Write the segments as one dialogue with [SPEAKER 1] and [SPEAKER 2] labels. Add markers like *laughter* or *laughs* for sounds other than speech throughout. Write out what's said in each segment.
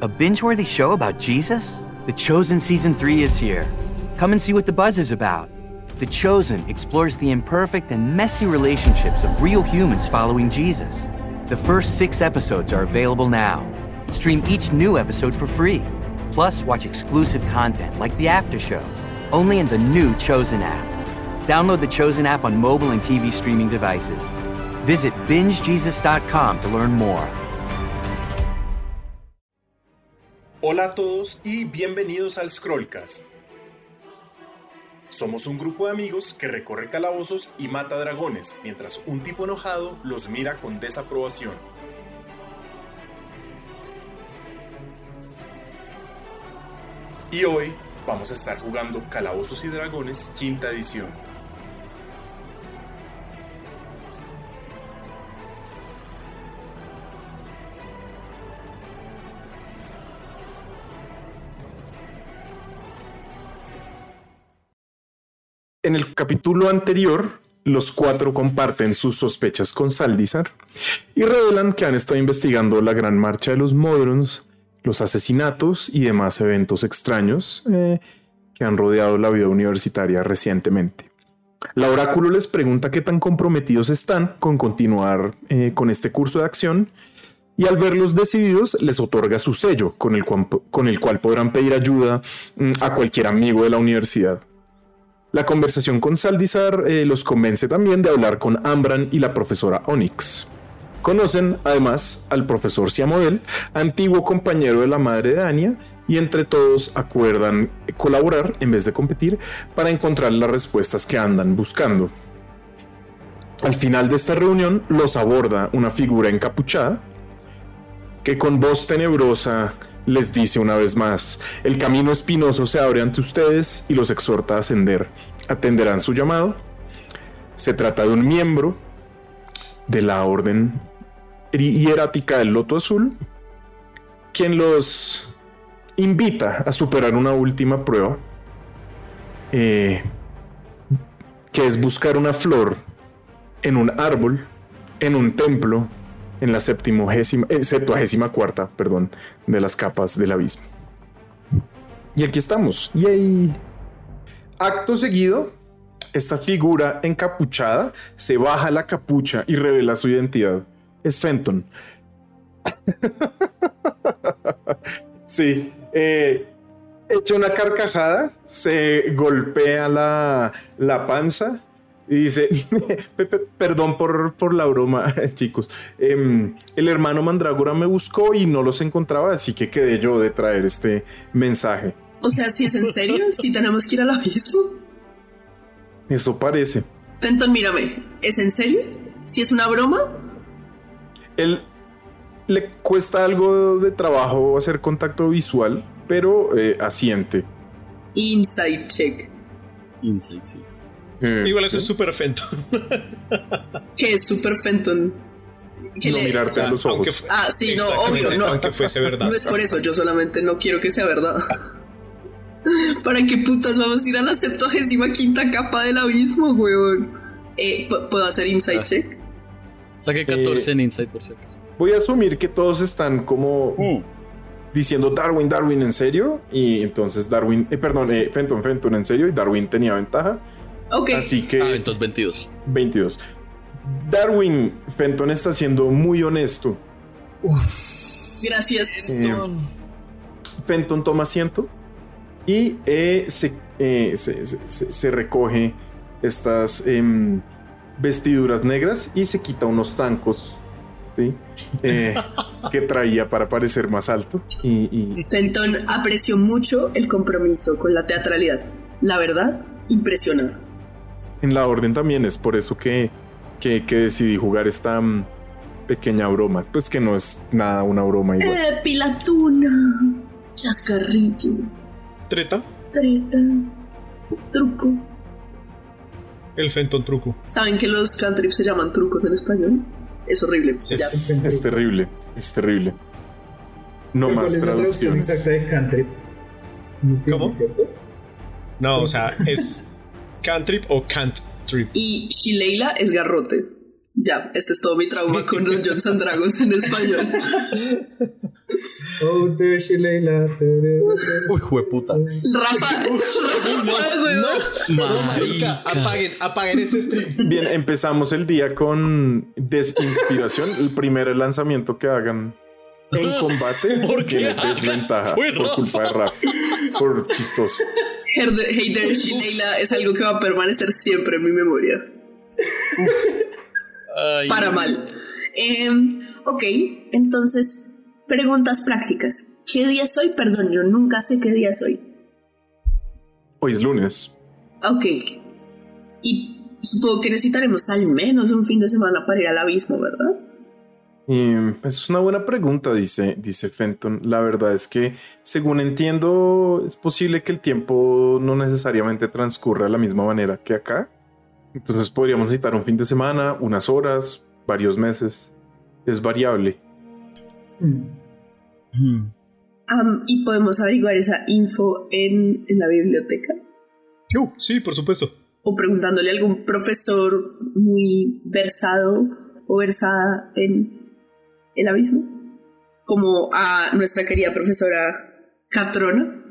[SPEAKER 1] A binge worthy show about Jesus? The Chosen Season 3 is here. Come and see what the buzz is about. The Chosen explores the imperfect and messy relationships of real humans following Jesus. The first six episodes are available now. Stream each new episode for free. Plus, watch exclusive content like The After Show, only in the new Chosen app. Download the Chosen app on mobile and TV streaming devices. Visit bingejesus.com to learn more.
[SPEAKER 2] Hola a todos y bienvenidos al Scrollcast. Somos un grupo de amigos que recorre calabozos y mata dragones, mientras un tipo enojado los mira con desaprobación. Y hoy vamos a estar jugando Calabozos y Dragones quinta edición. En el capítulo anterior, los cuatro comparten sus sospechas con Saldizar y revelan que han estado investigando la gran marcha de los Modrons, los asesinatos y demás eventos extraños eh, que han rodeado la vida universitaria recientemente. La oráculo les pregunta qué tan comprometidos están con continuar eh, con este curso de acción y al verlos decididos les otorga su sello con el cual, con el cual podrán pedir ayuda mm, a cualquier amigo de la universidad. La conversación con Saldizar eh, los convence también de hablar con Ambran y la profesora Onyx. Conocen además al profesor Siamodel, antiguo compañero de la madre de Anya, y entre todos acuerdan colaborar en vez de competir para encontrar las respuestas que andan buscando. Al final de esta reunión los aborda una figura encapuchada que con voz tenebrosa les dice una vez más, el camino espinoso se abre ante ustedes y los exhorta a ascender. Atenderán su llamado. Se trata de un miembro de la orden hierática del Loto Azul, quien los invita a superar una última prueba, eh, que es buscar una flor en un árbol, en un templo, en la septimogésima- eh, septuagésima cuarta, perdón, de las capas del abismo. Y aquí estamos. Yay. Acto seguido, esta figura encapuchada se baja la capucha y revela su identidad. Es Fenton. *laughs* sí. eh, echa una carcajada, se golpea la, la panza y dice, *laughs* "Pe- pe- perdón por, por la broma, *laughs* chicos. Em, el hermano Mandragora me buscó y no los encontraba, así que quedé yo de traer este mensaje.
[SPEAKER 3] O sea, si es en serio,
[SPEAKER 4] *laughs*
[SPEAKER 3] si tenemos que ir al abismo.
[SPEAKER 2] Eso parece.
[SPEAKER 3] Fenton, mírame. ¿Es en serio? ¿Si es una broma?
[SPEAKER 2] Él le cuesta algo de trabajo hacer contacto visual, pero eh, asiente.
[SPEAKER 3] Inside check.
[SPEAKER 4] Insight, sí.
[SPEAKER 2] Eh,
[SPEAKER 5] Igual
[SPEAKER 2] ¿sí?
[SPEAKER 5] eso es súper Fenton.
[SPEAKER 3] Que es super Fenton. Que
[SPEAKER 2] No
[SPEAKER 3] le-
[SPEAKER 2] mirarte a los
[SPEAKER 5] Aunque
[SPEAKER 2] ojos.
[SPEAKER 5] fu-
[SPEAKER 3] Ah, sí, no,
[SPEAKER 5] Exactamente,
[SPEAKER 3] obvio, no.
[SPEAKER 5] Aunque fuese verdad.
[SPEAKER 3] No es por eso, yo solamente no quiero que sea verdad. *laughs* ¿Para qué putas vamos a ir a la septuagésima quinta capa del abismo, huevón? Eh, ¿pu- ¿Puedo hacer inside
[SPEAKER 4] Ah.
[SPEAKER 3] check?
[SPEAKER 4] Saqué 14 en Insight por si acaso.
[SPEAKER 2] Voy a asumir que todos están como diciendo Darwin, Darwin, en serio. Y entonces Darwin, eh, perdón, eh, Fenton, Fenton, en serio. Y Darwin tenía ventaja.
[SPEAKER 3] Ok.
[SPEAKER 2] Así que
[SPEAKER 4] Ah, entonces 22.
[SPEAKER 2] 22. Darwin, Fenton está siendo muy honesto.
[SPEAKER 3] Gracias.
[SPEAKER 2] Eh, Fenton toma asiento y eh, se, eh, se- se- se- se recoge estas em, vestiduras negras y se quita unos tancos ¿sí? Eh, que traía para parecer más alto. Y, y-
[SPEAKER 3] Fenton apreció mucho el compromiso con la teatralidad. La verdad, impresionado.
[SPEAKER 2] en la orden también es por eso que, que, que decidí jugar esta mm, pequeña broma. Pues que no es nada una broma igual.
[SPEAKER 3] Eh, pilatuna, chascarrillo,
[SPEAKER 5] Treta,
[SPEAKER 3] treta, truco.
[SPEAKER 5] el Fenton truco.
[SPEAKER 3] ¿Saben que los cantrips se llaman trucos en español? Es horrible. ya.
[SPEAKER 2] Es, es terrible, es terrible. No
[SPEAKER 6] ¿Cuál
[SPEAKER 2] más
[SPEAKER 6] es la traducción exacta
[SPEAKER 2] traducciones.
[SPEAKER 6] de country? No tiene,
[SPEAKER 5] ¿Cómo?
[SPEAKER 6] ¿Cierto?
[SPEAKER 5] No,
[SPEAKER 3] *laughs*
[SPEAKER 5] o sea, es cantrip o cantrip.
[SPEAKER 3] Y Shileila es garrote. Ya, este es todo mi trauma con los Johnson Dragons en español.
[SPEAKER 6] Oh, de Sheila.
[SPEAKER 4] Uy, jueputa.
[SPEAKER 3] Rafa, Rafa, weón.
[SPEAKER 7] No, marica, apaguen, apaguen este stream.
[SPEAKER 2] Bien, empezamos el día con desinspiración. El primer lanzamiento que hagan en combate
[SPEAKER 4] *laughs* ¿Por qué
[SPEAKER 2] tiene
[SPEAKER 4] hagan?
[SPEAKER 2] desventaja
[SPEAKER 4] Fue
[SPEAKER 2] por
[SPEAKER 4] Rafa.
[SPEAKER 2] culpa de Rafa. Por chistoso.
[SPEAKER 3] Her- Hey there, she Leila es algo que va a permanecer siempre en mi memoria.
[SPEAKER 4] Ay,
[SPEAKER 3] Para mal. Em, ok, entonces, preguntas prácticas. ¿Qué día soy? Perdón, yo nunca sé qué día soy.
[SPEAKER 2] Hoy es lunes.
[SPEAKER 3] Ok. Y supongo que necesitaremos al menos un fin de semana para ir al abismo, ¿verdad?
[SPEAKER 2] Eh, es una buena pregunta, dice, dice Fenton. La verdad es que, según entiendo, es posible que el tiempo no necesariamente transcurra de la misma manera que acá. Entonces podríamos necesitar un fin de semana, unas horas, varios meses. Es variable.
[SPEAKER 6] Mm.
[SPEAKER 4] Hmm.
[SPEAKER 3] Am, y podemos averiguar esa info en, en la biblioteca.
[SPEAKER 5] Yo, sí, por supuesto.
[SPEAKER 3] O preguntándole a algún profesor muy versado o versada en el abismo. Como a nuestra querida profesora Catrona,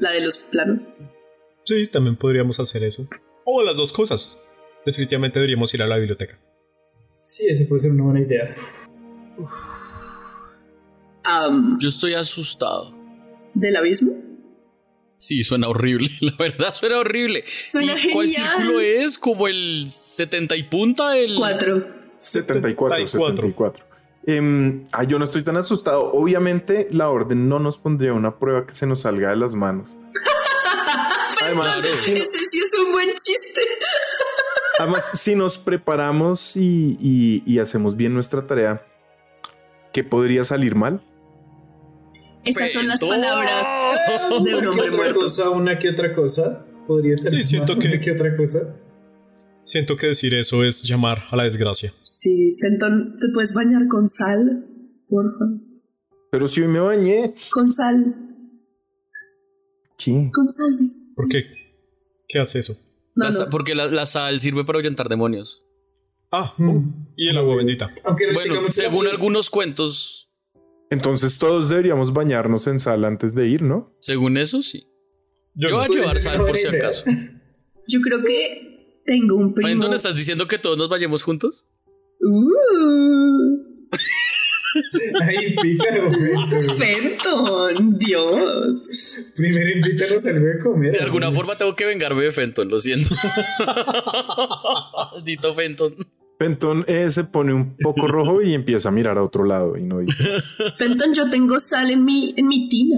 [SPEAKER 3] la de los planos.
[SPEAKER 5] Sí, también podríamos hacer eso. O las dos cosas. Definitivamente deberíamos ir a la biblioteca.
[SPEAKER 6] Sí, eso puede ser una buena idea.
[SPEAKER 3] Am,
[SPEAKER 4] Yo estoy asustado.
[SPEAKER 3] ¿Del abismo?
[SPEAKER 4] Sí, suena horrible. *laughs* La verdad, suena horrible.
[SPEAKER 3] Suena
[SPEAKER 4] ¿Y ¿Cuál
[SPEAKER 3] genial.
[SPEAKER 4] círculo es? ¿Como el 70 y punta? del
[SPEAKER 3] Cuatro.
[SPEAKER 2] 74,
[SPEAKER 5] 74.
[SPEAKER 2] 74. Em, ah, yo no estoy tan asustado. Obviamente, la orden no nos pondría una prueba que se nos salga de las manos. Además, si no-
[SPEAKER 3] Ese sí es un buen chiste.
[SPEAKER 2] Además, si nos preparamos y, y- y hacemos bien nuestra tarea, ¿qué podría salir mal?
[SPEAKER 3] Esas son las
[SPEAKER 4] Fenton.
[SPEAKER 3] palabras de un
[SPEAKER 6] Una que
[SPEAKER 3] hombre
[SPEAKER 6] otra
[SPEAKER 3] muerto.
[SPEAKER 6] cosa, una que otra cosa. Podría ser
[SPEAKER 5] Sí, siento
[SPEAKER 6] una
[SPEAKER 5] que-
[SPEAKER 6] que otra cosa.
[SPEAKER 5] Siento que decir eso es llamar a la desgracia.
[SPEAKER 3] Sí, Fenton, ¿te puedes bañar con sal? Porfa.
[SPEAKER 2] Pero si hoy me bañé,
[SPEAKER 3] Con sal,
[SPEAKER 2] ¿qué?
[SPEAKER 3] con sal.
[SPEAKER 5] ¿Por qué? ¿Qué hace eso?
[SPEAKER 3] No,
[SPEAKER 4] La sa-
[SPEAKER 3] no.
[SPEAKER 4] Porque la, la sal sirve para ahuyentar demonios.
[SPEAKER 5] Ah,
[SPEAKER 6] Mm.
[SPEAKER 5] y el agua bendita.
[SPEAKER 6] Aunque
[SPEAKER 4] Bueno,
[SPEAKER 6] reseca mucho la
[SPEAKER 4] según
[SPEAKER 6] piel.
[SPEAKER 4] algunos cuentos,
[SPEAKER 2] Entonces todos deberíamos bañarnos en sal antes de ir, ¿no?
[SPEAKER 4] según eso sí. Yo
[SPEAKER 5] Yo, no.
[SPEAKER 4] voy a llevar
[SPEAKER 6] Puede ser
[SPEAKER 4] sal
[SPEAKER 6] una
[SPEAKER 4] por si
[SPEAKER 6] buena idea.
[SPEAKER 4] acaso.
[SPEAKER 3] Yo creo que tengo un primo.
[SPEAKER 4] Fenton, ¿estás diciendo que todos nos vayamos juntos?
[SPEAKER 3] Uh,
[SPEAKER 6] *laughs* Ay, pícaro,
[SPEAKER 3] *laughs*
[SPEAKER 6] güey.
[SPEAKER 3] Fenton, Dios.
[SPEAKER 6] Primero invítanos algo de comer.
[SPEAKER 4] De alguna
[SPEAKER 6] güey.
[SPEAKER 4] forma tengo que vengarme de Fenton, lo siento. *laughs* Maldito Fenton.
[SPEAKER 2] Fenton eh, se pone un poco rojo y empieza a mirar a otro lado y no dice.
[SPEAKER 3] Fenton, yo tengo sal en mi, en mi tina.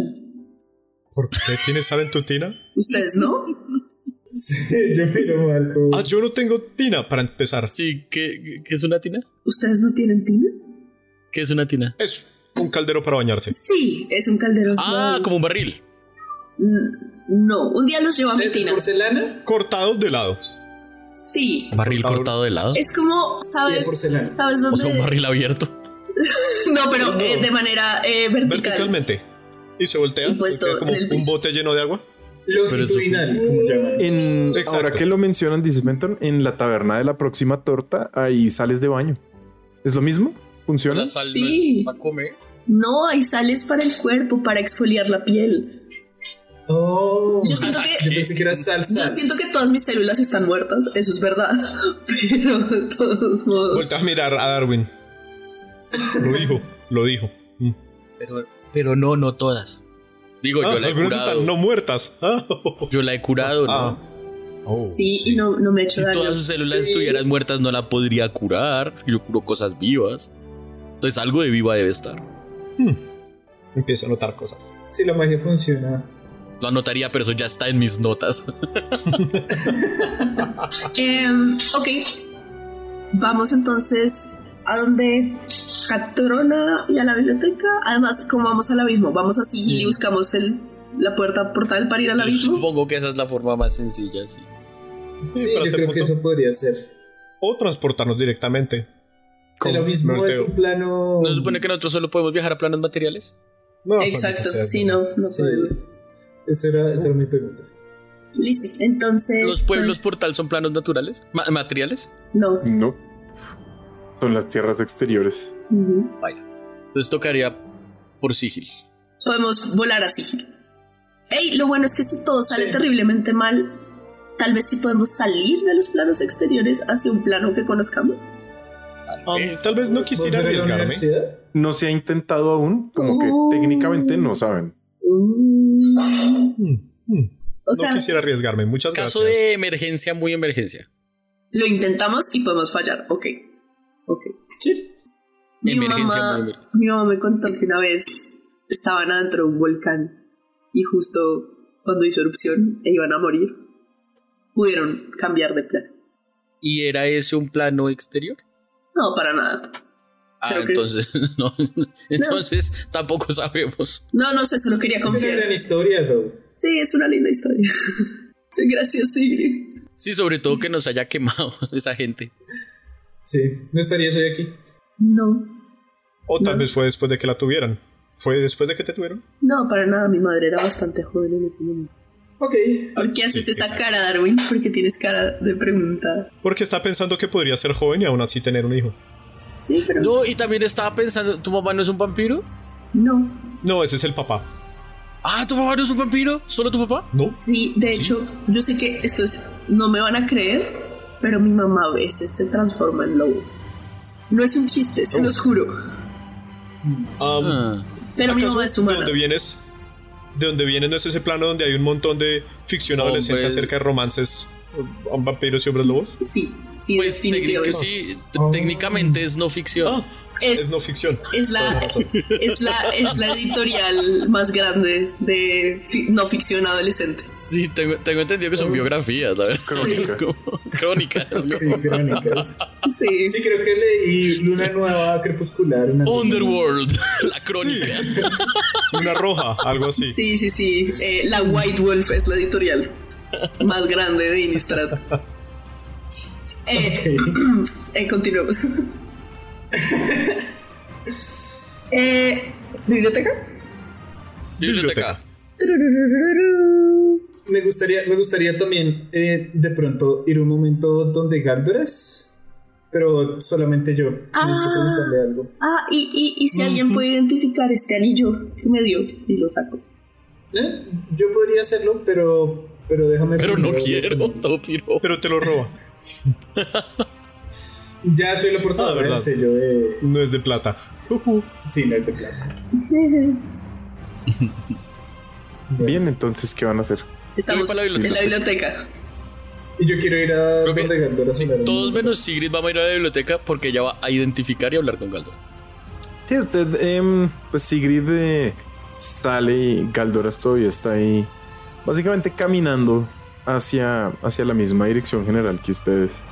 [SPEAKER 5] ¿Por qué tienes sal en tu tina?
[SPEAKER 3] ¿Ustedes no?
[SPEAKER 6] *laughs* Sí, yo miro mal. como-
[SPEAKER 5] Ah, yo no tengo tina para empezar.
[SPEAKER 4] Sí, ¿qué, qué es una tina?
[SPEAKER 3] ¿Ustedes no tienen tina?
[SPEAKER 4] ¿Qué es una tina?
[SPEAKER 5] Es un caldero para bañarse.
[SPEAKER 3] Sí, es un caldero.
[SPEAKER 4] Ah, como un barril.
[SPEAKER 3] Mm, No, un día los llevo a mi
[SPEAKER 6] ¿De
[SPEAKER 3] tina.
[SPEAKER 6] Eh, porcelana?
[SPEAKER 5] Cortado de lado.
[SPEAKER 3] Sí.
[SPEAKER 4] Barril cortado de lado.
[SPEAKER 3] Es como,
[SPEAKER 6] Y de
[SPEAKER 3] ¿sabes?
[SPEAKER 6] porcelana.
[SPEAKER 3] ¿Sabes
[SPEAKER 4] O
[SPEAKER 3] dónde?
[SPEAKER 4] sea, un barril abierto.
[SPEAKER 3] No, pero eh, de manera eh, vertical.
[SPEAKER 5] Verticalmente. Y se voltea.
[SPEAKER 3] Y puesto
[SPEAKER 5] y queda como
[SPEAKER 3] en el
[SPEAKER 5] un
[SPEAKER 3] piso.
[SPEAKER 5] bote lleno de agua.
[SPEAKER 6] Longitudinal, como llaman.
[SPEAKER 2] En,
[SPEAKER 5] Exacto.
[SPEAKER 2] ahora que lo mencionan, dice Fenton, en la taberna de la próxima torta hay sales de baño. ¿Es lo mismo? ¿Funciona?
[SPEAKER 4] La sal no
[SPEAKER 3] Sí.
[SPEAKER 4] es para comer.
[SPEAKER 3] No, hay sales para el cuerpo, para exfoliar la piel.
[SPEAKER 6] Oh,
[SPEAKER 3] Yo siento
[SPEAKER 6] yo
[SPEAKER 3] que.
[SPEAKER 6] pensé que era salsa.
[SPEAKER 3] Yo siento que todas mis células están muertas, eso es verdad. *laughs* Pero de todos modos.
[SPEAKER 5] Voltea a mirar a Darwin. Lo dijo, lo dijo. Mm.
[SPEAKER 4] Pero, pero no, no todas. Digo,
[SPEAKER 5] Ah,
[SPEAKER 4] yo la he
[SPEAKER 5] algunas
[SPEAKER 4] curado.
[SPEAKER 5] están no muertas. Ah,
[SPEAKER 4] Yo la he curado, ¿no?
[SPEAKER 5] Ah. Oh,
[SPEAKER 3] sí, y no, no me he hecho
[SPEAKER 4] Si
[SPEAKER 3] daño.
[SPEAKER 4] todas sus células
[SPEAKER 6] sí.
[SPEAKER 4] estuvieran muertas, no la podría curar. Yo curo cosas vivas. Entonces, algo de viva debe estar.
[SPEAKER 5] Empiezo a notar cosas.
[SPEAKER 6] Si la magia funciona.
[SPEAKER 4] Lo anotaría, pero eso ya está en mis notas.
[SPEAKER 3] Em, ok. Vamos entonces a donde Catrona y a la biblioteca. Además, como vamos al abismo, vamos así y buscamos el, la puerta portal para ir al
[SPEAKER 4] Yo
[SPEAKER 3] abismo.
[SPEAKER 4] *laughs* Supongo que esa es la forma más sencilla, sí.
[SPEAKER 6] Sí,
[SPEAKER 5] para
[SPEAKER 6] yo
[SPEAKER 5] este
[SPEAKER 6] creo que
[SPEAKER 5] punto.
[SPEAKER 6] eso podría ser.
[SPEAKER 5] O transportarnos directamente.
[SPEAKER 6] El abismo
[SPEAKER 5] Volteo.
[SPEAKER 6] es un plano.
[SPEAKER 4] ¿No se supone que nosotros solo podemos viajar a planos materiales?
[SPEAKER 5] No, *laughs*
[SPEAKER 3] Exacto,
[SPEAKER 5] maldita sea,
[SPEAKER 3] sí, no, no
[SPEAKER 6] Sí.
[SPEAKER 3] podemos.
[SPEAKER 6] Eso era, esa era mi pregunta.
[SPEAKER 3] Listo, entonces.
[SPEAKER 4] ¿Los pueblos
[SPEAKER 3] pues,
[SPEAKER 4] portal son planos naturales? Ma- ¿Materiales?
[SPEAKER 3] No,
[SPEAKER 2] No. Son las tierras exteriores.
[SPEAKER 3] Ujú.
[SPEAKER 4] Entonces tocaría por sigil.
[SPEAKER 3] Podemos volar así. Ey, lo bueno es que si todo sale terriblemente mal, tal vez sí podemos salir de los planos exteriores hacia un plano que conozcamos.
[SPEAKER 5] Um, tal vez no quisiera
[SPEAKER 6] ¿Volver a la
[SPEAKER 5] arriesgarme.
[SPEAKER 6] universidad?
[SPEAKER 2] No se ha intentado aún, como que
[SPEAKER 3] Oh.
[SPEAKER 2] técnicamente no saben.
[SPEAKER 5] Mm, mm.
[SPEAKER 3] O sea,
[SPEAKER 5] no quisiera arriesgarme. Muchas
[SPEAKER 4] Caso
[SPEAKER 5] gracias.
[SPEAKER 4] de emergencia, muy emergencia.
[SPEAKER 3] lo intentamos y podemos fallar. Ok. Ok. Mi
[SPEAKER 4] Emergencia,
[SPEAKER 3] mamá,
[SPEAKER 4] muy emergencia.
[SPEAKER 3] mi mamá me contó que una vez estaban adentro de un volcán y justo cuando hizo erupción e iban a morir, pudieron cambiar de plan.
[SPEAKER 4] ¿Y era ese un plano exterior?
[SPEAKER 3] No, para nada.
[SPEAKER 4] Ah,
[SPEAKER 3] Creo que-
[SPEAKER 4] entonces *laughs* no. Entonces tampoco sabemos.
[SPEAKER 3] No, no sé, solo quería
[SPEAKER 6] Es una
[SPEAKER 3] confiar.
[SPEAKER 6] gran historia, though.
[SPEAKER 3] Sí, es una linda historia. *laughs* Gracias, Sigrid.
[SPEAKER 4] Sí, sobre todo que nos haya quemado *laughs* esa gente.
[SPEAKER 6] Sí, no estarías hoy aquí.
[SPEAKER 3] No,
[SPEAKER 5] O tal
[SPEAKER 3] No.
[SPEAKER 5] vez fue después de que la tuvieran. ¿Fue después de que te tuvieron?
[SPEAKER 3] no, para nada. Mi madre era bastante joven en ese momento.
[SPEAKER 6] Ok.
[SPEAKER 3] ¿Por qué haces
[SPEAKER 5] Sí,
[SPEAKER 3] esa
[SPEAKER 5] exacto.
[SPEAKER 3] cara, Darwin? Porque tienes cara de pregunta.
[SPEAKER 5] Porque está pensando que podría ser joven y aún así tener un hijo.
[SPEAKER 3] Sí, pero no.
[SPEAKER 4] No, y también estaba pensando, ¿tu mamá no es un vampiro?
[SPEAKER 5] No, ese es el papá.
[SPEAKER 4] Ah, ¿tu papá no es un vampiro? ¿Solo tu papá?
[SPEAKER 5] ¿No?
[SPEAKER 3] Sí, de
[SPEAKER 5] Sí.
[SPEAKER 3] hecho, yo sé que esto es- no me van a creer, pero mi mamá a veces se transforma en lobo. No es un chiste,
[SPEAKER 5] Oh.
[SPEAKER 3] se los juro.
[SPEAKER 5] Um,
[SPEAKER 4] Ah.
[SPEAKER 3] Pero mi
[SPEAKER 5] ¿acaso
[SPEAKER 3] mamá es
[SPEAKER 5] ¿De
[SPEAKER 3] humana.
[SPEAKER 5] dónde vienes? ¿De dónde vienes? ¿No es ese plano donde hay un montón de ficción adolescente
[SPEAKER 4] Hombre.
[SPEAKER 5] acerca de romances, um, vampiros y hombres lobos?
[SPEAKER 3] Sí, sí,
[SPEAKER 4] Pues técnica-
[SPEAKER 3] definitivamente. Oh.
[SPEAKER 4] sí, t- técnicamente es no ficción.
[SPEAKER 5] Ah, es,
[SPEAKER 3] Es,
[SPEAKER 5] no ficción.
[SPEAKER 3] es la, es, la, es la editorial más grande de fi- no ficción adolescente.
[SPEAKER 4] Sí, tengo, tengo entendido que son biografías, la verdad. *laughs* Es como- crónicas. ¿no?
[SPEAKER 6] Sí, crónicas.
[SPEAKER 3] Ah, Sí.
[SPEAKER 6] *laughs* Sí, creo que leí Luna Nueva Crepuscular. una cosa
[SPEAKER 4] Underworld, *laughs* la crónica.
[SPEAKER 5] Una roja, algo así.
[SPEAKER 3] Sí, sí, sí. Eh, la White Wolf es la editorial más grande de Innistrad. Eh, *clears throat* eh, *laughs* continuemos. Eh, ¿Biblioteca?
[SPEAKER 4] Biblioteca.
[SPEAKER 3] Turururururu.
[SPEAKER 6] así. Me gustaría, me gustaría también eh, de pronto ir un momento donde Galdoras, pero solamente yo. Necesito
[SPEAKER 3] Ah.
[SPEAKER 6] preguntarle algo.
[SPEAKER 3] Ah, y, y, y si alguien puede identificar este anillo que me dio y lo saco.
[SPEAKER 6] Eh, Yo podría hacerlo, pero, pero déjame.
[SPEAKER 4] Pero no
[SPEAKER 6] primero-
[SPEAKER 4] quiero, Topiro.
[SPEAKER 5] Pero te lo roba.
[SPEAKER 6] Ya soy la
[SPEAKER 5] Ah,
[SPEAKER 6] portadora
[SPEAKER 5] verdad.
[SPEAKER 6] del sello de.
[SPEAKER 5] No es de plata. Ujú.
[SPEAKER 6] Sí, no es de plata.
[SPEAKER 2] Bien, entonces, ¿qué van a hacer?
[SPEAKER 3] Estamos
[SPEAKER 4] Voy para la
[SPEAKER 3] en la biblioteca.
[SPEAKER 6] Y yo quiero ir a
[SPEAKER 4] Creo que-
[SPEAKER 6] donde Galdoras.
[SPEAKER 4] Sí,
[SPEAKER 6] hablar un
[SPEAKER 4] todos
[SPEAKER 6] momento.
[SPEAKER 4] menos Sigrid vamos a ir a la biblioteca porque ella va a identificar y hablar con Galdor.
[SPEAKER 2] Sí, usted, em, pues Sigrid eh, sale y Galdoras todavía está ahí, básicamente caminando hacia, hacia la misma dirección general que ustedes.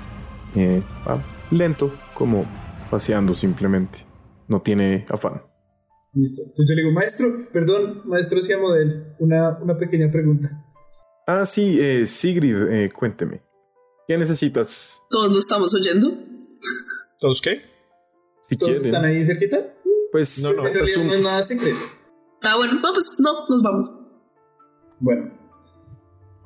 [SPEAKER 2] Eh, va lento, como paseando simplemente. No tiene afán.
[SPEAKER 6] Listo. Entonces yo le digo, maestro, perdón, maestro Siamodel, una, una pequeña pregunta.
[SPEAKER 2] Ah, sí, eh, Sigrid, eh, cuénteme. ¿Qué necesitas?
[SPEAKER 3] Todos lo estamos oyendo.
[SPEAKER 5] ¿Todos qué?
[SPEAKER 2] Si
[SPEAKER 6] ¿Todos
[SPEAKER 2] quieren.
[SPEAKER 6] están ahí cerquita?
[SPEAKER 2] Pues
[SPEAKER 5] eh? No, no,
[SPEAKER 6] en realidad
[SPEAKER 2] presumo-
[SPEAKER 6] no es nada secreto.
[SPEAKER 3] Ah, bueno, vamos, no, nos vamos.
[SPEAKER 6] Bueno,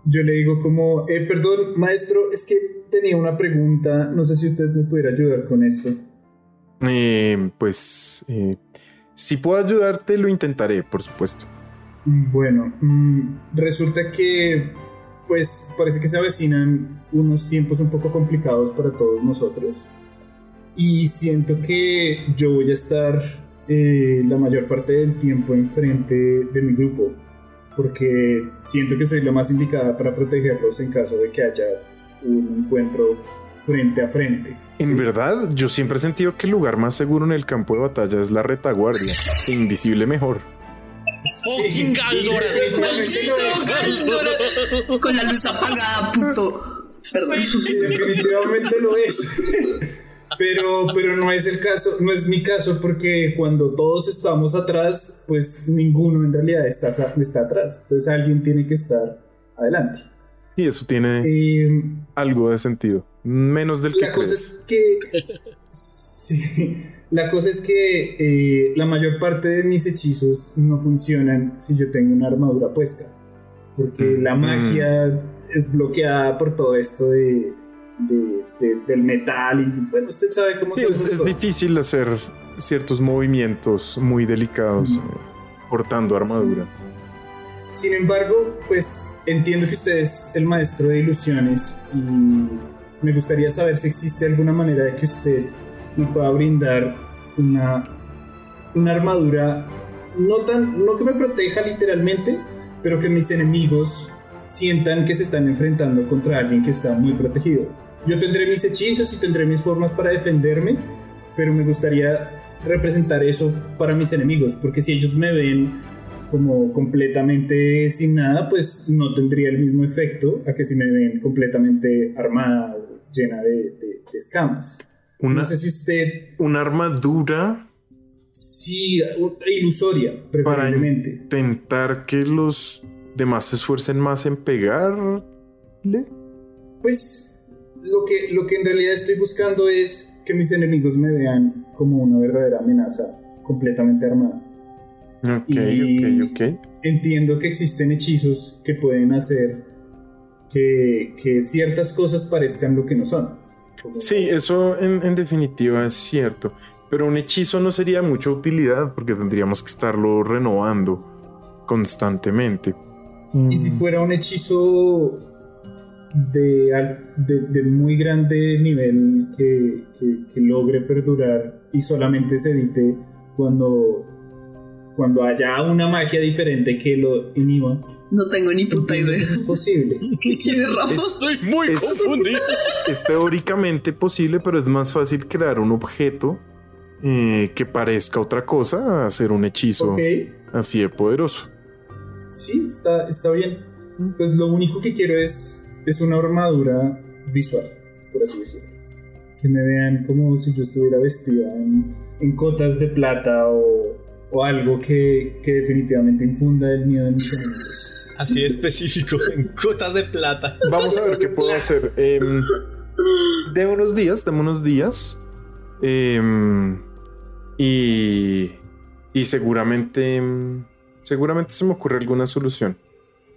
[SPEAKER 6] yo le digo como, eh, perdón, maestro, es que tenía una pregunta, no sé si usted me pudiera ayudar con esto.
[SPEAKER 2] Eh, pues eh, si puedo ayudarte, lo intentaré, por supuesto.
[SPEAKER 6] Mm, Bueno, mm, resulta que, pues, parece que se avecinan unos tiempos un poco complicados para todos nosotros. Y siento que yo voy a estar eh, la mayor parte del tiempo enfrente de mi grupo. Porque siento que soy la más indicada para protegerlos en caso de que haya un encuentro frente a frente.
[SPEAKER 2] En
[SPEAKER 6] Sí.
[SPEAKER 2] verdad, yo siempre he sentido que el lugar más seguro en el campo de batalla es la retaguardia. e Invisible mejor.
[SPEAKER 4] ¡Fucking ¡Oh, Galdor!
[SPEAKER 6] Definitivamente lo es.
[SPEAKER 3] Galdor, Con la luz apagada, puto. Perdón.
[SPEAKER 6] Sí, definitivamente lo es. Pero, pero no es el caso, no es mi caso, porque cuando todos estamos atrás, pues ninguno en realidad está, está atrás. Entonces alguien tiene que estar adelante.
[SPEAKER 2] Y eso tiene
[SPEAKER 6] Eh,
[SPEAKER 2] algo de sentido. Menos del que
[SPEAKER 6] la cosa
[SPEAKER 2] crees.
[SPEAKER 6] es que. sí, la cosa es que eh, la mayor parte de mis hechizos no funcionan si yo tengo una armadura puesta. Porque la
[SPEAKER 2] Mm.
[SPEAKER 6] magia es bloqueada por todo esto de, de de- del metal y bueno, usted sabe cómo
[SPEAKER 2] Sí,
[SPEAKER 6] son
[SPEAKER 2] es,
[SPEAKER 6] esas
[SPEAKER 2] es
[SPEAKER 6] cosas.
[SPEAKER 2] difícil hacer ciertos movimientos muy delicados
[SPEAKER 6] Mm.
[SPEAKER 2] eh, portando armadura.
[SPEAKER 6] Sin embargo, pues entiendo que usted es el maestro de ilusiones y me gustaría saber si existe alguna manera de que usted me pueda brindar una, una armadura, no, tan, no que me proteja literalmente, pero que mis enemigos sientan que se están enfrentando contra alguien que está muy protegido. Yo tendré mis hechizos y tendré mis formas para defenderme, pero me gustaría representar eso para mis enemigos, porque si ellos me ven como completamente sin nada, pues no tendría el mismo efecto a que si me ven completamente armada o llena de, de- de escamas.
[SPEAKER 2] Una,
[SPEAKER 6] No sé si usted,
[SPEAKER 2] una armadura
[SPEAKER 6] sí, u- ilusoria,
[SPEAKER 2] para
[SPEAKER 6] preferiblemente.
[SPEAKER 2] intentar que los demás se esfuercen más en pegarle.
[SPEAKER 6] Pues lo que, lo que en realidad estoy buscando es que mis enemigos me vean como una verdadera amenaza completamente armada.
[SPEAKER 2] Ok,
[SPEAKER 6] Y-
[SPEAKER 2] ok, ok.
[SPEAKER 6] Entiendo que existen hechizos que pueden hacer que, que ciertas cosas parezcan lo que no son. Como-
[SPEAKER 2] Sí, eso en, en definitiva es cierto. Pero un hechizo no sería de mucha utilidad porque tendríamos que estarlo renovando constantemente.
[SPEAKER 6] Y si fuera un hechizo de, al- de- de muy grande nivel que, que- que logre perdurar y solamente se edite cuando, cuando haya una magia diferente que lo inhiba,
[SPEAKER 3] No tengo ni puta
[SPEAKER 6] entiendo que
[SPEAKER 3] idea.
[SPEAKER 6] eso es posible.
[SPEAKER 3] ¿Qué quieres, Rafa?
[SPEAKER 4] Estoy muy
[SPEAKER 2] es-
[SPEAKER 4] confundido.
[SPEAKER 2] Es teóricamente posible, pero es más fácil crear un objeto eh, que parezca otra cosa a hacer un hechizo
[SPEAKER 6] Ok,
[SPEAKER 2] así de poderoso.
[SPEAKER 6] sí, está, está bien. Pues lo único que quiero es, es una armadura visual, por así decirlo. Que me vean como si yo estuviera vestida en, en cotas de plata o, o algo que, que definitivamente infunda el miedo en mis enemigos.
[SPEAKER 5] Así de específico, en cotas de plata.
[SPEAKER 2] Vamos a ver qué puedo hacer. Em, de unos días, de unos días. Em, y, y seguramente, em, seguramente se me ocurre alguna solución.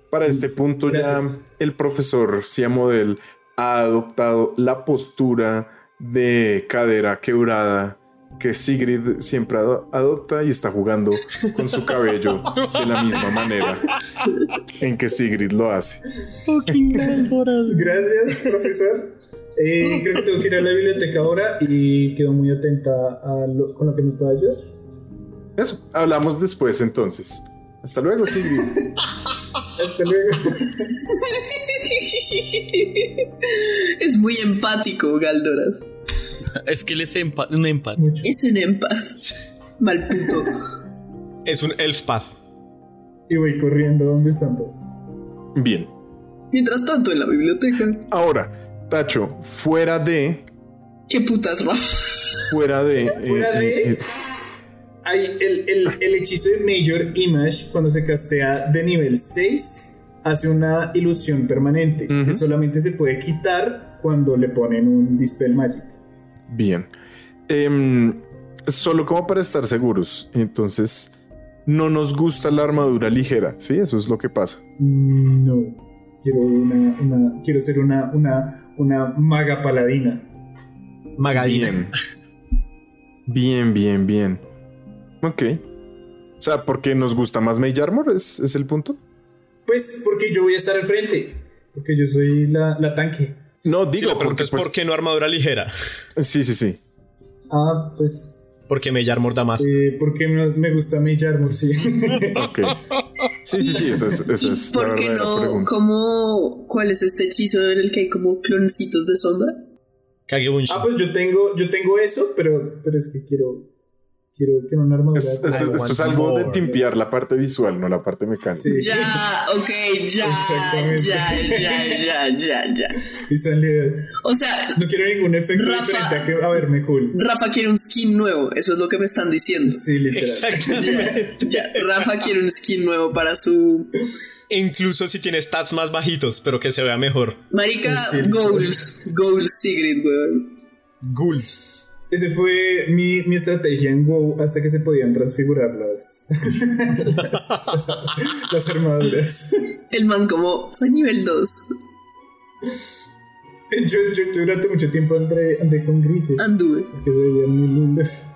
[SPEAKER 2] Para este punto
[SPEAKER 6] Gracias.
[SPEAKER 2] ya el profesor Siamodel ha adoptado la postura de cadera quebrada que Sigrid siempre ado- adopta y está jugando con su cabello de la misma manera en que Sigrid lo hace.
[SPEAKER 6] Gracias, profesor. Eh, creo que tengo que ir a la biblioteca ahora y quedo muy atenta a lo- con lo que me pueda ayudar.
[SPEAKER 2] Eso, hablamos después entonces. Hasta luego,
[SPEAKER 6] *laughs*
[SPEAKER 2] Sigrid.
[SPEAKER 6] Hasta *laughs* luego.
[SPEAKER 3] es muy empático, Galdoras.
[SPEAKER 4] Es que él es empa- un empate.
[SPEAKER 6] Mucho.
[SPEAKER 3] Es un empático. Mal punto.
[SPEAKER 5] Es un elf path.
[SPEAKER 6] Y voy corriendo. ¿Dónde están todos?
[SPEAKER 2] Bien.
[SPEAKER 3] Mientras tanto, en la biblioteca.
[SPEAKER 2] Ahora, Tacho, fuera de.
[SPEAKER 3] ¿Qué putas, Rafa?
[SPEAKER 2] Fuera de. eh,
[SPEAKER 6] *laughs* Fuera de-
[SPEAKER 2] eh, eh,
[SPEAKER 6] Hay el, el- el hechizo de Major Image, cuando se castea de nivel 6, hace una ilusión permanente
[SPEAKER 2] Ujú.
[SPEAKER 6] que solamente se puede quitar cuando le ponen un Dispel Magic.
[SPEAKER 2] bien. Em, solo como para estar seguros. Entonces, no nos gusta la armadura ligera. Sí, eso es lo que pasa.
[SPEAKER 6] Mm, No, quiero, una, una- quiero ser una, una, una maga paladina.
[SPEAKER 5] Magadina.
[SPEAKER 2] Bien. Bien, bien, bien. Ok. O sea, porque nos gusta más Mage Armor, ¿Es, es el punto.
[SPEAKER 6] Pues porque yo voy a estar al frente, porque yo soy la, la tanque.
[SPEAKER 2] No,
[SPEAKER 5] Digo,
[SPEAKER 2] digo,
[SPEAKER 5] la pregunta
[SPEAKER 2] porque,
[SPEAKER 5] es por qué no armadura ligera.
[SPEAKER 2] pues, Sí, sí, sí.
[SPEAKER 6] Ah, pues
[SPEAKER 5] Porque Mellar morda más.
[SPEAKER 6] eh, porque me, me gusta Mage
[SPEAKER 2] *laughs*
[SPEAKER 6] Armor, sí.
[SPEAKER 2] Ok. Sí, sí, sí, esa es, esa es la
[SPEAKER 3] ¿Por qué
[SPEAKER 2] verdadera
[SPEAKER 3] no?
[SPEAKER 2] pregunta.
[SPEAKER 3] ¿Cómo? ¿Cuál es este hechizo en el que hay como cloncitos de sombra?
[SPEAKER 5] Kagebunshi.
[SPEAKER 6] ah, pues yo tengo, yo tengo eso, pero, pero es que quiero, quiero, quiero una armadura.
[SPEAKER 2] Es- es- esto es algo de pimpear la parte visual, no la parte mecánica.
[SPEAKER 6] Sí.
[SPEAKER 3] Ya, ok, ya,
[SPEAKER 6] Exactamente.
[SPEAKER 3] ya, ya, ya, ya, ya.
[SPEAKER 6] Y sale-
[SPEAKER 3] O sea,
[SPEAKER 6] No quiero ningún efecto
[SPEAKER 3] Rafa.
[SPEAKER 6] diferente a, que, a verme cool.
[SPEAKER 3] Rafa quiere un skin nuevo, eso es lo que me están diciendo.
[SPEAKER 6] Sí, literal.
[SPEAKER 3] Ya,
[SPEAKER 5] Exactamente.
[SPEAKER 3] ya. Rafa quiere un skin nuevo para su
[SPEAKER 5] E Incluso si tiene stats más bajitos, pero que se vea mejor.
[SPEAKER 3] marica
[SPEAKER 6] Sí, sí.
[SPEAKER 3] goals, goals Sigrid, weón.
[SPEAKER 5] Ghouls.
[SPEAKER 6] Ese fue mi, mi estrategia en WoW hasta que se podían transfigurar las, *laughs* las, las- las armaduras.
[SPEAKER 3] El man como soy nivel 2.
[SPEAKER 6] Yo, yo, yo durante mucho tiempo andré, andé con grises.
[SPEAKER 3] Anduve.
[SPEAKER 6] Porque se veían muy lindas.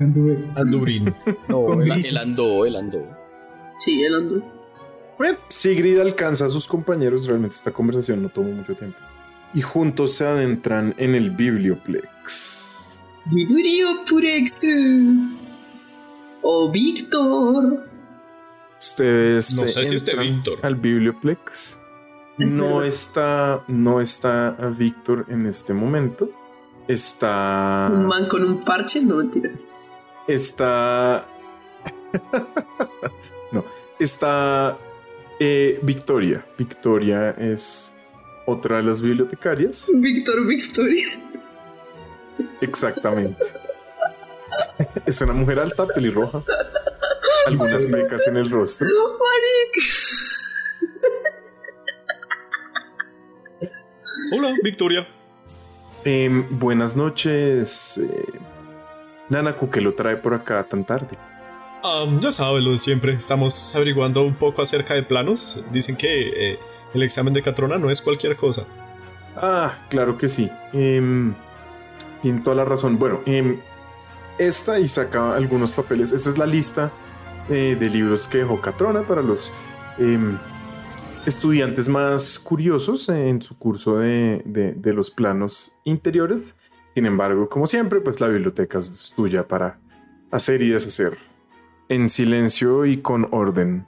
[SPEAKER 6] Anduve.
[SPEAKER 5] Andurín.
[SPEAKER 4] No,
[SPEAKER 6] Con
[SPEAKER 4] el,
[SPEAKER 6] grises.
[SPEAKER 4] el andó, el andó.
[SPEAKER 3] Sí, él anduve.
[SPEAKER 2] Bueno, Sigrid alcanza a sus compañeros, realmente esta conversación no tomó mucho tiempo. Y juntos se adentran en el biblioplex.
[SPEAKER 3] Viburio Purex. O Víctor.
[SPEAKER 2] Ustedes se
[SPEAKER 5] No sé si este
[SPEAKER 2] entran
[SPEAKER 5] Víctor.
[SPEAKER 2] al biblioplex.
[SPEAKER 3] Es
[SPEAKER 2] no
[SPEAKER 3] verdad.
[SPEAKER 2] está, no está Víctor en este momento. Está,
[SPEAKER 3] Un man con un parche, no mentira.
[SPEAKER 2] está, *laughs* no, está eh, Victoria. Victoria es otra de las bibliotecarias.
[SPEAKER 3] Víctor Victoria.
[SPEAKER 2] Exactamente. Es una mujer alta, pelirroja. Algunas pecas en el rostro.
[SPEAKER 5] Hola, Victoria.
[SPEAKER 2] Em, buenas noches. eh, Nanaku, que lo trae por acá tan tarde.
[SPEAKER 5] Am, ya sabes lo de siempre. Estamos averiguando un poco acerca de planos. Dicen que eh, el examen de Catrona no es cualquier cosa.
[SPEAKER 2] Ah, claro que sí. Em, tiene toda la razón. Bueno, em, esta y saca algunos papeles. Esta es la lista eh, de libros que dejó Catrona para los em, estudiantes más curiosos en su curso de, de- de los planos interiores. Sin embargo, como siempre, pues la biblioteca es tuya para hacer y deshacer. En silencio y con orden.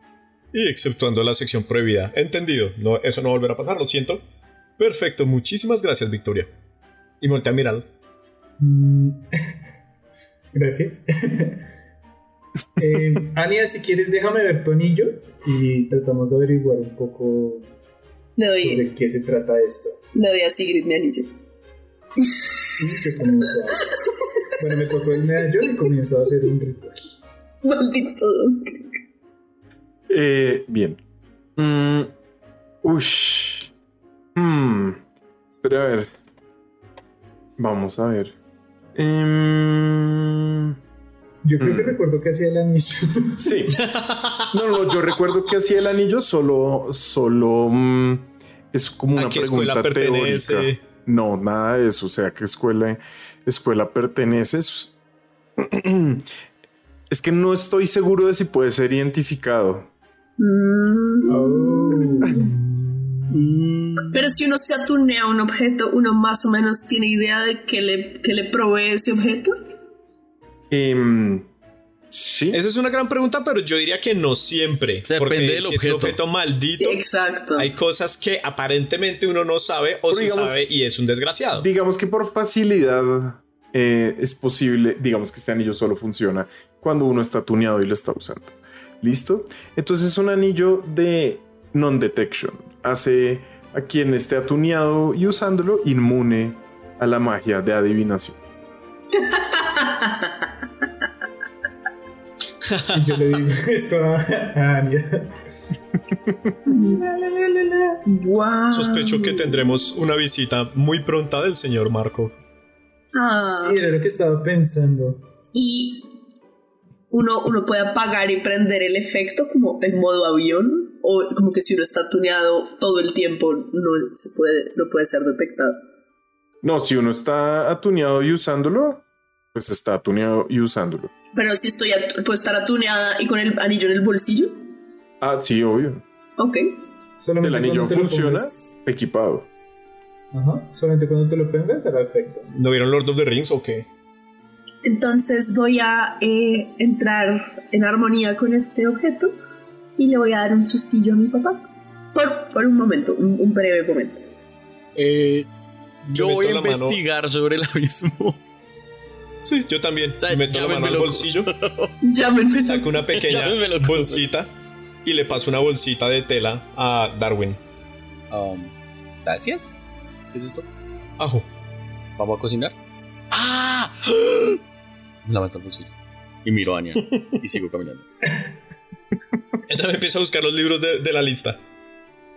[SPEAKER 5] Y exceptuando la sección prohibida. Entendido. No, eso no volverá a pasar, lo siento. Perfecto, muchísimas gracias, Victoria. Y voltea a mirarlo.
[SPEAKER 6] Mm. *laughs* Gracias. *laughs* eh, Ania, si quieres, déjame ver tu anillo y tratamos de averiguar un poco
[SPEAKER 3] Le doy,
[SPEAKER 6] sobre qué se trata esto.
[SPEAKER 3] le doy a Sigrid mi anillo.
[SPEAKER 6] Y yo comienzo a... Bueno, me tocó el medallón y comienzo a hacer un ritual.
[SPEAKER 3] Maldito.
[SPEAKER 2] Eh, bien. Mm, ush. Hmm. Espera a ver. Vamos a ver. Em,
[SPEAKER 6] Yo creo que
[SPEAKER 2] Mm.
[SPEAKER 6] recuerdo que hacía el
[SPEAKER 2] *laughs*
[SPEAKER 6] anillo.
[SPEAKER 2] sí. No, no, yo recuerdo que hacía el anillo solo, solo mm, es como una
[SPEAKER 5] ¿A qué escuela
[SPEAKER 2] pregunta
[SPEAKER 5] pertenece?
[SPEAKER 2] teórica. No, nada de eso. O sea, ¿qué escuela, escuela perteneces? *clears throat* Es que no estoy seguro de si puede ser identificado.
[SPEAKER 3] Mm.
[SPEAKER 6] Oh.
[SPEAKER 2] Oh.
[SPEAKER 6] Mm.
[SPEAKER 3] Pero si uno se atunea a un objeto, uno más o menos tiene idea de que le, que le provee ese objeto.
[SPEAKER 2] Em, sí.
[SPEAKER 5] Esa es una gran pregunta, pero yo diría que no siempre.
[SPEAKER 4] Se
[SPEAKER 5] porque
[SPEAKER 4] depende del
[SPEAKER 5] si es
[SPEAKER 4] objeto.
[SPEAKER 5] un objeto
[SPEAKER 3] Sí,
[SPEAKER 5] maldito,
[SPEAKER 3] exacto.
[SPEAKER 5] hay cosas que aparentemente uno no sabe o
[SPEAKER 2] Pero
[SPEAKER 5] sí
[SPEAKER 2] digamos-
[SPEAKER 5] sabe y es un desgraciado.
[SPEAKER 2] Digamos que por facilidad eh, es posible, digamos que este anillo solo funciona cuando uno está tuneado y lo está usando. ¿Listo? Entonces es un anillo de non-detection. Hace a quien esté atuneado y usándolo inmune a la magia de adivinación.
[SPEAKER 6] Y yo le digo esto a a Ania.
[SPEAKER 3] Guau.
[SPEAKER 5] Sospecho que tendremos una visita muy pronta del señor Markov.
[SPEAKER 3] Ah.
[SPEAKER 6] Sí, era lo que estaba pensando.
[SPEAKER 3] Y uno, uno puede apagar y prender el efecto como el modo avión. O como que si uno está tuneado todo el tiempo, no se puede, no puede ser detectado.
[SPEAKER 2] No, si uno está atuneado y usándolo, pues está atuneado y usándolo.
[SPEAKER 3] Pero si estoy at- puedo estar atuneada y con el anillo en el bolsillo.
[SPEAKER 2] Ah, sí, obvio.
[SPEAKER 3] Ok.
[SPEAKER 2] El
[SPEAKER 6] Solamente
[SPEAKER 2] anillo
[SPEAKER 6] cuando te lo
[SPEAKER 2] funciona
[SPEAKER 6] pongas-
[SPEAKER 2] equipado.
[SPEAKER 6] Ajá, solamente cuando te lo pongas será efecto.
[SPEAKER 5] ¿No vieron Lord of the Rings o qué?
[SPEAKER 3] Entonces voy a eh, entrar en armonía con este objeto y le voy a dar un sustillo a mi papá. Por, por un momento, un, un breve momento.
[SPEAKER 4] Eh, yo
[SPEAKER 5] meto
[SPEAKER 4] voy a
[SPEAKER 5] la mano-
[SPEAKER 4] investigar sobre el abismo.
[SPEAKER 5] Sí, yo también.
[SPEAKER 4] O sea,
[SPEAKER 5] Me meto la mano
[SPEAKER 4] llámenme
[SPEAKER 5] al
[SPEAKER 4] loco. *laughs*
[SPEAKER 5] bolsillo,
[SPEAKER 3] Llámenme.
[SPEAKER 5] saco una pequeña
[SPEAKER 4] Llámenme loco.
[SPEAKER 5] bolsita y le paso una bolsita de tela a Darwin.
[SPEAKER 4] Um, gracias. ¿Qué es esto?
[SPEAKER 5] Ajo.
[SPEAKER 4] ¿Vamos a cocinar? *gasps* ¡Ah! Me la meto al bolsillo. Y miro a Anya. y sigo caminando.
[SPEAKER 5] Entonces empiezo a buscar los libros de, de la lista.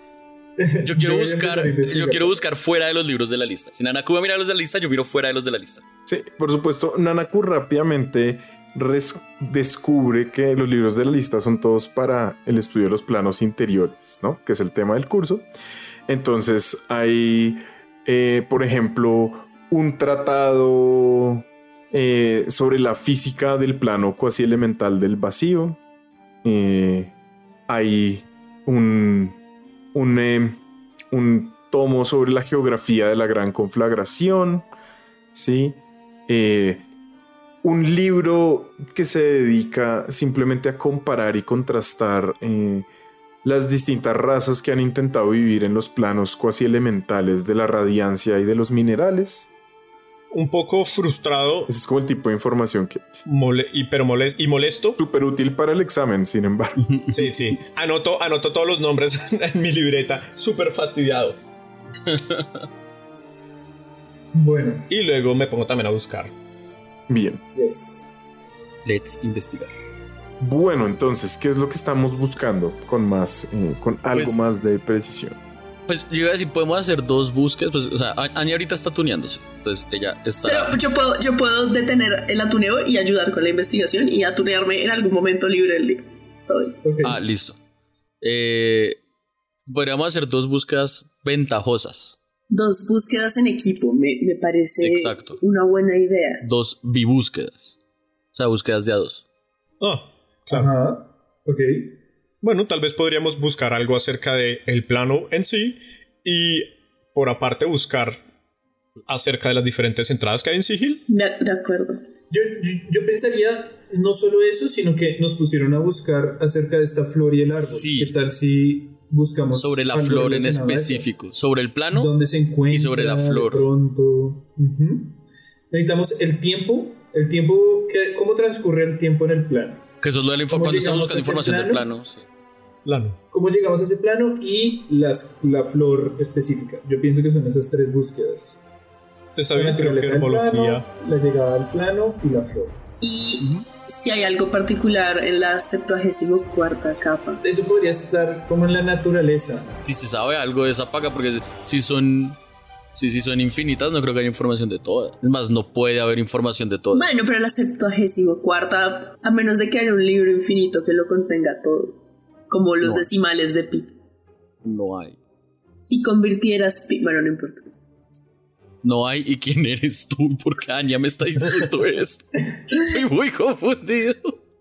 [SPEAKER 4] *laughs* *laughs* Yo quiero
[SPEAKER 6] voy a
[SPEAKER 4] buscar.
[SPEAKER 6] empezar a
[SPEAKER 4] Yo
[SPEAKER 6] investigar.
[SPEAKER 4] quiero buscar fuera de los libros de la lista. Si Nanaku va a mirar los de la lista, yo miro fuera de los de la lista.
[SPEAKER 2] Sí, por supuesto, Nanaku rápidamente res- descubre que los libros de la lista son todos para el estudio de los planos interiores, ¿no? Que es el tema del curso. Entonces hay eh, por ejemplo, un tratado eh, sobre la física del plano cuasi elemental del vacío. Eh, hay un, un, eh, un tomo sobre la geografía de la gran conflagración. ¿sí? Eh, un libro que se dedica simplemente a comparar y contrastar eh, las distintas razas que han intentado vivir en los planos cuasi elementales de la radiancia y de los minerales.
[SPEAKER 5] Un poco frustrado,
[SPEAKER 2] Ese es como el tipo de información que es
[SPEAKER 5] mole- y, pero moles- y molesto.
[SPEAKER 2] súper útil para el examen, sin embargo.
[SPEAKER 5] Sí, sí. Anoto, anoto todos los nombres *laughs* en mi libreta. Súper fastidiado.
[SPEAKER 6] Bueno,
[SPEAKER 5] Y luego me pongo también a buscar.
[SPEAKER 2] Bien.
[SPEAKER 6] yes.
[SPEAKER 4] Let's investigar.
[SPEAKER 2] Bueno, entonces, ¿qué es lo que estamos buscando con más, eh, con algo
[SPEAKER 4] Pues-
[SPEAKER 2] más de precisión?
[SPEAKER 4] Pues yo iba a decir, podemos hacer dos búsquedas. Pues, o sea, A- Anya ahorita está tuneándose. Entonces ella está.
[SPEAKER 3] Pero yo puedo, yo puedo detener el atuneo y ayudar con la investigación y atunearme en algún momento libre del día. Todo bien.
[SPEAKER 6] Ok.
[SPEAKER 4] Ah, listo. Eh, podríamos hacer dos búsquedas ventajosas.
[SPEAKER 3] Dos búsquedas en equipo, me, me parece
[SPEAKER 4] Exacto.
[SPEAKER 3] una buena idea.
[SPEAKER 4] Dos bibúsquedas. O sea, búsquedas de a dos.
[SPEAKER 5] Ah, claro.
[SPEAKER 6] Ajá. Ok.
[SPEAKER 5] Bueno, tal vez podríamos buscar algo acerca del el plano en sí y por aparte buscar acerca de las diferentes entradas que hay en Sigil.
[SPEAKER 3] De, de acuerdo.
[SPEAKER 6] Yo, yo, yo pensaría no solo eso, sino que nos pusieron a buscar acerca de esta flor y el árbol.
[SPEAKER 4] Sí.
[SPEAKER 6] ¿Qué tal si buscamos
[SPEAKER 4] Sobre la
[SPEAKER 6] algo
[SPEAKER 4] flor en
[SPEAKER 6] relacionado a eso?
[SPEAKER 4] específico. Sobre el plano.
[SPEAKER 6] dónde se encuentra
[SPEAKER 4] y sobre la flor.
[SPEAKER 6] de pronto Ujú. necesitamos el tiempo el tiempo que, cómo transcurre el tiempo en el plano
[SPEAKER 4] Que eso es lo del info-
[SPEAKER 6] ¿Cómo
[SPEAKER 4] Cuando estamos
[SPEAKER 6] llegamos
[SPEAKER 4] buscando
[SPEAKER 6] a ese
[SPEAKER 4] información del
[SPEAKER 6] plano?
[SPEAKER 4] plano. sí.
[SPEAKER 5] Plano.
[SPEAKER 6] cómo llegamos a ese plano y las, la flor específica yo pienso que son esas tres búsquedas
[SPEAKER 5] Está
[SPEAKER 6] la
[SPEAKER 5] bien, creo que
[SPEAKER 6] naturaleza del plano
[SPEAKER 5] herbología.
[SPEAKER 6] la llegada al plano y la flor
[SPEAKER 3] Y si hay algo particular en la 74 cuarta capa.
[SPEAKER 6] eso podría estar como en la naturaleza
[SPEAKER 4] Si se sabe algo de esa paga, porque si son. Si, si son infinitas, no creo que haya información de todas. Es más, no puede haber información de todas.
[SPEAKER 3] Bueno, pero la 74 cuarta, a menos de que haya un libro infinito que lo contenga todo, como los
[SPEAKER 4] No.
[SPEAKER 3] decimales de pi.
[SPEAKER 4] No hay.
[SPEAKER 3] Si convirtieras pi, bueno, no importa.
[SPEAKER 4] No hay. ¿Y quién eres tú? *laughs* Porque Anya me
[SPEAKER 3] *laughs*
[SPEAKER 4] está diciendo eso. Soy muy confundido.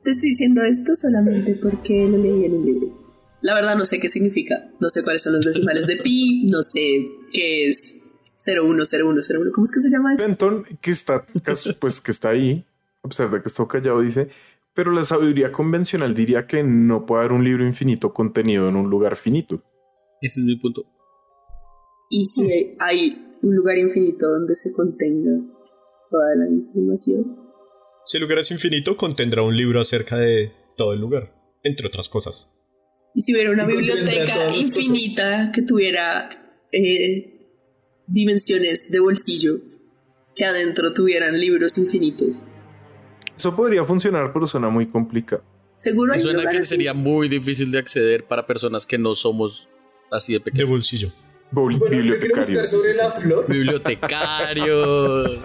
[SPEAKER 3] Te estoy diciendo esto solamente porque lo leí en un libro. La verdad no sé qué significa, no sé cuáles son los decimales de pi, no sé qué es 010101, ¿cómo es que se llama eso?
[SPEAKER 2] Benton, que está, cas- pues que está ahí, a pesar de que está callado, dice, pero la sabiduría convencional diría que no puede haber un libro infinito contenido en un lugar finito.
[SPEAKER 4] Ese es mi punto.
[SPEAKER 3] Y si hay un lugar infinito donde se contenga toda la información.
[SPEAKER 5] Si el lugar es infinito, contendrá un libro acerca de todo el lugar, entre otras cosas.
[SPEAKER 3] Y si hubiera una
[SPEAKER 6] Y contendrá todas
[SPEAKER 3] biblioteca
[SPEAKER 6] las cosas.
[SPEAKER 3] infinita que tuviera eh, dimensiones de bolsillo, que adentro tuvieran libros infinitos.
[SPEAKER 2] Eso podría funcionar, pero suena muy complicado.
[SPEAKER 3] Seguro
[SPEAKER 4] Me
[SPEAKER 3] hay un
[SPEAKER 4] suena
[SPEAKER 3] lugar
[SPEAKER 4] que
[SPEAKER 3] así.
[SPEAKER 4] sería muy difícil de acceder para personas que no somos así de
[SPEAKER 5] De
[SPEAKER 4] pequeños.
[SPEAKER 5] bolsillo.
[SPEAKER 2] Bibli-
[SPEAKER 6] bueno yo quiero
[SPEAKER 2] bibliotecarios,
[SPEAKER 6] buscar sobre
[SPEAKER 2] dice.
[SPEAKER 6] la flor
[SPEAKER 3] *laughs*
[SPEAKER 4] Bibliotecarios.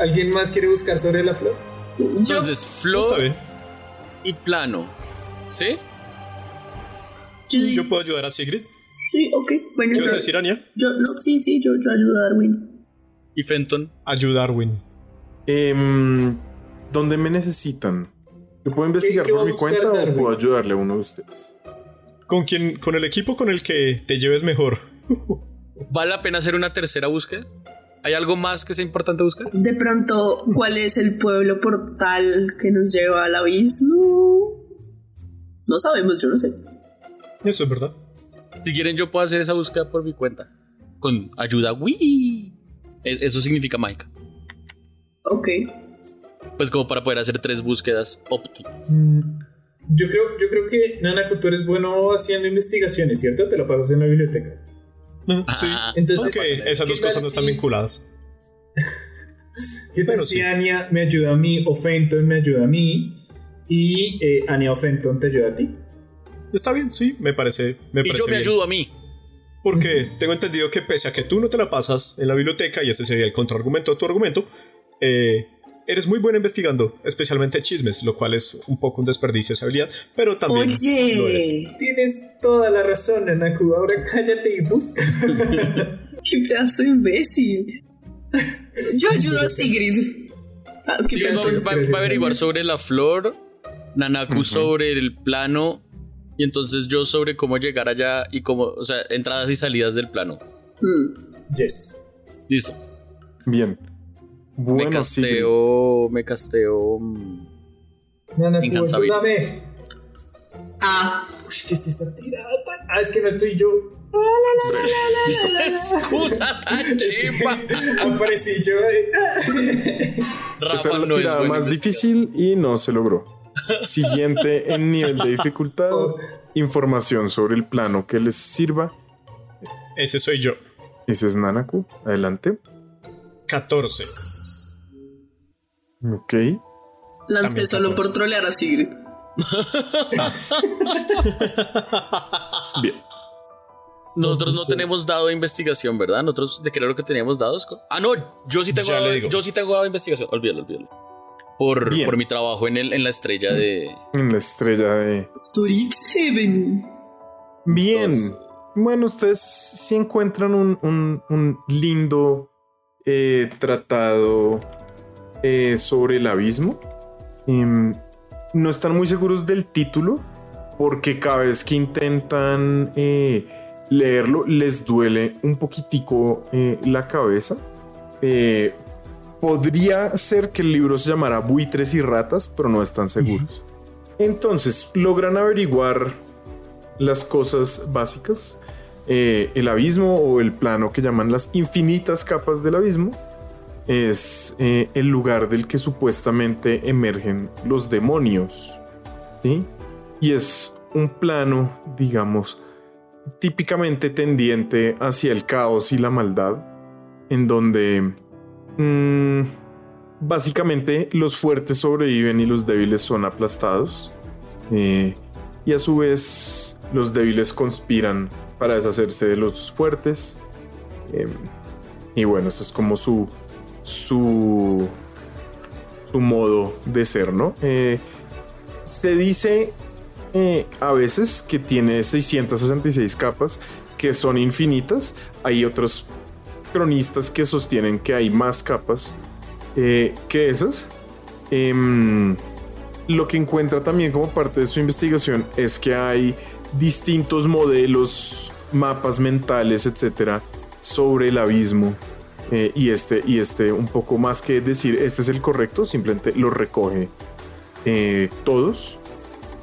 [SPEAKER 6] alguien más quiere buscar sobre la flor
[SPEAKER 3] Yo
[SPEAKER 4] Entonces,
[SPEAKER 5] Está
[SPEAKER 4] flor
[SPEAKER 5] bien.
[SPEAKER 4] y plano. ¿Sí?
[SPEAKER 5] ¿Yo puedo ayudar a Sigrid?
[SPEAKER 3] Sí, ok. Bueno,
[SPEAKER 5] ¿Qué
[SPEAKER 3] yo,
[SPEAKER 5] ibas a decir, Anya?
[SPEAKER 3] yo- no, sí, sí, yo, yo ayudo a Darwin.
[SPEAKER 4] ¿Y Fenton?
[SPEAKER 5] Ayudar, Win.
[SPEAKER 2] Em, ¿Dónde me necesitan? ¿Yo puedo investigar
[SPEAKER 6] ¿Qué- qué va
[SPEAKER 2] por
[SPEAKER 6] a
[SPEAKER 2] mi
[SPEAKER 6] buscar
[SPEAKER 2] cuenta o
[SPEAKER 6] Darwin?
[SPEAKER 2] puedo ayudarle a uno de ustedes?
[SPEAKER 5] ¿Con quién? Con el equipo con el que te lleves mejor.
[SPEAKER 4] ¿Vale la pena hacer una tercera búsqueda? ¿Hay algo más que sea importante buscar?
[SPEAKER 3] De pronto, ¿cuál es el pueblo portal que nos lleva al abismo? No sabemos, yo no sé.
[SPEAKER 5] Eso es verdad.
[SPEAKER 4] Si quieren, yo puedo hacer esa búsqueda por mi cuenta. Con ayuda, ¡wii! E- Eso significa mágica.
[SPEAKER 3] Ok.
[SPEAKER 4] Pues como para poder hacer tres búsquedas óptimas.
[SPEAKER 6] Mm, Yo creo, yo creo que, Nanako, tú eres bueno haciendo investigaciones, ¿cierto? Te la pasas en la biblioteca.
[SPEAKER 5] Ah, Sí.
[SPEAKER 4] Ah,
[SPEAKER 6] Entonces,
[SPEAKER 5] Ok, esas dos
[SPEAKER 6] ¿qué tal
[SPEAKER 5] cosas no están
[SPEAKER 6] si-
[SPEAKER 5] vinculadas.
[SPEAKER 6] ¿Qué tal
[SPEAKER 5] Pero
[SPEAKER 6] si
[SPEAKER 5] sí.
[SPEAKER 6] Anya me ayuda a mí, o Fenton me ayuda a mí, y eh, Anya o Fenton te ayuda a ti?
[SPEAKER 5] Está bien, sí, me parece. Me
[SPEAKER 4] y
[SPEAKER 5] parece
[SPEAKER 4] yo me
[SPEAKER 5] bien.
[SPEAKER 4] ayudo a mí.
[SPEAKER 5] Porque tengo entendido que pese a que tú no te la pasas en la biblioteca, y ese sería el contraargumento a tu argumento, eh, eres muy buena investigando, especialmente chismes, lo cual es un poco un desperdicio de esa habilidad, pero también lo eres.
[SPEAKER 3] Oye.
[SPEAKER 6] Tienes toda la razón, Nanako. Ahora cállate y busca.
[SPEAKER 3] Qué pedazo de imbécil. Yo ayudo a Sigrid. Ah, qué
[SPEAKER 4] Sí,
[SPEAKER 3] pedazo
[SPEAKER 4] va,
[SPEAKER 3] de-
[SPEAKER 6] entonces,
[SPEAKER 4] va-
[SPEAKER 6] tres,
[SPEAKER 4] va a averiguar
[SPEAKER 6] sí.
[SPEAKER 4] sobre la flor, Nanaku sobre el plano, y entonces yo sobre cómo llegar allá y cómo, o sea, entradas y salidas del plano.
[SPEAKER 3] Mm.
[SPEAKER 6] Yes.
[SPEAKER 4] Listo.
[SPEAKER 2] Bien. Bueno,
[SPEAKER 4] me
[SPEAKER 2] Sigrid.
[SPEAKER 4] casteo, me casteo. mm, *laughs*
[SPEAKER 6] Nanaku,
[SPEAKER 4] Incansable.
[SPEAKER 6] ayúdame.
[SPEAKER 3] Ah,
[SPEAKER 6] Uy, ¿qué es esa tirada tan- Ah, es que no estoy yo.
[SPEAKER 4] ¡Excusa tan
[SPEAKER 6] Es que
[SPEAKER 4] chimba!
[SPEAKER 6] *laughs* aparecí yo.
[SPEAKER 2] Esa
[SPEAKER 4] Rafa
[SPEAKER 2] era
[SPEAKER 4] no
[SPEAKER 2] la
[SPEAKER 4] es
[SPEAKER 2] tirada
[SPEAKER 4] buen
[SPEAKER 2] más
[SPEAKER 4] investigador.
[SPEAKER 2] difícil y no se logró. Siguiente en nivel de dificultad,
[SPEAKER 6] Fuck.
[SPEAKER 2] información sobre el plano que les sirva.
[SPEAKER 5] Ese soy yo.
[SPEAKER 2] Ese es Nanaku. Adelante.
[SPEAKER 5] 14.
[SPEAKER 2] Ok.
[SPEAKER 3] lancé
[SPEAKER 5] También
[SPEAKER 3] solo
[SPEAKER 5] catorce.
[SPEAKER 3] por trolear a Sigrid.
[SPEAKER 2] Bien.
[SPEAKER 4] Nosotros no tenemos dado de investigación, ¿verdad? Nosotros de que era lo que teníamos dados. co- Ah, no, yo sí tengo,
[SPEAKER 5] Ya le
[SPEAKER 4] dado-
[SPEAKER 5] digo.
[SPEAKER 4] yo sí tengo dado de investigación. Olvídalo, olvídalo. Por,
[SPEAKER 2] Bien.
[SPEAKER 4] por mi trabajo en, el, en la estrella de.
[SPEAKER 2] En la estrella de.
[SPEAKER 3] Storix Heaven.
[SPEAKER 2] Bien.
[SPEAKER 4] Entonces-
[SPEAKER 2] Bueno, ustedes sí encuentran un, un- un lindo eh, tratado eh, sobre el abismo. Em, no están muy seguros del título porque cada vez que intentan eh, leerlo les duele un poquitico eh, la cabeza. Eh, podría ser que el libro se llamara Buitres y Ratas, pero no están seguros. Entonces, logran averiguar las cosas básicas, eh, el abismo o el plano que llaman las infinitas capas del abismo, es eh, el lugar del que supuestamente emergen los demonios. ¿sí? Y es un plano, digamos, típicamente tendiente hacia el caos y la maldad, en donde mm, básicamente los fuertes sobreviven y los débiles son aplastados. Eh, y a su vez los débiles conspiran para deshacerse de los fuertes. Eh, y bueno, ese es como su su su modo de ser, ¿no? Eh, se dice eh, a veces que tiene 666 capas que son infinitas. Hay otros cronistas que sostienen que hay más capas eh, que esas. Em, lo que encuentra también como parte de su investigación es que hay distintos modelos, mapas mentales, etcétera, sobre el abismo. Eh, y este, y este, un poco más que decir este es el correcto, simplemente lo recoge eh, todos.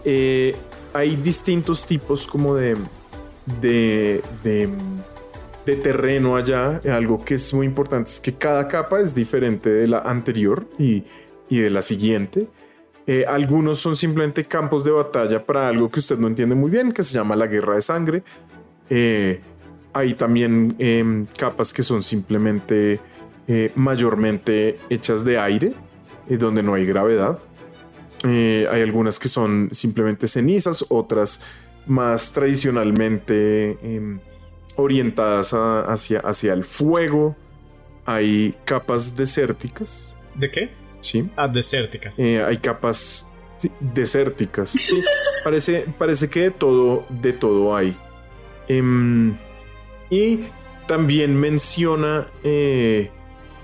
[SPEAKER 2] Eh, hay distintos tipos como de, de, de, de terreno allá. Algo que es muy importante es que cada capa es diferente de la anterior y, y de la siguiente. Eh, algunos son simplemente campos de batalla para algo que usted no entiende muy bien, que se llama la guerra de sangre. Eh, hay también em, capas que son simplemente eh, mayormente hechas de aire, eh, donde no hay gravedad. Eh, hay algunas que son simplemente cenizas, otras más tradicionalmente em, orientadas a- hacia, hacia el fuego. Hay capas desérticas,
[SPEAKER 5] ¿De qué?
[SPEAKER 2] ¿sí?
[SPEAKER 5] Ah, desérticas.
[SPEAKER 2] Eh, hay capas sí, desérticas. Sí, parece, parece que de todo, de todo hay. Em, y también menciona eh,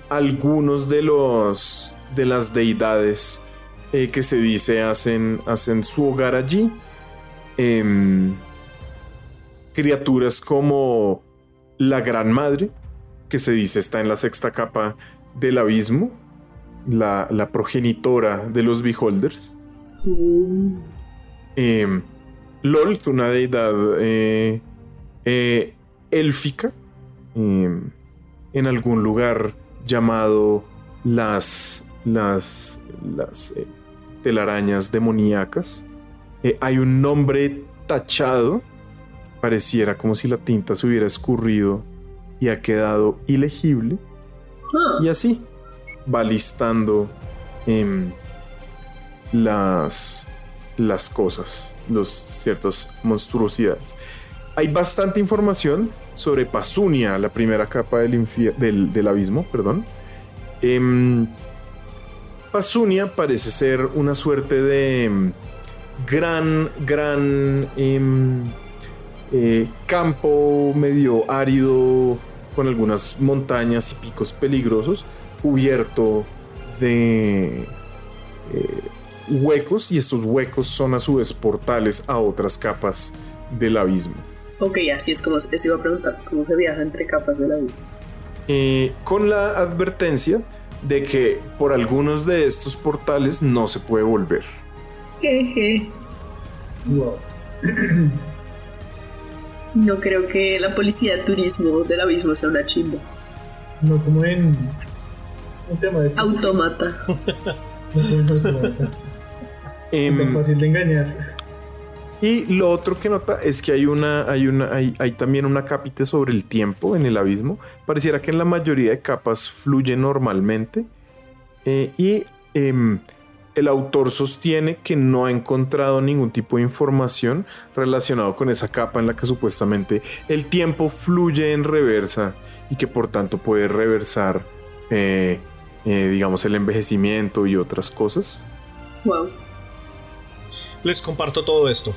[SPEAKER 2] algunos de los de las deidades eh, que se dice hacen, hacen su hogar allí. Em, criaturas como la Gran Madre, que se dice está en la sexta capa del abismo la, la progenitora de los Beholders.
[SPEAKER 3] Oh.
[SPEAKER 2] Eh, Lolth, una deidad eh, eh, élfica, eh, en algún lugar llamado las, las, las eh, telarañas demoníacas. Eh, hay un nombre tachado, pareciera como si la tinta se hubiera escurrido y ha quedado ilegible.
[SPEAKER 3] Ah.
[SPEAKER 2] Y así va listando em, las, las cosas, los ciertos monstruosidades. Hay bastante información sobre Pasunia, la primera capa del, infier- del, del abismo, perdón. Em, Pasunia parece ser una suerte de em, gran, gran em, eh, campo medio árido, con algunas montañas y picos peligrosos, cubierto de eh, huecos y estos huecos son a su vez portales a otras capas del abismo.
[SPEAKER 3] Ok, así es como eso iba a preguntar, cómo se viaja entre capas de la vida.
[SPEAKER 2] Eh, con la advertencia de que por algunos de estos portales no se puede volver.
[SPEAKER 3] Jeje.
[SPEAKER 6] Wow.
[SPEAKER 3] No creo que la policía de turismo del abismo sea una chimba.
[SPEAKER 6] No como en. ¿Cómo se llama esto?
[SPEAKER 3] Automata.
[SPEAKER 6] No como en Automata.
[SPEAKER 2] Em,
[SPEAKER 6] Tan fácil de engañar.
[SPEAKER 2] Y lo otro que nota es que hay una, hay una, hay, hay también una cápita sobre el tiempo en el abismo. Pareciera que en la mayoría de capas fluye normalmente. Eh, y em, el autor sostiene que no ha encontrado ningún tipo de información relacionado con esa capa en la que supuestamente el tiempo fluye en reversa y que por tanto puede reversar, eh, eh, digamos, el envejecimiento y otras cosas.
[SPEAKER 3] Wow.
[SPEAKER 5] Les comparto todo esto.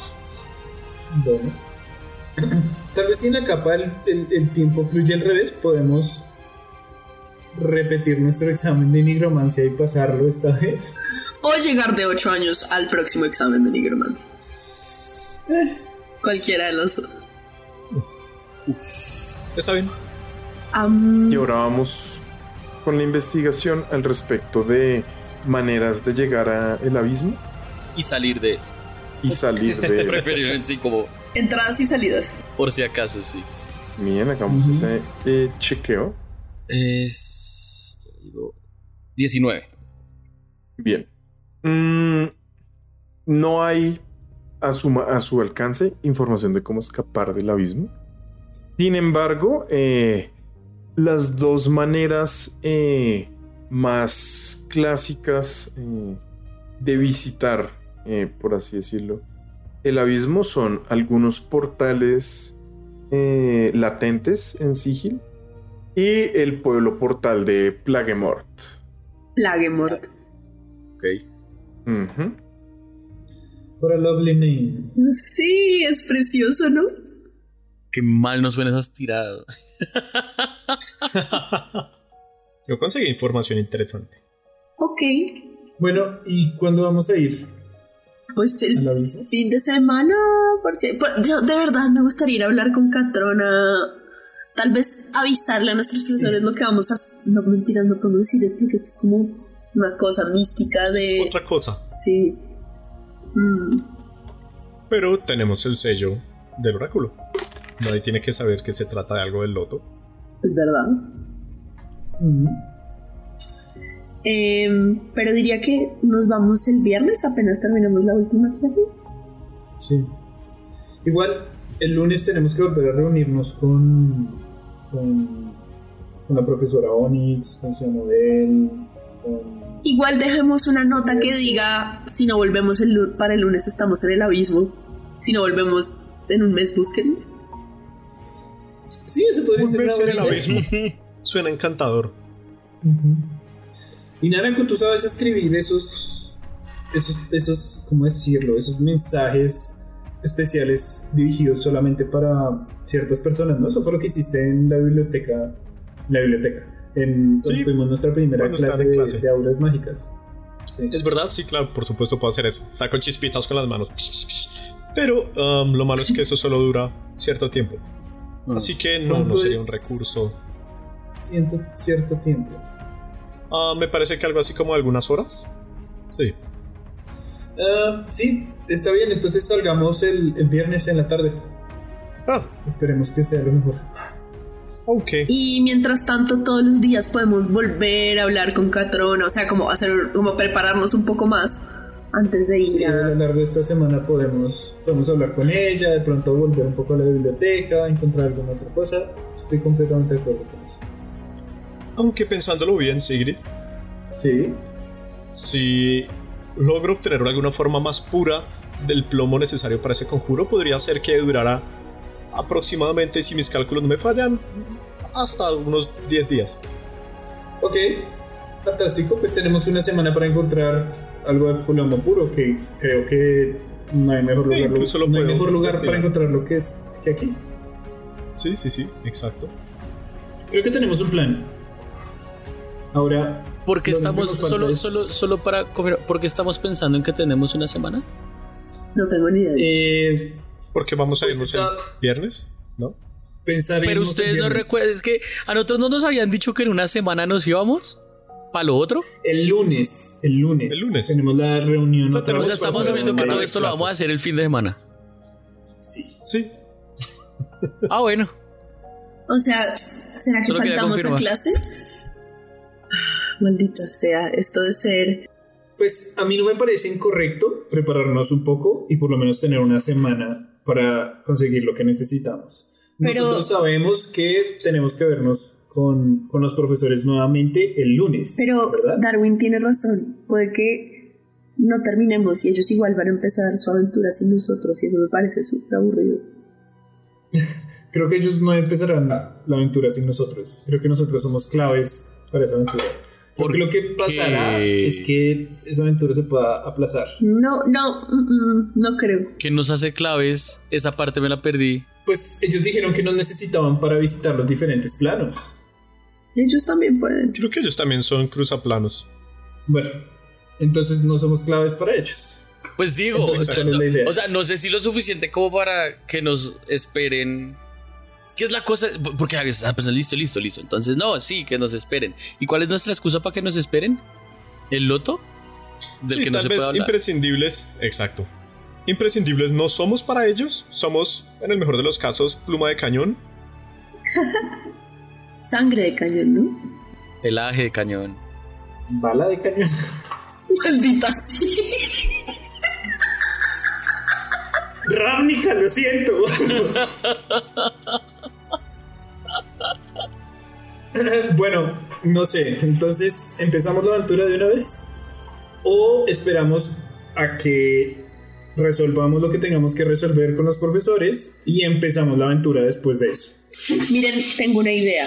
[SPEAKER 6] Bueno. *clears throat* Tal vez si en la capa el, el- el tiempo fluye al revés, podemos repetir nuestro examen de nigromancia y pasarlo esta vez.
[SPEAKER 3] O llegar de 8 años al próximo examen de nigromancia. Eh. Cualquiera de los dos.
[SPEAKER 5] Está bien.
[SPEAKER 3] Am,
[SPEAKER 2] Y ahora vamos con la investigación al respecto de maneras de llegar al abismo
[SPEAKER 4] Y salir de él.
[SPEAKER 2] y salir de él.
[SPEAKER 4] Preferiblemente sí, como
[SPEAKER 3] entradas y salidas.
[SPEAKER 4] por si acaso, sí.
[SPEAKER 2] Bien, hagamos ese eh, chequeo.
[SPEAKER 4] Es. ya digo, 19.
[SPEAKER 2] Bien. Mm, no hay a su, ma- a su alcance información de cómo escapar del abismo. Sin embargo, eh, las dos maneras eh, más clásicas eh, de visitar, eh, por así decirlo, el abismo son algunos portales eh, latentes en Sigil y el pueblo portal de Plaguemort.
[SPEAKER 3] Plaguemort.
[SPEAKER 4] Ok.
[SPEAKER 2] Ujú.
[SPEAKER 6] Por a lovely name.
[SPEAKER 3] Sí, es precioso, ¿no?
[SPEAKER 4] Qué mal nos ven esas tiradas.
[SPEAKER 5] Yo conseguí información interesante.
[SPEAKER 3] Ok.
[SPEAKER 6] Bueno, ¿y cuándo vamos a ir?
[SPEAKER 3] Pues el
[SPEAKER 6] ¿Al abismo?
[SPEAKER 3] fin de semana, por si- pues, yo de verdad me gustaría ir a hablar con Catrona. Tal vez avisarle a nuestros profesores lo que vamos a... hacer. No, mentiras, no podemos decir esto porque esto es como una cosa mística de...
[SPEAKER 5] Otra cosa.
[SPEAKER 3] Sí. Mm,
[SPEAKER 5] Pero tenemos el sello del oráculo. Nadie tiene que saber que se trata de algo del loto.
[SPEAKER 3] es verdad.
[SPEAKER 6] Mm.
[SPEAKER 3] Em, pero diría que nos vamos el viernes apenas terminamos la última clase.
[SPEAKER 6] Sí. Igual, el lunes tenemos que volver a reunirnos con. con, con la profesora Onyx, con su model, con.
[SPEAKER 3] Igual dejemos una nota que diga, si no volvemos el lu- para el lunes estamos en el abismo. Si no volvemos en un mes, búsquenos.
[SPEAKER 6] Sí, eso podría
[SPEAKER 5] Un
[SPEAKER 6] ser
[SPEAKER 5] mes
[SPEAKER 6] una
[SPEAKER 5] en
[SPEAKER 6] buena
[SPEAKER 5] el
[SPEAKER 6] idea.
[SPEAKER 5] abismo.
[SPEAKER 3] *laughs*
[SPEAKER 5] Suena encantador.
[SPEAKER 6] Ujú. Y Naranjo, tú sabes escribir esos, esos, esos, ¿cómo decirlo? Esos mensajes especiales dirigidos solamente para ciertas personas, ¿no? Eso fue lo que hiciste en la biblioteca, en la biblioteca, en
[SPEAKER 5] Sí,
[SPEAKER 6] cuando tuvimos nuestra primera
[SPEAKER 5] cuando estaban
[SPEAKER 6] clase,
[SPEAKER 5] en
[SPEAKER 6] de-
[SPEAKER 5] clase.
[SPEAKER 6] De, auras mágicas. Sí.
[SPEAKER 5] Es verdad, sí, claro, por supuesto puedo hacer eso. Saco chispitas con las manos. Pero um, lo malo es que eso solo dura cierto tiempo. Así que no, no
[SPEAKER 6] ¿Cuánto
[SPEAKER 5] sería un
[SPEAKER 6] es?
[SPEAKER 5] recurso.
[SPEAKER 6] Siento cierto tiempo.
[SPEAKER 5] Ah, me parece que algo así como algunas horas. Sí.
[SPEAKER 6] Ah, sí, está bien, entonces salgamos el, el viernes en la tarde.
[SPEAKER 5] Ah,
[SPEAKER 6] Esperemos que sea lo mejor.
[SPEAKER 5] ok.
[SPEAKER 3] Y mientras tanto, todos los días podemos volver a hablar con Catrona, o sea, como hacer, como prepararnos un poco más antes de ir
[SPEAKER 6] Sí, a
[SPEAKER 3] a-
[SPEAKER 6] lo largo de esta semana podemos, podemos hablar con ella, de pronto volver un poco a la biblioteca, encontrar alguna otra cosa. Estoy completamente de acuerdo con eso.
[SPEAKER 5] Aunque pensándolo bien, Sigrid,
[SPEAKER 6] Sí.
[SPEAKER 5] si logro obtener alguna forma más pura del plomo necesario para ese conjuro, podría ser que durara aproximadamente, si mis cálculos no me fallan, hasta unos 10 días.
[SPEAKER 6] Ok, fantástico. Pues tenemos una semana para encontrar algo de Colombo puro, que creo que no hay mejor
[SPEAKER 5] Sí,
[SPEAKER 6] lugar,
[SPEAKER 5] incluso lo
[SPEAKER 6] no hay
[SPEAKER 5] puedo
[SPEAKER 6] mejor lugar
[SPEAKER 5] investigar.
[SPEAKER 6] para encontrarlo que, es, que aquí.
[SPEAKER 5] Sí, sí, sí, exacto.
[SPEAKER 6] Creo que tenemos un plan. Ahora.
[SPEAKER 4] Porque
[SPEAKER 6] lo único que
[SPEAKER 4] estamos
[SPEAKER 6] nos falta
[SPEAKER 4] solo,
[SPEAKER 6] es-
[SPEAKER 4] solo, solo para comer. Porque estamos pensando en que tenemos una semana.
[SPEAKER 3] No tengo ni idea.
[SPEAKER 6] Eh,
[SPEAKER 5] Porque vamos a
[SPEAKER 6] Pues
[SPEAKER 5] irnos
[SPEAKER 6] está-
[SPEAKER 5] el viernes, ¿no?
[SPEAKER 6] pensar
[SPEAKER 4] Pero ustedes no recuerdan, es que a nosotros no nos habían dicho que en una semana nos íbamos para lo otro.
[SPEAKER 6] El lunes, el lunes.
[SPEAKER 5] El lunes.
[SPEAKER 6] Tenemos la reunión.
[SPEAKER 5] O sea,
[SPEAKER 6] otra
[SPEAKER 4] O
[SPEAKER 5] Vamos
[SPEAKER 6] vez
[SPEAKER 4] sea,
[SPEAKER 5] para
[SPEAKER 4] estamos
[SPEAKER 5] hacer
[SPEAKER 4] viendo que
[SPEAKER 6] pues,
[SPEAKER 5] semana
[SPEAKER 4] todo
[SPEAKER 5] de
[SPEAKER 4] esto lo vamos a
[SPEAKER 5] clases.
[SPEAKER 4] hacer el fin de semana.
[SPEAKER 6] Sí.
[SPEAKER 5] Sí.
[SPEAKER 4] Ah, bueno.
[SPEAKER 3] O sea, ¿será que
[SPEAKER 4] Solo quería
[SPEAKER 3] faltamos a
[SPEAKER 4] confirmar.
[SPEAKER 3] clase? Ah, Maldita sea, esto de ser.
[SPEAKER 6] Pues a mí no me parece incorrecto prepararnos un poco y por lo menos tener una semana para conseguir lo que necesitamos.
[SPEAKER 3] Pero-
[SPEAKER 6] Nosotros sabemos que tenemos que vernos con, con los profesores nuevamente el lunes.
[SPEAKER 3] Pero
[SPEAKER 6] ¿verdad?
[SPEAKER 3] Darwin tiene razón. Puede que no terminemos y ellos igual van a empezar su aventura sin nosotros. Y eso me parece súper aburrido.
[SPEAKER 6] Creo que ellos no empezarán la aventura sin nosotros. Creo que nosotros somos claves para esa aventura.
[SPEAKER 4] ¿Por
[SPEAKER 6] Porque lo que pasará
[SPEAKER 4] qué?
[SPEAKER 6] es que esa aventura se pueda aplazar.
[SPEAKER 3] No, no, mm, mm, no creo.
[SPEAKER 4] ¿Quién nos hace claves? Esa parte me la perdí.
[SPEAKER 6] Pues ellos dijeron que nos necesitaban para visitar los diferentes planos.
[SPEAKER 3] Ellos también pueden.
[SPEAKER 5] Creo que ellos también son cruzaplanos.
[SPEAKER 6] Bueno, entonces no somos claves para ellos.
[SPEAKER 4] Pues digo,
[SPEAKER 6] Entonces,
[SPEAKER 4] o sea,
[SPEAKER 6] ¿cuál es la idea?
[SPEAKER 4] o sea, no sé si lo suficiente como para que nos esperen. Es que es la cosa, porque a veces, ah, pues, listo, listo, listo. Entonces, no, sí, que nos esperen. ¿Y cuál es nuestra excusa para que nos esperen? ¿El loto? Del
[SPEAKER 5] sí,
[SPEAKER 4] que no
[SPEAKER 5] tal
[SPEAKER 4] se
[SPEAKER 5] vez
[SPEAKER 4] puede hablar.
[SPEAKER 5] imprescindibles. Exacto. Imprescindibles no somos para ellos. Somos, en el mejor de los casos, pluma de cañón. *laughs*
[SPEAKER 3] Sangre de cañón, ¿no?
[SPEAKER 4] Pelaje de cañón.
[SPEAKER 6] Bala de cañón.
[SPEAKER 3] Maldita sí.
[SPEAKER 6] Ravnica, lo siento. bueno, no sé. Entonces, ¿empezamos la aventura de una vez? ¿O esperamos a que resolvamos lo que tengamos que resolver con los profesores y empezamos la aventura después de eso?
[SPEAKER 3] Miren, tengo una idea.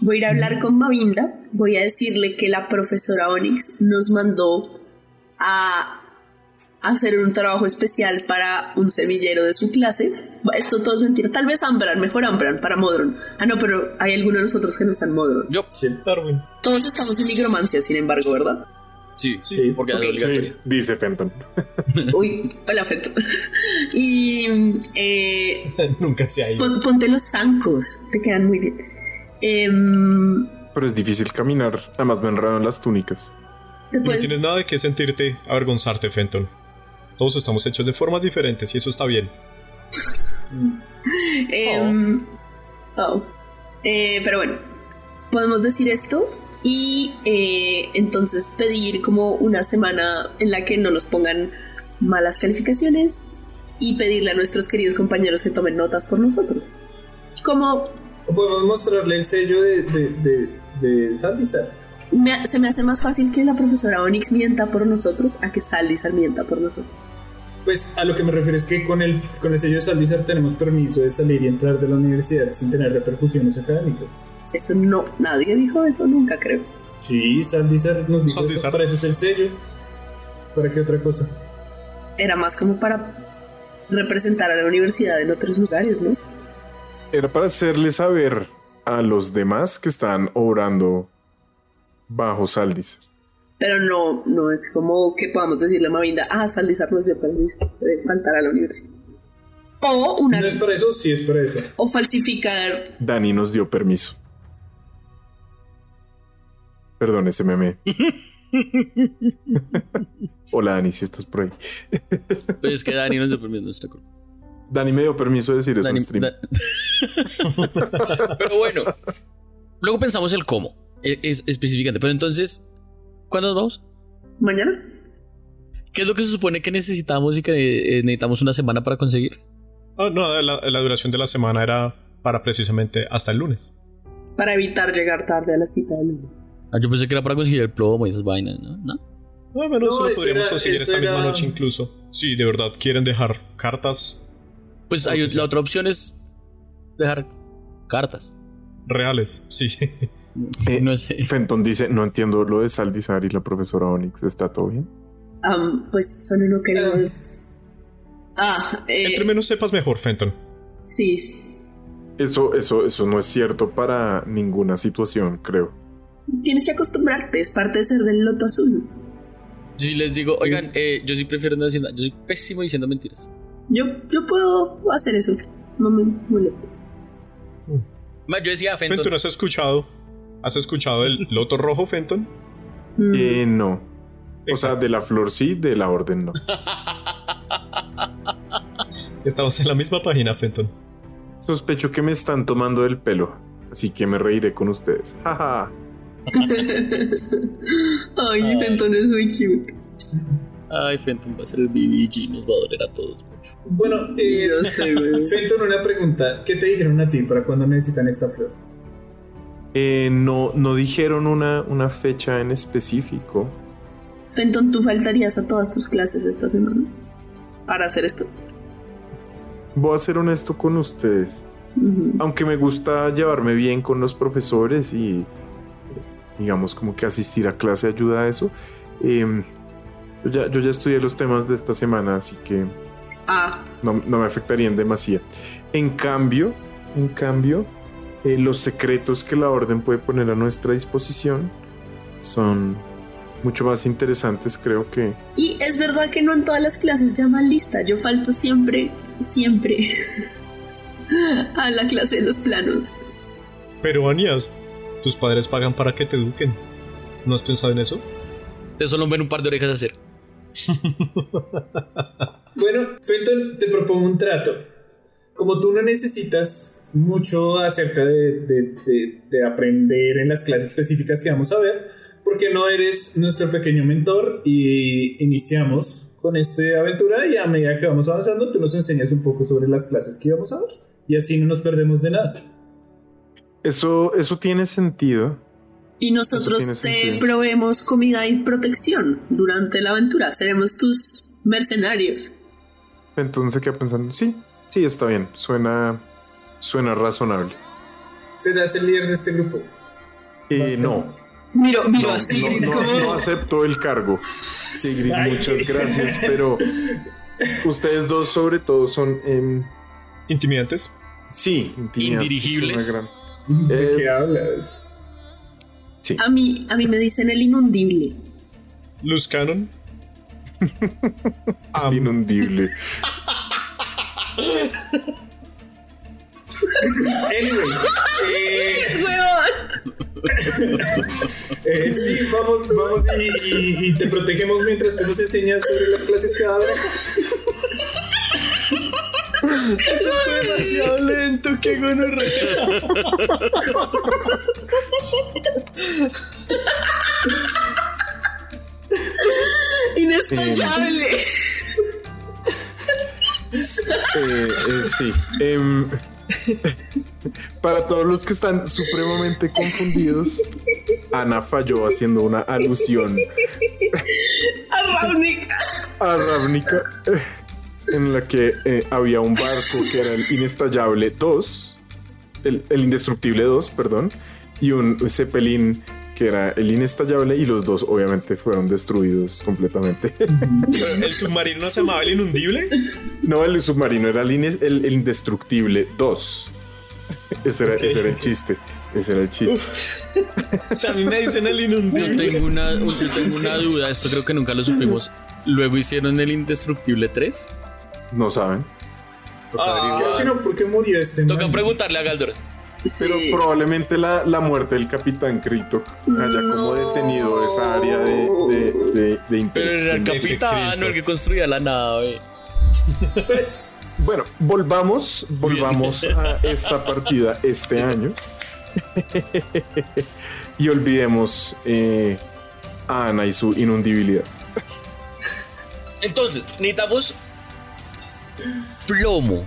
[SPEAKER 3] Voy a ir a hablar con Mavinda. Voy a decirle que la profesora Onyx nos mandó a hacer un trabajo especial para un semillero de su clase. Esto todo es mentira. Tal vez Ambran, mejor Ambran para Modron. Ah, no, pero hay algunos de nosotros que no están Modron.
[SPEAKER 4] Yo,
[SPEAKER 6] Sí.
[SPEAKER 5] Darwin.
[SPEAKER 3] Todos estamos en nigromancia, sin embargo, ¿verdad?
[SPEAKER 4] sí,
[SPEAKER 6] Sí.
[SPEAKER 4] porque
[SPEAKER 3] Ok.
[SPEAKER 4] es obligatoria.
[SPEAKER 2] dice Penton.
[SPEAKER 3] Uy, hola, afecto. *laughs* Y eh,
[SPEAKER 5] Nunca se
[SPEAKER 6] Pues,
[SPEAKER 5] ha ido.
[SPEAKER 3] pon- ponte los zancos. Te quedan muy bien. Em,
[SPEAKER 2] Pero es difícil caminar. Además me enredan las túnicas.
[SPEAKER 3] te
[SPEAKER 5] No
[SPEAKER 6] pues.
[SPEAKER 3] puedes-
[SPEAKER 5] tienes nada de qué sentirte avergonzarte, Fenton. Todos estamos hechos de formas diferentes y eso está bien.
[SPEAKER 3] Em, oh. Eh, pero bueno, podemos decir esto y eh, entonces pedir como una semana en la que no nos pongan malas calificaciones y pedirle a nuestros queridos compañeros que tomen notas por nosotros. Como
[SPEAKER 6] O podemos mostrarle el sello de, de, de, de Saldizar.
[SPEAKER 3] me ha- se me hace más fácil que la profesora Onyx mienta por nosotros a que Saldizar mienta por nosotros.
[SPEAKER 6] Pues a lo que me refiero es que con el, con el sello de Saldizar tenemos permiso de salir y entrar de la universidad sin tener repercusiones académicas.
[SPEAKER 3] Eso no, nadie dijo eso nunca creo.
[SPEAKER 6] Sí, Saldizar nos dijo
[SPEAKER 5] Saldizar.
[SPEAKER 6] eso, para eso es el sello. ¿Para qué otra cosa?
[SPEAKER 3] Era más como para representar a la universidad en otros lugares, ¿no?
[SPEAKER 2] Era para hacerle saber a los demás que están obrando bajo Saldis.
[SPEAKER 3] Pero no, no es como que podamos decirle a Mavinda, ah, Saldizar nos dio permiso de faltar a la universidad. O
[SPEAKER 6] No
[SPEAKER 3] una
[SPEAKER 6] es para eso, sí es para eso.
[SPEAKER 3] o falsificar.
[SPEAKER 2] Dani nos dio permiso. Perdón ese meme. Hola Dani, si estás por ahí.
[SPEAKER 4] Pero es que Dani nos dio permiso, no está con-
[SPEAKER 2] Dani me dio permiso de decir eso en
[SPEAKER 4] Dani-
[SPEAKER 2] stream.
[SPEAKER 4] Da- *laughs* pero bueno, luego pensamos el cómo. Es, es especificante. Pero entonces, ¿cuándo nos vamos?
[SPEAKER 3] ¿Mañana?
[SPEAKER 4] ¿Qué es lo que se supone que necesitamos y que eh, necesitamos una semana para conseguir?
[SPEAKER 5] Ah, no, la, la duración de la semana era para precisamente hasta el lunes.
[SPEAKER 3] Para evitar llegar tarde a la cita del lunes.
[SPEAKER 4] Ah, yo pensé que era para conseguir el plomo y esas vainas, ¿no? ¿No?
[SPEAKER 5] Ah, bueno,
[SPEAKER 6] No,
[SPEAKER 5] eso lo
[SPEAKER 6] eso
[SPEAKER 5] podríamos
[SPEAKER 6] era-
[SPEAKER 5] conseguir
[SPEAKER 6] eso
[SPEAKER 5] esta misma
[SPEAKER 6] era-
[SPEAKER 5] noche incluso. Si de verdad quieren dejar cartas
[SPEAKER 4] Pues hay, la otra opción es dejar cartas.
[SPEAKER 5] reales, sí. *laughs*
[SPEAKER 2] Eh,
[SPEAKER 4] No sé.
[SPEAKER 2] Fenton dice, no entiendo lo de Saldizar y la profesora Onyx. ¿Está todo bien?
[SPEAKER 3] Am, pues solo no queremos. Ah, eh,
[SPEAKER 5] Entre menos sepas mejor, Fenton.
[SPEAKER 3] sí.
[SPEAKER 2] Eso, eso, eso no es cierto para ninguna situación, creo.
[SPEAKER 3] Tienes que acostumbrarte, es parte de ser del loto azul.
[SPEAKER 4] Si les digo, oigan, eh, yo sí prefiero no decir nada. Yo soy pésimo diciendo mentiras.
[SPEAKER 3] Yo, yo puedo hacer eso, no me molesta.
[SPEAKER 4] Más, yo decía a Fenton.
[SPEAKER 5] Fenton, ¿has escuchado? ¿Has escuchado el loto rojo, Fenton?
[SPEAKER 3] Mm, *laughs*
[SPEAKER 2] Eh, no. O sea, de la flor sí, de la orden no.
[SPEAKER 5] Estamos en la misma página, Fenton.
[SPEAKER 2] Sospecho que me están tomando el pelo, así que me reiré con ustedes. *laughs* Jaja.
[SPEAKER 3] Ay, Fenton es muy cute.
[SPEAKER 4] Ay, Fenton va a ser el BBG, nos va a doler a todos.
[SPEAKER 6] Bueno, eh,
[SPEAKER 3] Yo sé, güey.
[SPEAKER 6] Fenton, una pregunta. ¿Qué te dijeron a ti para cuando necesitan esta flor?
[SPEAKER 2] Eh, no, no dijeron una, una fecha en específico.
[SPEAKER 3] Fenton, ¿tú faltarías a todas tus clases esta semana? Para hacer esto.
[SPEAKER 2] Voy a ser honesto con ustedes.
[SPEAKER 3] Ujú.
[SPEAKER 2] Aunque me gusta llevarme bien con los profesores y digamos como que asistir a clase ayuda a eso. eh, yo, ya, yo ya estudié los temas de esta semana, así que
[SPEAKER 3] Ah,
[SPEAKER 2] no, no me afectarían demasiado. En cambio, en cambio, eh, los secretos que la orden puede poner a nuestra disposición son mucho más interesantes, creo que.
[SPEAKER 3] y es verdad que no en todas las clases llaman lista. Yo falto siempre, siempre *laughs* a la clase de los planos.
[SPEAKER 5] Pero, Anías, tus padres pagan para que te eduquen. ¿No has pensado en eso?
[SPEAKER 4] Ustedes solo ven un par de orejas hacer.
[SPEAKER 6] Bueno, Fenton, te propongo un trato. Como tú no necesitas mucho acerca de, de- de- de aprender en las clases específicas que vamos a ver, porque no eres nuestro pequeño mentor y iniciamos con esta aventura y a medida que vamos avanzando tú nos enseñas un poco sobre las clases que íbamos a ver y así no nos perdemos de nada.
[SPEAKER 2] Eso, eso tiene sentido.
[SPEAKER 3] Y
[SPEAKER 2] Eso
[SPEAKER 3] nosotros
[SPEAKER 2] tiene
[SPEAKER 3] te
[SPEAKER 2] sentido.
[SPEAKER 3] proveemos comida y protección durante la aventura. Seremos tus mercenarios.
[SPEAKER 2] Entonces queda pensando, sí, sí, está bien, suena, suena razonable.
[SPEAKER 6] Serás el líder de este grupo.
[SPEAKER 2] Eh, no,
[SPEAKER 6] básicamente.
[SPEAKER 3] Miro, miro
[SPEAKER 2] no,
[SPEAKER 3] así,
[SPEAKER 2] no, no,
[SPEAKER 3] como...
[SPEAKER 2] no acepto el cargo. Sigrid,
[SPEAKER 6] Ay.
[SPEAKER 2] muchas gracias, pero ustedes dos sobre todo son... em,
[SPEAKER 5] ¿Intimidantes?
[SPEAKER 2] sí, intimidantes,
[SPEAKER 4] Indirigibles.
[SPEAKER 2] una gran- *laughs*
[SPEAKER 6] ¿De
[SPEAKER 2] Eh,
[SPEAKER 6] qué hablas?
[SPEAKER 3] A mí, a mí me dicen el
[SPEAKER 4] *laughs*
[SPEAKER 3] inundible.
[SPEAKER 5] ¿Luz
[SPEAKER 2] *laughs*
[SPEAKER 5] Cannon? Am.
[SPEAKER 2] Inundible.
[SPEAKER 6] Anyway, eh, Eh, sí, vamos, vamos y, y- y te protegemos mientras tú nos enseñas sobre las clases que habrá.
[SPEAKER 5] demasiado lento, qué gonorrea.
[SPEAKER 3] Inestallable.
[SPEAKER 2] Eh, eh, sí. Em, *laughs* para todos los que están supremamente confundidos, Ana falló haciendo una alusión
[SPEAKER 3] A Ravnica.
[SPEAKER 2] a Ravnica eh, en la que eh, había un barco que era el Inestallable 2, el, el Indestructible 2, perdón, y un Zeppelin que era el Inestallable y los dos obviamente fueron destruidos completamente.
[SPEAKER 5] ¿El submarino no se llamaba el inundible?
[SPEAKER 2] No, el submarino era el, ines- el- el indestructible 2. Ese era, ese era el chiste. Ese era el chiste.
[SPEAKER 5] O sea, a mí me dicen el
[SPEAKER 4] Yo
[SPEAKER 5] inundible.
[SPEAKER 4] tengo una, yo tengo una duda, esto creo que nunca lo supimos. Luego hicieron el Indestructible 3.
[SPEAKER 2] No saben.
[SPEAKER 5] Ah,
[SPEAKER 6] Creo que no, porque murió este
[SPEAKER 4] Toca
[SPEAKER 6] man?
[SPEAKER 4] preguntarle a Galdor.
[SPEAKER 2] Pero
[SPEAKER 3] Sí.
[SPEAKER 2] probablemente la, la muerte del capitán Kripto haya como detenido esa área de, de, de- de
[SPEAKER 4] Pero
[SPEAKER 2] interés.
[SPEAKER 4] era el
[SPEAKER 5] Ese
[SPEAKER 4] capitán
[SPEAKER 5] Cristo.
[SPEAKER 4] o el que construía la nave.
[SPEAKER 6] Pues,
[SPEAKER 2] Bueno, volvamos, volvamos a esta partida este año. y olvidemos eh, a Ana y su inundibilidad.
[SPEAKER 4] Entonces, necesitamos plomo.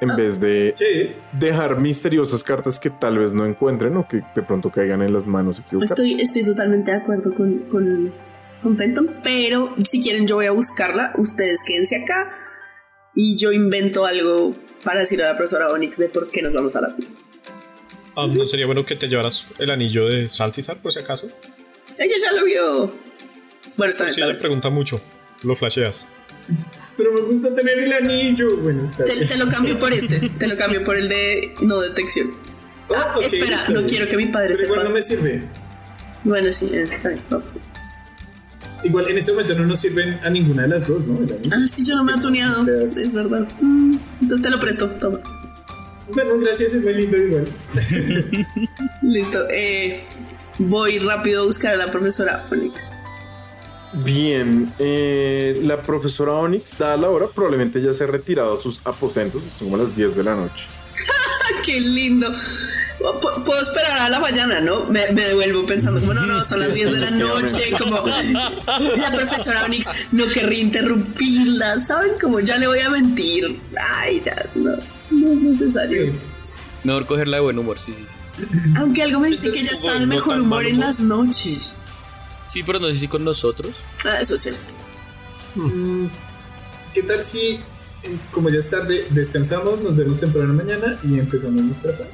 [SPEAKER 2] en vez de
[SPEAKER 6] Ah, Sí.
[SPEAKER 2] dejar misteriosas cartas que tal vez no encuentren o que de pronto caigan en las manos equivocadas.
[SPEAKER 3] Pues Estoy, estoy totalmente de acuerdo con, con, con Fenton, pero si quieren yo voy a buscarla, ustedes quédense acá y yo invento algo para decirle a la profesora Onyx de por qué nos vamos a la pista.
[SPEAKER 5] Ah, ¿No sería bueno que te llevaras el anillo de Saltizar, por si acaso?
[SPEAKER 3] Ella ya lo vio. Bueno, está bien. está
[SPEAKER 5] Sí, ella
[SPEAKER 3] bien.
[SPEAKER 5] pregunta mucho. Lo flasheas.
[SPEAKER 6] Pero me gusta tener el anillo. Bueno, está
[SPEAKER 3] Te,
[SPEAKER 6] bien.
[SPEAKER 3] te lo cambio por este, te lo cambio por el de no detección. Ah,
[SPEAKER 6] ok,
[SPEAKER 3] espera,
[SPEAKER 6] está
[SPEAKER 3] no
[SPEAKER 6] bien.
[SPEAKER 3] quiero que mi padre
[SPEAKER 6] Pero
[SPEAKER 3] sepa.
[SPEAKER 6] igual no me sirve.
[SPEAKER 3] Bueno, sí, eh, está bien. vamos.
[SPEAKER 6] Igual en este momento no nos sirven a ninguna de las dos, ¿no? El anillo.
[SPEAKER 3] Ah, sí, yo no me he tuneado,
[SPEAKER 6] Gracias.
[SPEAKER 3] es verdad. Mm, Entonces te lo presto, toma.
[SPEAKER 6] Bueno, gracias, es muy lindo igual.
[SPEAKER 3] Listo, eh, voy rápido a buscar a la profesora Onyx.
[SPEAKER 2] Bien, eh, la profesora Onyx, dada la hora, probablemente ya se ha retirado a sus aposentos, son como las 10 de la noche.
[SPEAKER 3] Qué lindo. P- Puedo esperar a la mañana, ¿no? Me, me devuelvo pensando, como no, no, son las 10 de
[SPEAKER 5] *laughs*
[SPEAKER 3] la noche, como la profesora Onyx no querría interrumpirla, ¿saben? Como ya le voy a mentir. Ay, ya, no, no es necesario.
[SPEAKER 6] Sí.
[SPEAKER 4] Mejor cogerla de buen humor, sí, sí, sí.
[SPEAKER 3] Aunque algo me dice que ella
[SPEAKER 5] Entonces,
[SPEAKER 3] está de
[SPEAKER 5] no
[SPEAKER 3] mejor
[SPEAKER 5] tan
[SPEAKER 3] humor
[SPEAKER 5] mal
[SPEAKER 3] en
[SPEAKER 5] humor.
[SPEAKER 3] las noches.
[SPEAKER 4] Sí, pero no sé si con nosotros.
[SPEAKER 3] Ah, eso es cierto.
[SPEAKER 6] Mm, ¿Qué tal si, eh, como ya es tarde, descansamos, nos vemos temprano mañana y empezamos nuestra parte?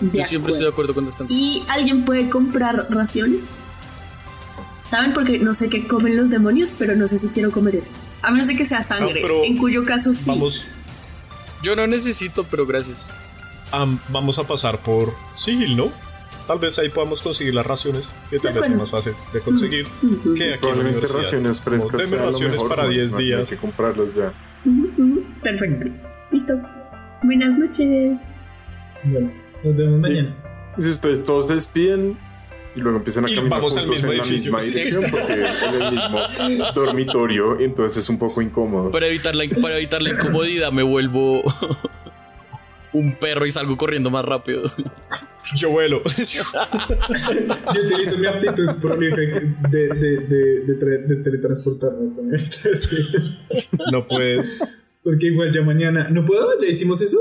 [SPEAKER 3] De
[SPEAKER 4] Yo siempre estoy de
[SPEAKER 3] acuerdo.
[SPEAKER 4] acuerdo con descansar.
[SPEAKER 3] ¿Y alguien puede comprar raciones? ¿Saben? Porque no sé qué comen los demonios, pero no sé si quiero comer eso. A menos de que sea sangre,
[SPEAKER 5] Ah, pero
[SPEAKER 3] en cuyo caso sí.
[SPEAKER 5] Vamos,
[SPEAKER 4] Yo no necesito, pero gracias.
[SPEAKER 5] am- vamos a pasar por Sigil, ¿no? Tal vez ahí podamos conseguir las raciones, que tal
[SPEAKER 3] De
[SPEAKER 5] vez es
[SPEAKER 3] acuerdo.
[SPEAKER 5] más fácil de conseguir
[SPEAKER 3] Ujú,
[SPEAKER 5] que aquí en la
[SPEAKER 2] Probablemente
[SPEAKER 5] universidad.
[SPEAKER 2] raciones
[SPEAKER 5] Como,
[SPEAKER 2] frescas.
[SPEAKER 5] deme
[SPEAKER 2] sea lo
[SPEAKER 5] raciones
[SPEAKER 2] mejor,
[SPEAKER 5] para
[SPEAKER 2] no,
[SPEAKER 5] 10
[SPEAKER 2] no hay
[SPEAKER 5] días.
[SPEAKER 2] que comprarlas ya.
[SPEAKER 3] ujú, ujú. Perfecto. Listo. Buenas noches.
[SPEAKER 6] Bueno, nos vemos mañana.
[SPEAKER 2] Y si ustedes todos se despiden y luego empiezan a
[SPEAKER 5] Y
[SPEAKER 2] caminar
[SPEAKER 5] vamos al
[SPEAKER 2] juntos
[SPEAKER 5] mismo
[SPEAKER 2] en
[SPEAKER 5] edificio,
[SPEAKER 2] la misma
[SPEAKER 5] sí.
[SPEAKER 2] dirección porque en el
[SPEAKER 5] *laughs*
[SPEAKER 2] mismo dormitorio, entonces es un poco incómodo.
[SPEAKER 4] Para evitar la, para evitar la incomodidad, me vuelvo *laughs* un perro y salgo corriendo más rápido.
[SPEAKER 5] Yo vuelo. *laughs*
[SPEAKER 6] Yo utilizo mi aptitud prolífica de, de, de, de, tra- de teletransportarme a esta mierda, sí.
[SPEAKER 5] no puedes.
[SPEAKER 6] Porque igual ya mañana. ¿No puedo? ¿Ya hicimos eso?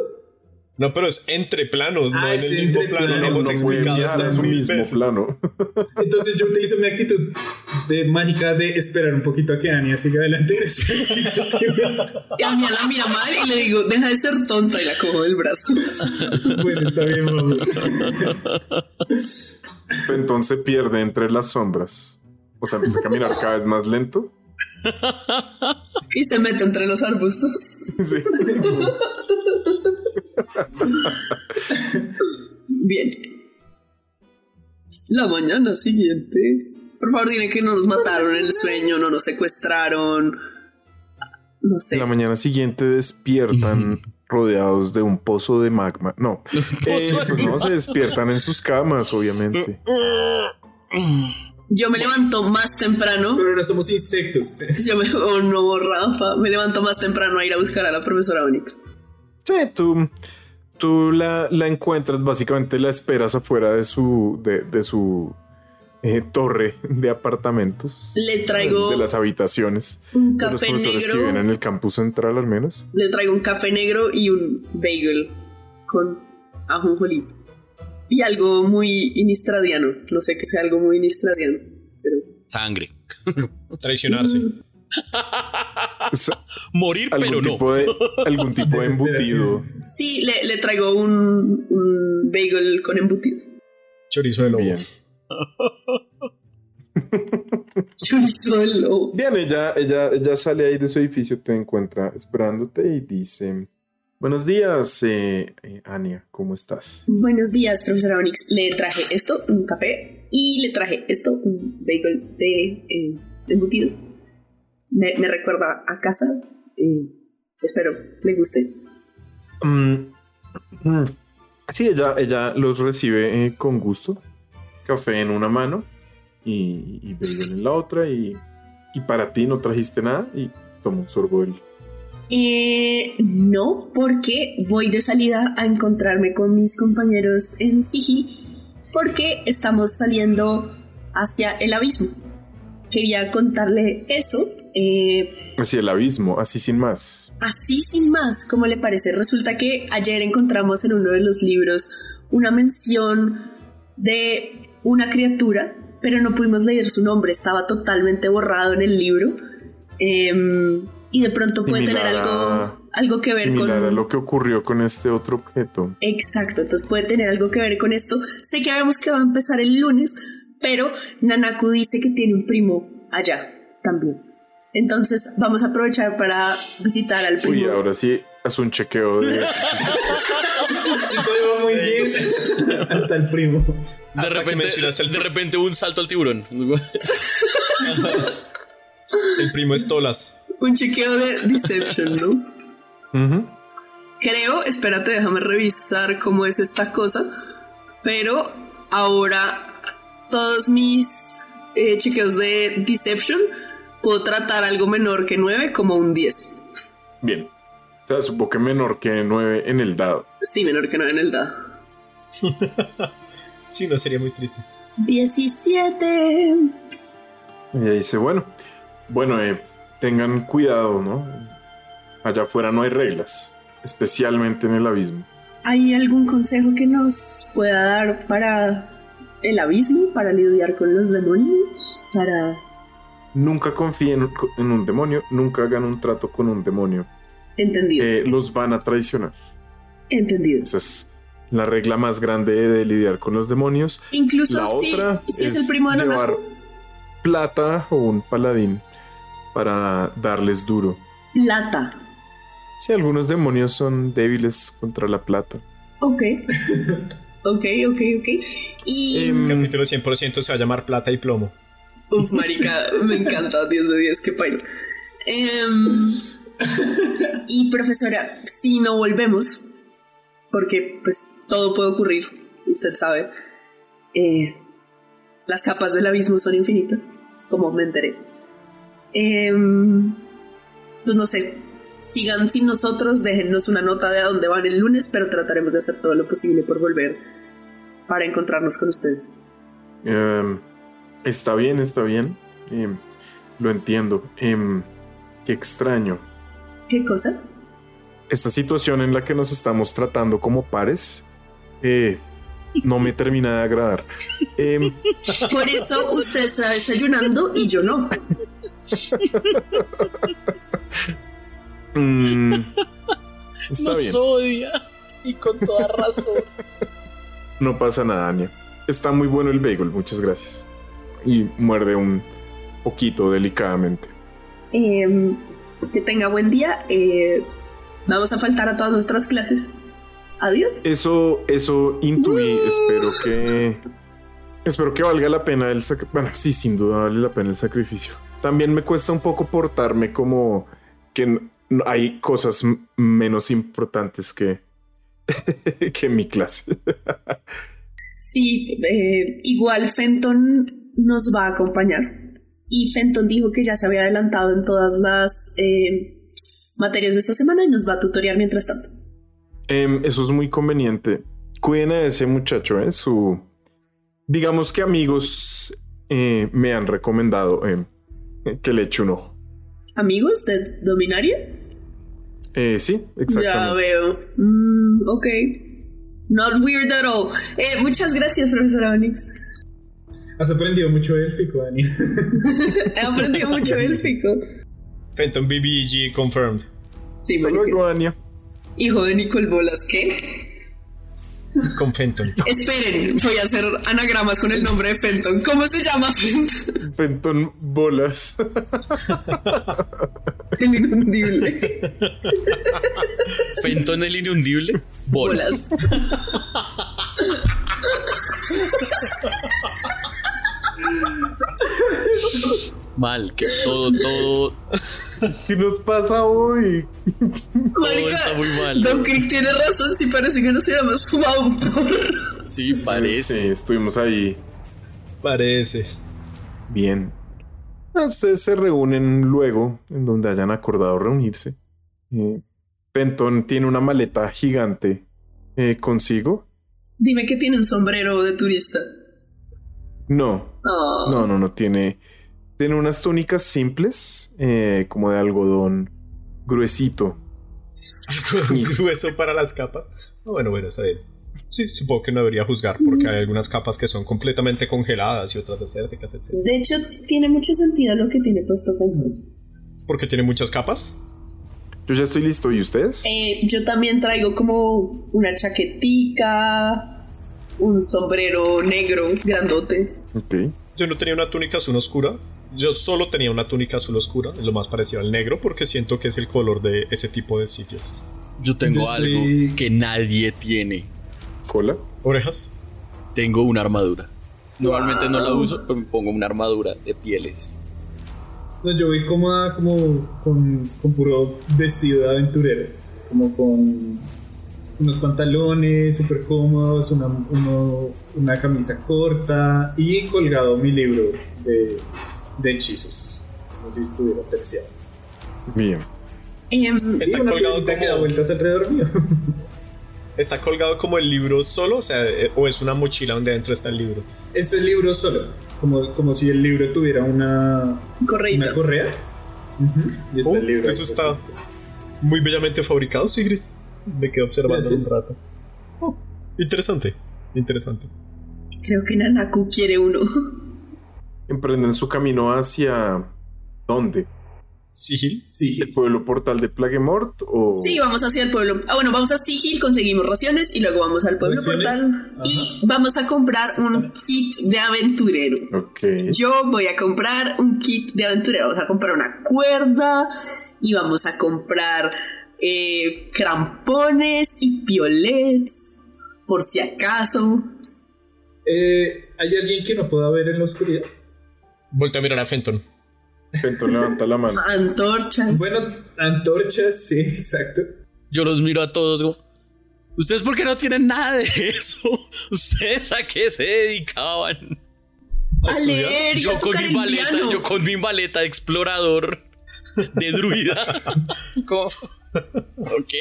[SPEAKER 5] No, pero es entre planos, no
[SPEAKER 6] Ah,
[SPEAKER 5] en
[SPEAKER 6] es
[SPEAKER 5] el mismo
[SPEAKER 6] entre
[SPEAKER 5] plano. lo
[SPEAKER 6] planos,
[SPEAKER 2] no,
[SPEAKER 5] hemos
[SPEAKER 2] no puede
[SPEAKER 5] explicado
[SPEAKER 2] mirar,
[SPEAKER 5] hasta
[SPEAKER 2] es un
[SPEAKER 5] mil
[SPEAKER 2] mismo
[SPEAKER 5] veces.
[SPEAKER 2] plano. *laughs*
[SPEAKER 6] Entonces yo utilizo mi actitud de mágica de esperar un poquito a que Ania siga adelante. *laughs* en esa iniciativa.
[SPEAKER 3] Y a mí la mira mal y le digo, deja de ser tonta y la cojo del brazo.
[SPEAKER 6] bueno, está bien, vamos.
[SPEAKER 2] Entonces se pierde entre las sombras. O sea, empieza a caminar cada vez más lento. *laughs*
[SPEAKER 3] Y se mete entre los arbustos.
[SPEAKER 2] Sí.
[SPEAKER 3] Bien. La mañana siguiente. Por favor, dime que no nos mataron en el sueño, no nos secuestraron. No sé.
[SPEAKER 2] La mañana siguiente
[SPEAKER 5] *laughs*
[SPEAKER 2] despiertan rodeados de un pozo de magma. No, Eh, pues no se despiertan en sus camas, obviamente.
[SPEAKER 3] Yo me levanto más temprano.
[SPEAKER 6] Pero ahora somos insectos.
[SPEAKER 3] Yo me, oh no, Rafa, me levanto más temprano a ir a buscar a la profesora Onyx.
[SPEAKER 2] Sí, tú, tú la, la encuentras, básicamente la esperas afuera de su, de, de su eh, torre de apartamentos.
[SPEAKER 3] Le traigo
[SPEAKER 2] De las habitaciones.
[SPEAKER 3] un
[SPEAKER 2] de los
[SPEAKER 3] café
[SPEAKER 2] profesores que viven en
[SPEAKER 3] negro,
[SPEAKER 2] el campus central, al menos.
[SPEAKER 3] le traigo un café negro y un bagel con ajonjolí. Y algo muy inistradiano, no sé que sea algo muy inistradiano, pero
[SPEAKER 4] Sangre.
[SPEAKER 5] Traicionarse.
[SPEAKER 6] Mm.
[SPEAKER 4] Ah,
[SPEAKER 2] Es
[SPEAKER 4] Morir, pero
[SPEAKER 2] algún
[SPEAKER 4] no. *laughs*
[SPEAKER 2] tipo de, algún tipo de embutido.
[SPEAKER 6] Desesperación.
[SPEAKER 3] sí, le, le traigo un, un bagel con embutidos. *laughs*
[SPEAKER 5] Chorizo de lobo.
[SPEAKER 2] Bien.
[SPEAKER 3] Chorizo de lobo.
[SPEAKER 2] Bien, ella, ella, ella sale ahí de su edificio, te encuentra esperándote y dice: Buenos días, eh, eh, Ania, ¿cómo estás?
[SPEAKER 3] Buenos días, profesora Onyx. Le traje esto, un café, y le traje esto, un bagel de eh, embutidos. Me, me recuerda a casa. eh, espero le guste.
[SPEAKER 2] Mm, mm. Sí, ella, ella los recibe eh, con gusto. Café en una mano y, y bagel en la otra. Y, y para ti no trajiste nada y toma un sorbo del-
[SPEAKER 3] Eh, no, porque voy de salida a encontrarme con mis compañeros en Sigi, porque estamos saliendo hacia el abismo. Quería contarle eso. eh,
[SPEAKER 2] hacia el abismo, así sin más.
[SPEAKER 3] Así sin más, como le parece, resulta que ayer encontramos en uno de los libros una mención de una criatura, pero no pudimos leer su nombre, estaba totalmente borrado en el libro. Em, y de pronto puede
[SPEAKER 2] Similar
[SPEAKER 3] tener
[SPEAKER 2] a-
[SPEAKER 3] algo, algo que ver con...
[SPEAKER 2] Similar a lo que ocurrió con este otro objeto.
[SPEAKER 3] Exacto, entonces puede tener algo que ver con esto. Sé que habíamos que va a empezar el lunes, pero Nanaku dice que tiene un primo allá también. Entonces vamos a aprovechar para visitar al primo.
[SPEAKER 2] Uy, ahora sí, haz un chequeo
[SPEAKER 3] *laughs*
[SPEAKER 2] de...
[SPEAKER 7] todo iba muy bien.
[SPEAKER 6] Hasta el primo.
[SPEAKER 4] De
[SPEAKER 5] Hasta que
[SPEAKER 4] repente,
[SPEAKER 5] mencionaste el
[SPEAKER 4] de
[SPEAKER 5] pr-
[SPEAKER 4] repente un salto al tiburón.
[SPEAKER 5] El primo es Tolas.
[SPEAKER 3] Un chequeo de Deception, ¿no?
[SPEAKER 2] Ujú.
[SPEAKER 3] Creo, espérate, déjame revisar cómo es esta cosa. Pero ahora todos mis eh, chequeos de Deception puedo tratar algo menor que 9 como un 10.
[SPEAKER 2] Bien. O sea, supongo que menor que 9 en el dado.
[SPEAKER 3] Sí, menor que 9 en el dado.
[SPEAKER 5] Sí, no sería muy triste.
[SPEAKER 3] 17.
[SPEAKER 2] Ella dice, bueno, bueno, eh, tengan cuidado, ¿no? Allá afuera no hay reglas, especialmente en el abismo.
[SPEAKER 3] ¿Hay algún consejo que nos pueda dar para el abismo, para lidiar con los demonios? Para...
[SPEAKER 2] Nunca confíen en un demonio, nunca hagan un trato con un demonio.
[SPEAKER 3] Entendido,
[SPEAKER 2] Eh, los van a traicionar.
[SPEAKER 3] entendido.
[SPEAKER 2] Esa es la regla más grande de lidiar con los demonios.
[SPEAKER 3] Incluso
[SPEAKER 2] La
[SPEAKER 3] si,
[SPEAKER 2] otra
[SPEAKER 3] si es, el primo de
[SPEAKER 2] llevar
[SPEAKER 3] Nanaku,
[SPEAKER 2] plata o un paladín para darles duro.
[SPEAKER 3] plata.
[SPEAKER 2] Si algunos demonios son débiles contra la plata. *laughs*
[SPEAKER 3] Ok. ok, ok, ok. Y...
[SPEAKER 2] Em,
[SPEAKER 5] Capítulo 100% se va a llamar Plata y Plomo.
[SPEAKER 3] Uf, marica, me encanta, 10 de 10, qué paila. Em, y profesora, si no volvemos, porque pues todo puede ocurrir, usted sabe, eh, las capas del abismo son infinitas, como me enteré. Em, pues no sé, sigan sin nosotros, déjennos una nota de a dónde van el lunes, pero trataremos de hacer todo lo posible por volver para encontrarnos con ustedes.
[SPEAKER 2] Em, está bien, está bien. Em, lo entiendo. Em, qué extraño.
[SPEAKER 3] ¿Qué cosa?
[SPEAKER 2] Esta situación en la que nos estamos tratando como pares eh, no me termina de agradar. Em, *laughs*
[SPEAKER 3] Por eso usted está desayunando y yo no.
[SPEAKER 2] mm, está
[SPEAKER 4] Nos
[SPEAKER 2] bien.
[SPEAKER 4] odia. Y con toda razón.
[SPEAKER 2] No pasa nada, Anya. Está muy bueno el bagel, muchas gracias. Y muerde un poquito delicadamente.
[SPEAKER 3] Em, que tenga buen día. eh, vamos a faltar a todas nuestras clases. Adiós.
[SPEAKER 2] Eso, eso intuí.
[SPEAKER 3] Uh.
[SPEAKER 2] Espero que. Espero que valga la pena el sacrificio. Bueno, sí, sin duda vale la pena el sacrificio. También me cuesta un poco portarme como que n- n- hay cosas m- menos importantes que, *laughs* que mi clase.
[SPEAKER 3] Sí, eh, igual Fenton nos va a acompañar. Y Fenton dijo que ya se había adelantado en todas las eh, materias de esta semana y nos va a tutoriar mientras tanto.
[SPEAKER 2] Em, eso es muy conveniente. Cuiden a ese muchacho, ¿eh? Su. Digamos que amigos eh, me han recomendado em, que le eche un ojo.
[SPEAKER 3] ¿Amigos de Dominaria?
[SPEAKER 2] Eh, sí,
[SPEAKER 3] Ya
[SPEAKER 2] exactamente.
[SPEAKER 3] veo. Mm, ok. Not weird at all. Eh, muchas gracias, profesora Onyx.
[SPEAKER 6] Has aprendido mucho élfico, Dani.
[SPEAKER 3] *laughs* He aprendido mucho élfico.
[SPEAKER 5] Phantom BBG confirmed.
[SPEAKER 3] Sí,
[SPEAKER 2] Hasta
[SPEAKER 3] marica.
[SPEAKER 2] luego, Anya.
[SPEAKER 3] Hijo de Nicole Bolas, ¿qué?
[SPEAKER 5] Con Phantom.
[SPEAKER 3] Esperen, voy a hacer anagramas con el nombre de Fenton. ¿Cómo se llama Fenton? *laughs*
[SPEAKER 2] Fenton bolas. *laughs*
[SPEAKER 3] El inundible.
[SPEAKER 4] Fenton el inundible. Bolas.
[SPEAKER 3] Bolas.
[SPEAKER 4] Mal, que todo, todo,
[SPEAKER 2] ¿Qué nos pasa hoy?
[SPEAKER 4] todo está muy mal.
[SPEAKER 3] Don Crick tiene razón, sí parece que nos hubiéramos fumado un porro.
[SPEAKER 4] Sí,
[SPEAKER 2] Sí,
[SPEAKER 4] parece.
[SPEAKER 2] estuvimos ahí
[SPEAKER 5] Parece.
[SPEAKER 2] bien. Ah, Ustedes se reúnen luego en donde hayan acordado reunirse. Eh, Fenton tiene una maleta gigante eh, consigo.
[SPEAKER 3] Dime que tiene un sombrero de turista.
[SPEAKER 2] No,
[SPEAKER 3] Ah,
[SPEAKER 2] No, no, no tiene. Tiene unas túnicas simples, eh, como de algodón gruesito,
[SPEAKER 5] Algodón grueso para las capas. Ah, bueno, bueno, está bien. Sí, supongo que no debería juzgar porque hay algunas capas que son completamente congeladas y otras desérticas, etc.
[SPEAKER 3] De hecho, tiene mucho sentido lo que tiene puesto Fenrir.
[SPEAKER 5] Porque tiene muchas capas.
[SPEAKER 2] Yo ya estoy listo, ¿y ustedes?
[SPEAKER 3] Eh, yo también traigo como una chaquetica, un sombrero negro grandote.
[SPEAKER 2] Ok.
[SPEAKER 5] Yo no tenía una túnica azul oscura. Yo solo tenía una túnica azul oscura, es lo más parecido al negro porque siento que es el color de ese tipo de sitios.
[SPEAKER 4] Yo tengo
[SPEAKER 6] Yo
[SPEAKER 4] algo
[SPEAKER 6] estoy-
[SPEAKER 4] que nadie tiene.
[SPEAKER 2] ¿Cola?
[SPEAKER 5] ¿Orejas?
[SPEAKER 4] Tengo una armadura. Normalmente no la uso, pero me pongo una armadura de pieles.
[SPEAKER 6] No, yo voy cómoda como con, con puro vestido de aventurero. Como con unos pantalones súper cómodos, una, uno- una camisa corta y colgado mi libro de, de hechizos. Como si estuviera terciado.
[SPEAKER 2] Bien.
[SPEAKER 3] Em,
[SPEAKER 5] Está
[SPEAKER 6] y una
[SPEAKER 5] colgado
[SPEAKER 6] piedrita que da
[SPEAKER 5] como-
[SPEAKER 6] vueltas alrededor mío. *laughs*
[SPEAKER 5] ¿Está colgado como el libro solo? O sea, eh, ¿o es una mochila donde adentro está el libro?
[SPEAKER 6] este es el libro solo. Como, como si el libro tuviera una,
[SPEAKER 3] correcto.
[SPEAKER 6] una correa. Ujú, y está
[SPEAKER 5] Oh,
[SPEAKER 6] el libro.
[SPEAKER 5] eso está muy bellamente fabricado, Sigrid. Me quedé observando un
[SPEAKER 6] Gracias.
[SPEAKER 5] rato. Oh, interesante, interesante.
[SPEAKER 3] Creo que Nanaku quiere uno.
[SPEAKER 2] Emprenden su camino hacia... ¿Dónde?
[SPEAKER 5] Sigil.
[SPEAKER 6] Sí.
[SPEAKER 2] ¿El pueblo portal de Plaguemort o...?
[SPEAKER 3] Sí, vamos hacia el pueblo. Ah, bueno, vamos a Sigil, conseguimos raciones y luego vamos al pueblo
[SPEAKER 6] Raciones,
[SPEAKER 3] portal
[SPEAKER 6] ajá.
[SPEAKER 3] y vamos a comprar un kit de aventurero.
[SPEAKER 2] Ok.
[SPEAKER 3] Yo voy a comprar un kit de aventurero. Vamos a comprar una cuerda y vamos a comprar eh, crampones y piolets, por si acaso.
[SPEAKER 6] Eh, ¿Hay alguien que no pueda ver en la oscuridad?
[SPEAKER 5] Vuelta a mirar a Fenton.
[SPEAKER 2] Fenton levanta la mano.
[SPEAKER 3] Antorchas.
[SPEAKER 6] Bueno, antorchas, sí, *laughs* exacto.
[SPEAKER 4] Yo los miro a todos como, ¿ustedes por qué no tienen nada de eso? *laughs* ¿Ustedes a qué se dedicaban?
[SPEAKER 3] a leer y
[SPEAKER 4] pues, Yo
[SPEAKER 3] a
[SPEAKER 4] con
[SPEAKER 3] tocar
[SPEAKER 4] mi
[SPEAKER 3] el
[SPEAKER 4] maleta,
[SPEAKER 3] piano.
[SPEAKER 4] yo con mi maleta de explorador de druida.
[SPEAKER 5] *laughs*
[SPEAKER 4] Como, ok.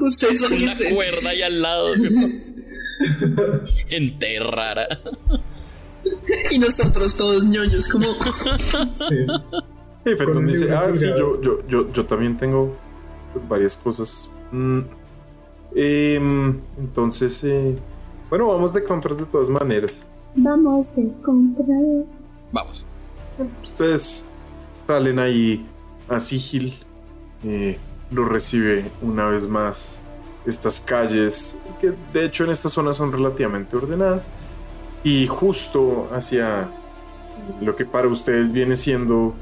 [SPEAKER 3] Ustedes son
[SPEAKER 4] Una
[SPEAKER 3] que se-
[SPEAKER 4] cuerda ahí al lado. *laughs* Gente rara.
[SPEAKER 3] Y nosotros todos ñoños, como
[SPEAKER 6] Sí.
[SPEAKER 2] Sí,
[SPEAKER 6] Con
[SPEAKER 2] Fenton
[SPEAKER 6] un
[SPEAKER 2] dice,
[SPEAKER 6] libro
[SPEAKER 2] ah, sí, yo,
[SPEAKER 6] colgado".
[SPEAKER 2] yo, yo, yo también tengo pues, varias cosas. Mm. Em, entonces, eh, bueno, vamos de compras de todas maneras.
[SPEAKER 8] Vamos de comprar.
[SPEAKER 4] Vamos.
[SPEAKER 2] Ustedes salen ahí a Sigil. eh, lo recibe una vez más estas calles, que de hecho en esta zona son relativamente ordenadas. Y justo hacia lo que para ustedes viene siendo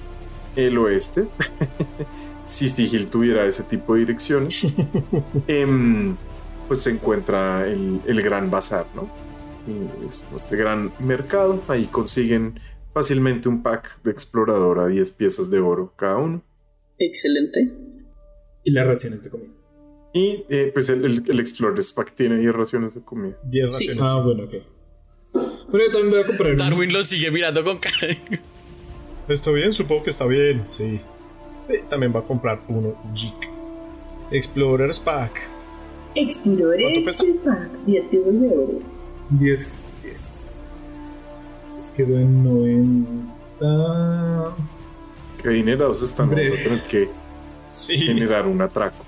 [SPEAKER 2] el oeste, *laughs* si Sigil tuviera ese tipo de direcciones, em, pues se encuentra el, el gran bazar, ¿no? Y es como este gran mercado, ahí consiguen fácilmente un pack de explorador a 10 piezas de oro cada uno.
[SPEAKER 3] excelente.
[SPEAKER 6] Y las raciones de comida.
[SPEAKER 2] Y eh, pues el, el, el Explorer's Pack tiene 10 raciones de comida.
[SPEAKER 5] 10
[SPEAKER 3] Sí.
[SPEAKER 5] raciones.
[SPEAKER 6] Ah, bueno, ok. Pero yo también voy a comprar. un-
[SPEAKER 4] Darwin lo sigue mirando con cara. de-
[SPEAKER 5] Está bien, supongo que está bien, sí. Sí, también va a comprar uno Geek. Explorer's Pack.
[SPEAKER 3] Exploré
[SPEAKER 5] ¿Cuánto
[SPEAKER 3] el
[SPEAKER 5] pesa?
[SPEAKER 3] pack, 10 piezas de oro.
[SPEAKER 6] 10, 10. Les quedó en 90.
[SPEAKER 2] Qué dinerados están, vamos a
[SPEAKER 6] Hombre.
[SPEAKER 2] tener que
[SPEAKER 5] Sí.
[SPEAKER 2] generar un atraco.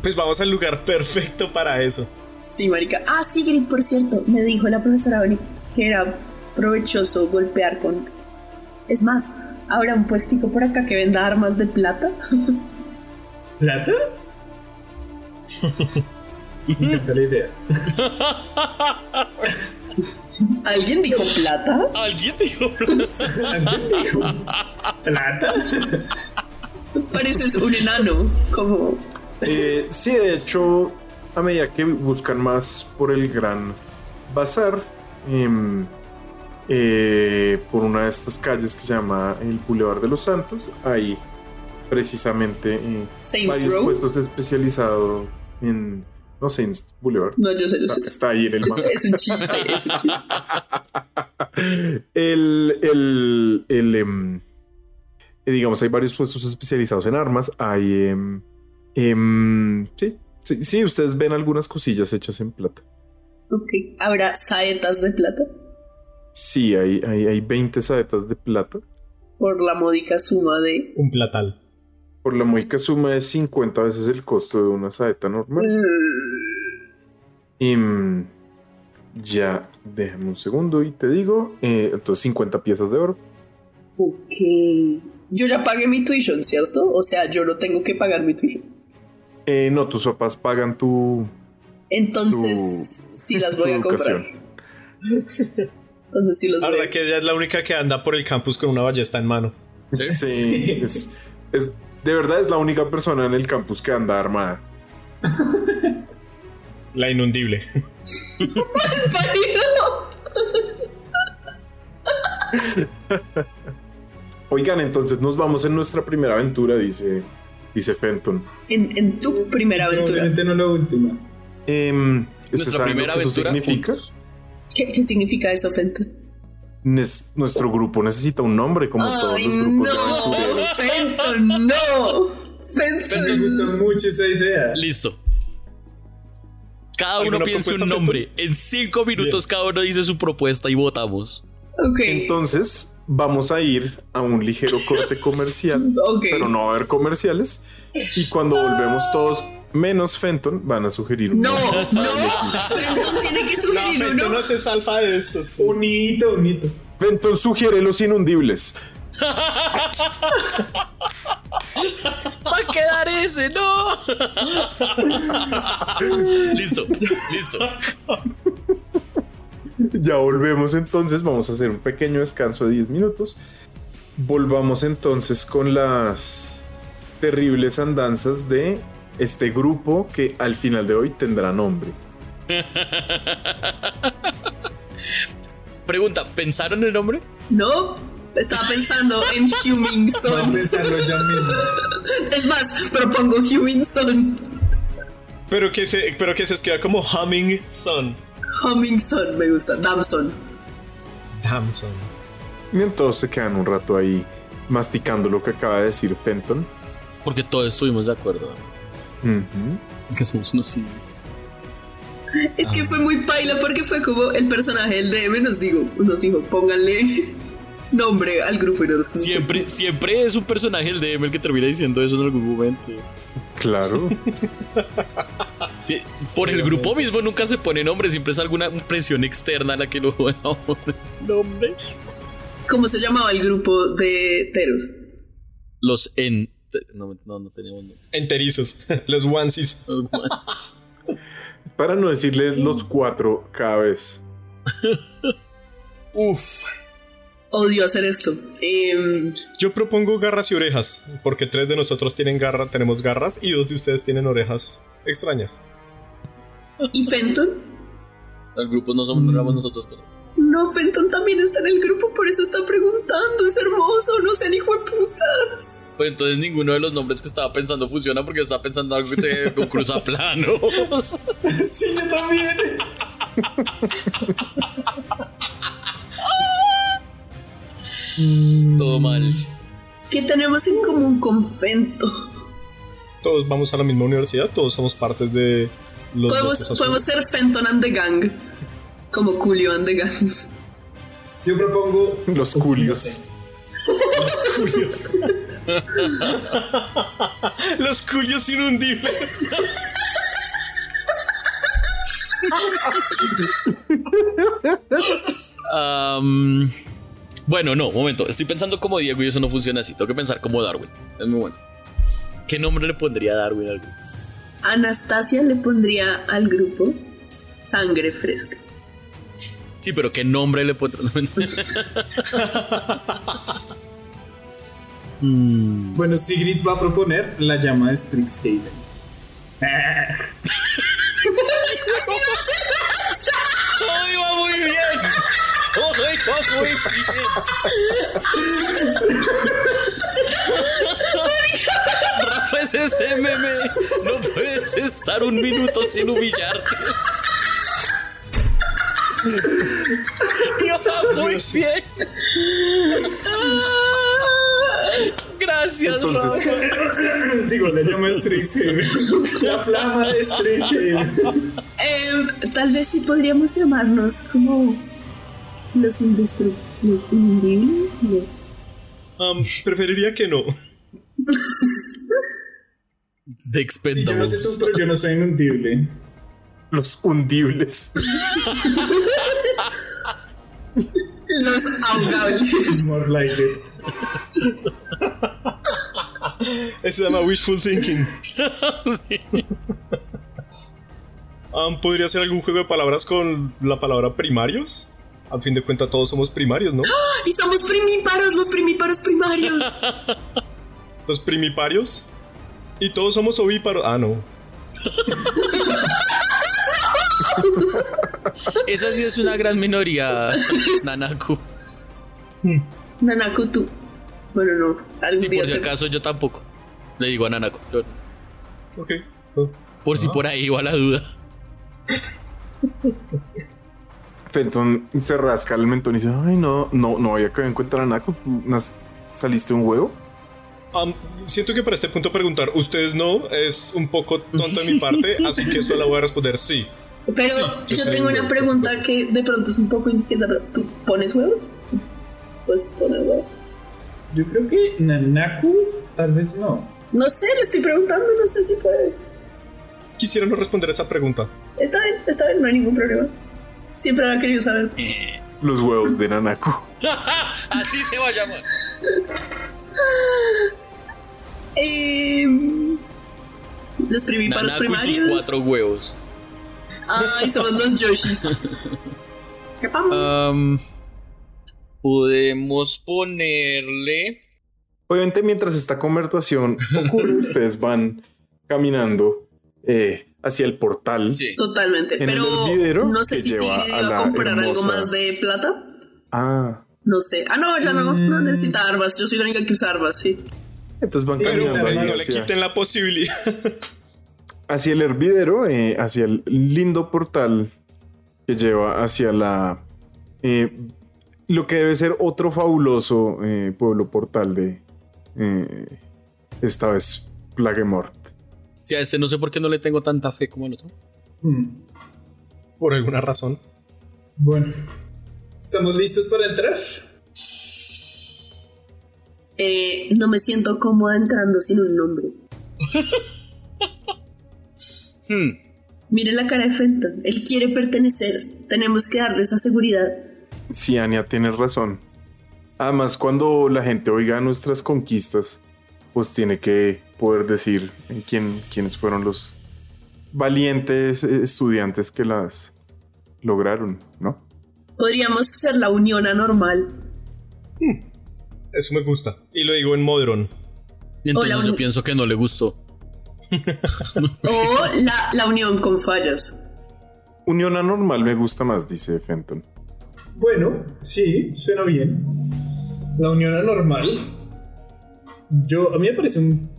[SPEAKER 5] Pues vamos al lugar perfecto para eso.
[SPEAKER 3] Sí, marica. Ah, Sigrid, por cierto, me dijo la profesora Bonitz que era provechoso golpear con... Es más, habrá un puestico por acá que venda armas de plata. *laughs*
[SPEAKER 6] *laughs* ¿Plata? Me encanta la idea. *laughs*
[SPEAKER 3] ¿Alguien dijo plata?
[SPEAKER 4] ¿Alguien dijo?
[SPEAKER 6] ¿Alguien dijo plata?
[SPEAKER 3] Pareces un enano, como...
[SPEAKER 2] Eh, sí, de hecho, a medida que buscan más por el gran bazar, em, eh, por una de estas calles que se llama el Boulevard de los Santos, ahí precisamente eh,
[SPEAKER 3] Saints
[SPEAKER 2] varios
[SPEAKER 3] Row.
[SPEAKER 2] puestos especializados en, no sé, en Boulevard.
[SPEAKER 3] No, yo sé, lo
[SPEAKER 2] Está,
[SPEAKER 3] sé.
[SPEAKER 2] está ahí en el
[SPEAKER 3] Es,
[SPEAKER 2] mapa.
[SPEAKER 3] es un chiste, es un chiste. *laughs*
[SPEAKER 2] el, el, el, em, eh, digamos, hay varios puestos especializados en armas. Hay, em, em, sí, sí, sí, ustedes ven algunas cosillas hechas en plata.
[SPEAKER 3] Ok, habrá saetas de plata
[SPEAKER 2] Sí, hay, hay, hay 20 saetas de plata.
[SPEAKER 3] por la módica suma de...
[SPEAKER 5] Un platal.
[SPEAKER 2] Por la módica suma de 50 veces el costo de una saeta normal. Y mm, ya, déjame un segundo y te digo. eh, entonces, 50 piezas de oro.
[SPEAKER 3] Ok. Yo ya pagué mi tuition, ¿cierto? O sea, yo no tengo que pagar mi tuition.
[SPEAKER 2] Eh, no, tus papás pagan tu,
[SPEAKER 3] Entonces, sí las
[SPEAKER 2] tu
[SPEAKER 3] voy a comprar.
[SPEAKER 2] educación.
[SPEAKER 3] *laughs* Entonces, sí las
[SPEAKER 5] La
[SPEAKER 3] voy
[SPEAKER 5] verdad
[SPEAKER 3] a
[SPEAKER 5] que ella es la única que anda por el campus con una ballesta en mano.
[SPEAKER 4] ¿Sí?
[SPEAKER 2] Sí, es- es- de verdad es la única persona en el campus que anda armada.
[SPEAKER 5] La *laughs* inundible.
[SPEAKER 2] Oigan, entonces nos vamos en nuestra primera aventura, dice, dice Fenton.
[SPEAKER 3] *laughs* en, en tu primera aventura.
[SPEAKER 6] Obviamente no la última.
[SPEAKER 2] Em, ¿ustedes
[SPEAKER 4] Nuestra
[SPEAKER 2] saben lo
[SPEAKER 4] primera
[SPEAKER 2] que eso
[SPEAKER 4] aventura
[SPEAKER 2] significa?
[SPEAKER 4] juntos.
[SPEAKER 3] ¿Qué, qué significa eso, Fenton?
[SPEAKER 2] Nes- nuestro grupo necesita un nombre, como todos
[SPEAKER 3] ¡Ay,
[SPEAKER 2] los
[SPEAKER 3] no!
[SPEAKER 2] grupos de aventureros.
[SPEAKER 3] ¡Fenton, no!
[SPEAKER 6] Me
[SPEAKER 3] ¡Fenton!
[SPEAKER 6] gusta mucho esa idea.
[SPEAKER 4] Listo. Cada
[SPEAKER 5] ¿Alguna
[SPEAKER 4] uno piensa un
[SPEAKER 5] propuesta,
[SPEAKER 4] nombre. En cinco minutos cada uno dice su propuesta y votamos.
[SPEAKER 3] Ok.
[SPEAKER 2] Entonces, vamos a ir a un ligero corte comercial,
[SPEAKER 3] *laughs* Ok.
[SPEAKER 2] pero no va a haber comerciales. Y cuando volvemos todos, menos Fenton, van a sugerir *laughs* un
[SPEAKER 3] No,
[SPEAKER 2] nombre.
[SPEAKER 3] no, Fenton tiene que
[SPEAKER 5] No,
[SPEAKER 3] sugerir
[SPEAKER 5] Fento
[SPEAKER 3] uno.
[SPEAKER 5] no se salva de estos.
[SPEAKER 6] Bonito, *laughs* bonito.
[SPEAKER 2] Fenton sugiere los inundibles.
[SPEAKER 4] Va a quedar ese, no. *laughs* listo, listo.
[SPEAKER 2] Ya volvemos entonces, vamos a hacer un pequeño descanso de 10 minutos. Volvamos entonces con las terribles andanzas de este grupo que al final de hoy tendrá nombre.
[SPEAKER 4] Pregunta, ¿pensaron el nombre?
[SPEAKER 3] No, estaba pensando en Human
[SPEAKER 6] Voy a
[SPEAKER 3] Son.
[SPEAKER 6] pensarlo yo mismo.
[SPEAKER 3] Es más, propongo Human Son.
[SPEAKER 5] Pero que se, pero que se escriba como Humming Sun.
[SPEAKER 3] Humming Son me gusta. Damson.
[SPEAKER 5] Damn Sun.
[SPEAKER 2] Y entonces se quedan un rato ahí masticando lo que acaba de decir Fenton.
[SPEAKER 4] Porque todos estuvimos de acuerdo.
[SPEAKER 2] Ujú.
[SPEAKER 4] Que somos unos sí.
[SPEAKER 3] Es que fue muy paila porque fue como el personaje del DM nos dijo, nos dijo, pónganle *laughs* nombre al grupo y no nos como-
[SPEAKER 4] Siempre, siempre es un personaje el DM el que termina diciendo eso en algún momento.
[SPEAKER 2] Claro.
[SPEAKER 4] Sí, Por el grupo mismo nunca se pone nombre, siempre es alguna presión externa la que lo *laughs* nombre.
[SPEAKER 3] ¿Cómo se llamaba el grupo de Teru?
[SPEAKER 4] Los en. No, no, no teníamos nombre.
[SPEAKER 5] Enterizos. *laughs* Los onesies.
[SPEAKER 4] Los guans.
[SPEAKER 2] Para no decirles los cuatro cada vez.
[SPEAKER 4] Uf.
[SPEAKER 3] Odio hacer esto. Em,
[SPEAKER 5] Yo propongo garras y orejas. Porque tres de nosotros tienen garra, tenemos garras. Y dos de ustedes tienen orejas extrañas.
[SPEAKER 3] ¿Y Fenton?
[SPEAKER 4] El grupo no somos no éramos nosotros, pero.
[SPEAKER 3] No, Fenton también está en el grupo, por eso está preguntando. Es hermoso, no sean hijo de putas.
[SPEAKER 4] Pues entonces ninguno de los nombres que estaba pensando funciona porque estaba pensando algo que te con cruzaplanos. *laughs*
[SPEAKER 6] Sí, yo también.
[SPEAKER 4] Todo mal.
[SPEAKER 3] ¿Qué tenemos en común con Fento?
[SPEAKER 5] Todos vamos a la misma universidad. Todos somos partes de los.
[SPEAKER 3] Podemos,
[SPEAKER 5] locos azules.
[SPEAKER 3] podemos ser Fenton and the Gang. Como Julio and the Gang.
[SPEAKER 6] Yo propongo.
[SPEAKER 2] Los culios.
[SPEAKER 5] Culios. *laughs* Los culios inundibles.
[SPEAKER 4] Am, bueno, no, momento. Estoy pensando como Diego y eso no funciona así. Tengo que pensar como Darwin. Es muy bueno. ¿Qué nombre le pondría a Darwin al grupo?
[SPEAKER 3] Anastasia le pondría al grupo sangre fresca.
[SPEAKER 4] Sí, pero ¿qué nombre le pondría? *laughs*
[SPEAKER 6] Bueno, Sigrid va a proponer la llama de Strixhaven. *laughs*
[SPEAKER 4] Todo iba muy bien. Todo iba muy bien. Rafa es ese meme. No puedes estar un minuto sin humillarte. Iba muy bien. Gracias, Rafa.
[SPEAKER 2] Entonces,
[SPEAKER 6] Digo, la llama de Strixhaven. *laughs* La flama de Strixhaven.
[SPEAKER 3] Em, tal vez sí podríamos llamarnos como los, indestru- los inundibles. los-
[SPEAKER 5] Um, preferiría que no.
[SPEAKER 4] The
[SPEAKER 6] Sí, yo no
[SPEAKER 4] Expendables.
[SPEAKER 6] sé tú, pero yo no soy inundible.
[SPEAKER 2] Los hundibles.
[SPEAKER 3] Los ahogables.
[SPEAKER 6] More like it.
[SPEAKER 5] Eso se llama wishful thinking. Am, ¿Podría ser algún juego de palabras con la palabra primarios? Al fin de cuentas todos somos primarios, ¿no?
[SPEAKER 3] *laughs* y somos primíparos, los primíparos primarios. *laughs*
[SPEAKER 5] Los primiparios. Y todos somos ovíparos. Ah, no.
[SPEAKER 4] *laughs* Esa sí es una gran minoría, Nanaku.
[SPEAKER 3] Nanaku, tú. Bueno, no. Algún
[SPEAKER 4] Si
[SPEAKER 3] día
[SPEAKER 4] por si
[SPEAKER 3] te-
[SPEAKER 4] acaso yo tampoco. Le digo a Nanaku. Yo-
[SPEAKER 5] Ok. no.
[SPEAKER 4] Por si por ahí va la duda.
[SPEAKER 2] Penton se rasca el mentón y dice, ay no, no, no había que encontrar a Naco. Nas- ¿Saliste un huevo?
[SPEAKER 5] Am, siento que para este punto preguntar ustedes no es un poco tonto
[SPEAKER 3] *laughs*
[SPEAKER 5] de mi parte, así que solo voy a responder sí.
[SPEAKER 3] Pero
[SPEAKER 5] Sí, yo
[SPEAKER 3] yo
[SPEAKER 5] soy
[SPEAKER 3] tengo
[SPEAKER 5] un
[SPEAKER 3] una
[SPEAKER 5] huevo,
[SPEAKER 3] pregunta
[SPEAKER 5] por
[SPEAKER 3] que de pronto es un poco indiscreta, pero ¿tú pones huevos? ¿Tú puedes poner huevos?
[SPEAKER 6] Yo creo que Nanaku, tal vez no.
[SPEAKER 3] No sé, le estoy preguntando, no sé si puede.
[SPEAKER 5] Quisiera no responder esa pregunta.
[SPEAKER 3] Está bien, está bien, no hay ningún problema. Siempre había querido saber.
[SPEAKER 2] Los huevos de Nanaco.
[SPEAKER 4] *laughs* Así se va a llamar.
[SPEAKER 3] Em, los primíparos
[SPEAKER 4] Nanaku y sus
[SPEAKER 3] primarios.
[SPEAKER 4] cuatro huevos.
[SPEAKER 3] Ay, somos los Yoshis. ¿Qué vamos?
[SPEAKER 4] Am, podemos ponerle.
[SPEAKER 2] Obviamente mientras esta conversación
[SPEAKER 5] *laughs*
[SPEAKER 2] ocurre, ustedes van caminando eh, hacia el portal.
[SPEAKER 4] Sí.
[SPEAKER 3] Totalmente,
[SPEAKER 2] En
[SPEAKER 3] pero
[SPEAKER 2] el hervidero
[SPEAKER 3] no sé
[SPEAKER 2] que
[SPEAKER 3] si
[SPEAKER 2] lleva
[SPEAKER 3] Sigrid
[SPEAKER 2] a
[SPEAKER 3] iba
[SPEAKER 2] la
[SPEAKER 3] a comprar algo
[SPEAKER 2] hermosa-
[SPEAKER 3] más de plata.
[SPEAKER 2] Ah,
[SPEAKER 3] No sé. Ah, no, ya no. No
[SPEAKER 2] Mm.
[SPEAKER 3] necesita armas. Yo soy la única que usa armas, sí.
[SPEAKER 2] entonces van
[SPEAKER 6] Sí,
[SPEAKER 5] Pero
[SPEAKER 2] caminando
[SPEAKER 5] no
[SPEAKER 2] ahí
[SPEAKER 5] le
[SPEAKER 2] hacia,
[SPEAKER 5] quiten la posibilidad.
[SPEAKER 2] hacia el hervidero, eh, hacia el lindo portal que lleva hacia la... eh, lo que debe ser otro fabuloso eh, pueblo portal de... eh, esta vez, Plaguemort.
[SPEAKER 4] Sí, a este no sé por qué no le tengo tanta fe como al otro.
[SPEAKER 6] Hmm.
[SPEAKER 5] Por alguna razón.
[SPEAKER 6] Bueno. ¿Estamos listos para entrar?
[SPEAKER 3] Eh, no me siento cómoda entrando sin un nombre.
[SPEAKER 4] Hmm.
[SPEAKER 3] Mire la cara de Fenton. Él quiere pertenecer. Tenemos que darle esa seguridad.
[SPEAKER 2] Sí, Ania, tienes razón. Además, cuando la gente oiga nuestras conquistas, pues tiene que poder decir eh, quién, quiénes fueron los valientes eh, estudiantes que las lograron, ¿no?
[SPEAKER 3] Podríamos ser la unión anormal.
[SPEAKER 5] Eso me gusta. Y lo digo en Modron.
[SPEAKER 4] Y Entonces
[SPEAKER 3] Hola,
[SPEAKER 4] yo
[SPEAKER 3] un-
[SPEAKER 4] pienso que no le gustó.
[SPEAKER 3] O la, la unión con fallas.
[SPEAKER 2] Unión anormal me gusta más, dice Fenton.
[SPEAKER 6] Bueno, sí, suena bien. La unión anormal. Yo, a mí me parece un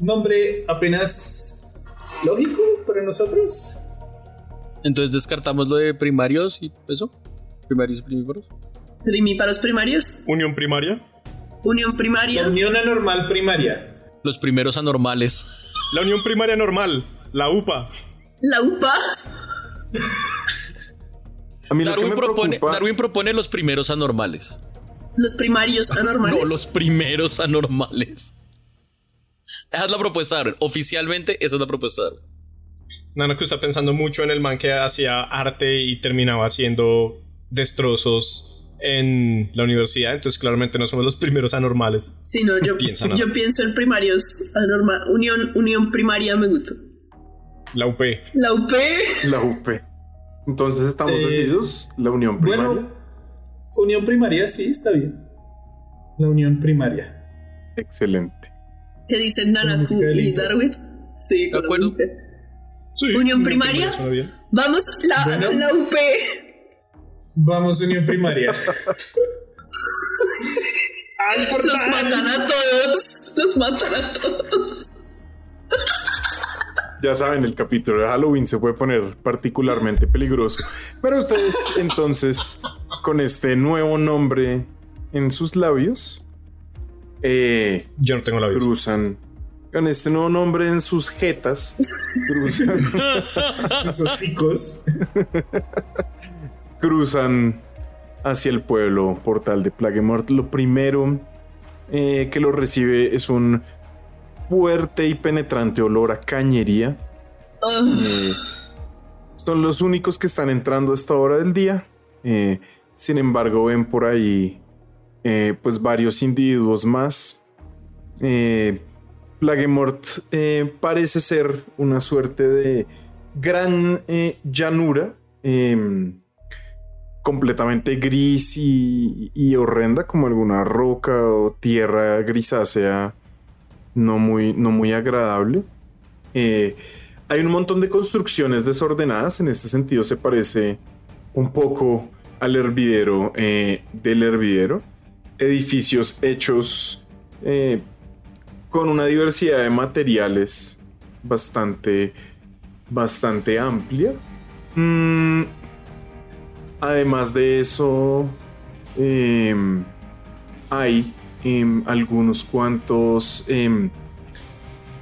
[SPEAKER 6] nombre apenas lógico para nosotros.
[SPEAKER 4] Entonces descartamos lo de primarios y eso. Primarios y primíparos.
[SPEAKER 3] Primíparos primarios.
[SPEAKER 5] Unión primaria.
[SPEAKER 3] Unión
[SPEAKER 6] La
[SPEAKER 3] primaria.
[SPEAKER 6] unión anormal primaria.
[SPEAKER 4] Los primeros anormales.
[SPEAKER 5] La unión primaria normal. La UPA.
[SPEAKER 3] La UPA.
[SPEAKER 2] A mí lo que
[SPEAKER 4] Darwin
[SPEAKER 2] me
[SPEAKER 4] propone,
[SPEAKER 2] preocupa,
[SPEAKER 4] Darwin propone los primeros anormales.
[SPEAKER 3] Los primarios anormales.
[SPEAKER 4] No, los primeros anormales. Esa es la propuesta de Darwin. Oficialmente, esa es la propuesta de Darwin.
[SPEAKER 5] Nanaku está pensando mucho en el man que hacía arte y terminaba haciendo destrozos en la universidad. Entonces, claramente no somos los primeros anormales.
[SPEAKER 3] Sí, no, yo,
[SPEAKER 5] Piensa nada.
[SPEAKER 3] yo pienso en primarios anormal. Unión, unión primaria me gusta.
[SPEAKER 5] La UP.
[SPEAKER 3] La UP.
[SPEAKER 2] la UP. Entonces estamos
[SPEAKER 6] Eh,
[SPEAKER 2] decididos, la unión primaria.
[SPEAKER 6] Bueno, unión primaria, sí, está bien. La unión primaria.
[SPEAKER 2] Excelente.
[SPEAKER 3] Que dicen
[SPEAKER 6] la
[SPEAKER 3] Nanaku
[SPEAKER 6] música del
[SPEAKER 3] y
[SPEAKER 6] intro.
[SPEAKER 3] Darwin. Sí, con
[SPEAKER 4] De
[SPEAKER 3] la
[SPEAKER 4] acuerdo.
[SPEAKER 3] UP.
[SPEAKER 5] Sí,
[SPEAKER 3] ¿Unión primaria?
[SPEAKER 5] suena bien.
[SPEAKER 3] Vamos, la,
[SPEAKER 6] Bueno.
[SPEAKER 3] la UP.
[SPEAKER 6] Vamos,
[SPEAKER 5] *laughs*
[SPEAKER 6] unión primaria.
[SPEAKER 4] Ah,
[SPEAKER 3] Los matan a todos. Los matan a todos.
[SPEAKER 2] Ya saben, el capítulo de Halloween se puede poner particularmente peligroso. Pero ustedes, entonces, con este nuevo nombre en sus labios, eh,
[SPEAKER 5] Yo no tengo la vida.
[SPEAKER 2] cruzan. Con este nuevo nombre en sus jetas, cruzan,
[SPEAKER 6] Sus hocicos.
[SPEAKER 2] cruzan hacia el pueblo portal de Plaguemort. Lo primero eh, que lo recibe es un fuerte y penetrante olor a cañería.
[SPEAKER 3] Ah.
[SPEAKER 2] Eh, son los únicos que están entrando a esta hora del día. Eh, sin embargo, ven por ahí eh, pues varios individuos más. Eh, Plaguemort eh, parece ser una suerte de gran eh, llanura eh, completamente gris y, y horrenda, como alguna roca o tierra grisácea no muy, no muy agradable. Eh, hay un montón de construcciones desordenadas, en este sentido se parece un poco al hervidero eh, del hervidero. Edificios hechos eh, con una diversidad de materiales bastante, bastante amplia. Mm, además de eso, em, hay em, algunos cuantos em,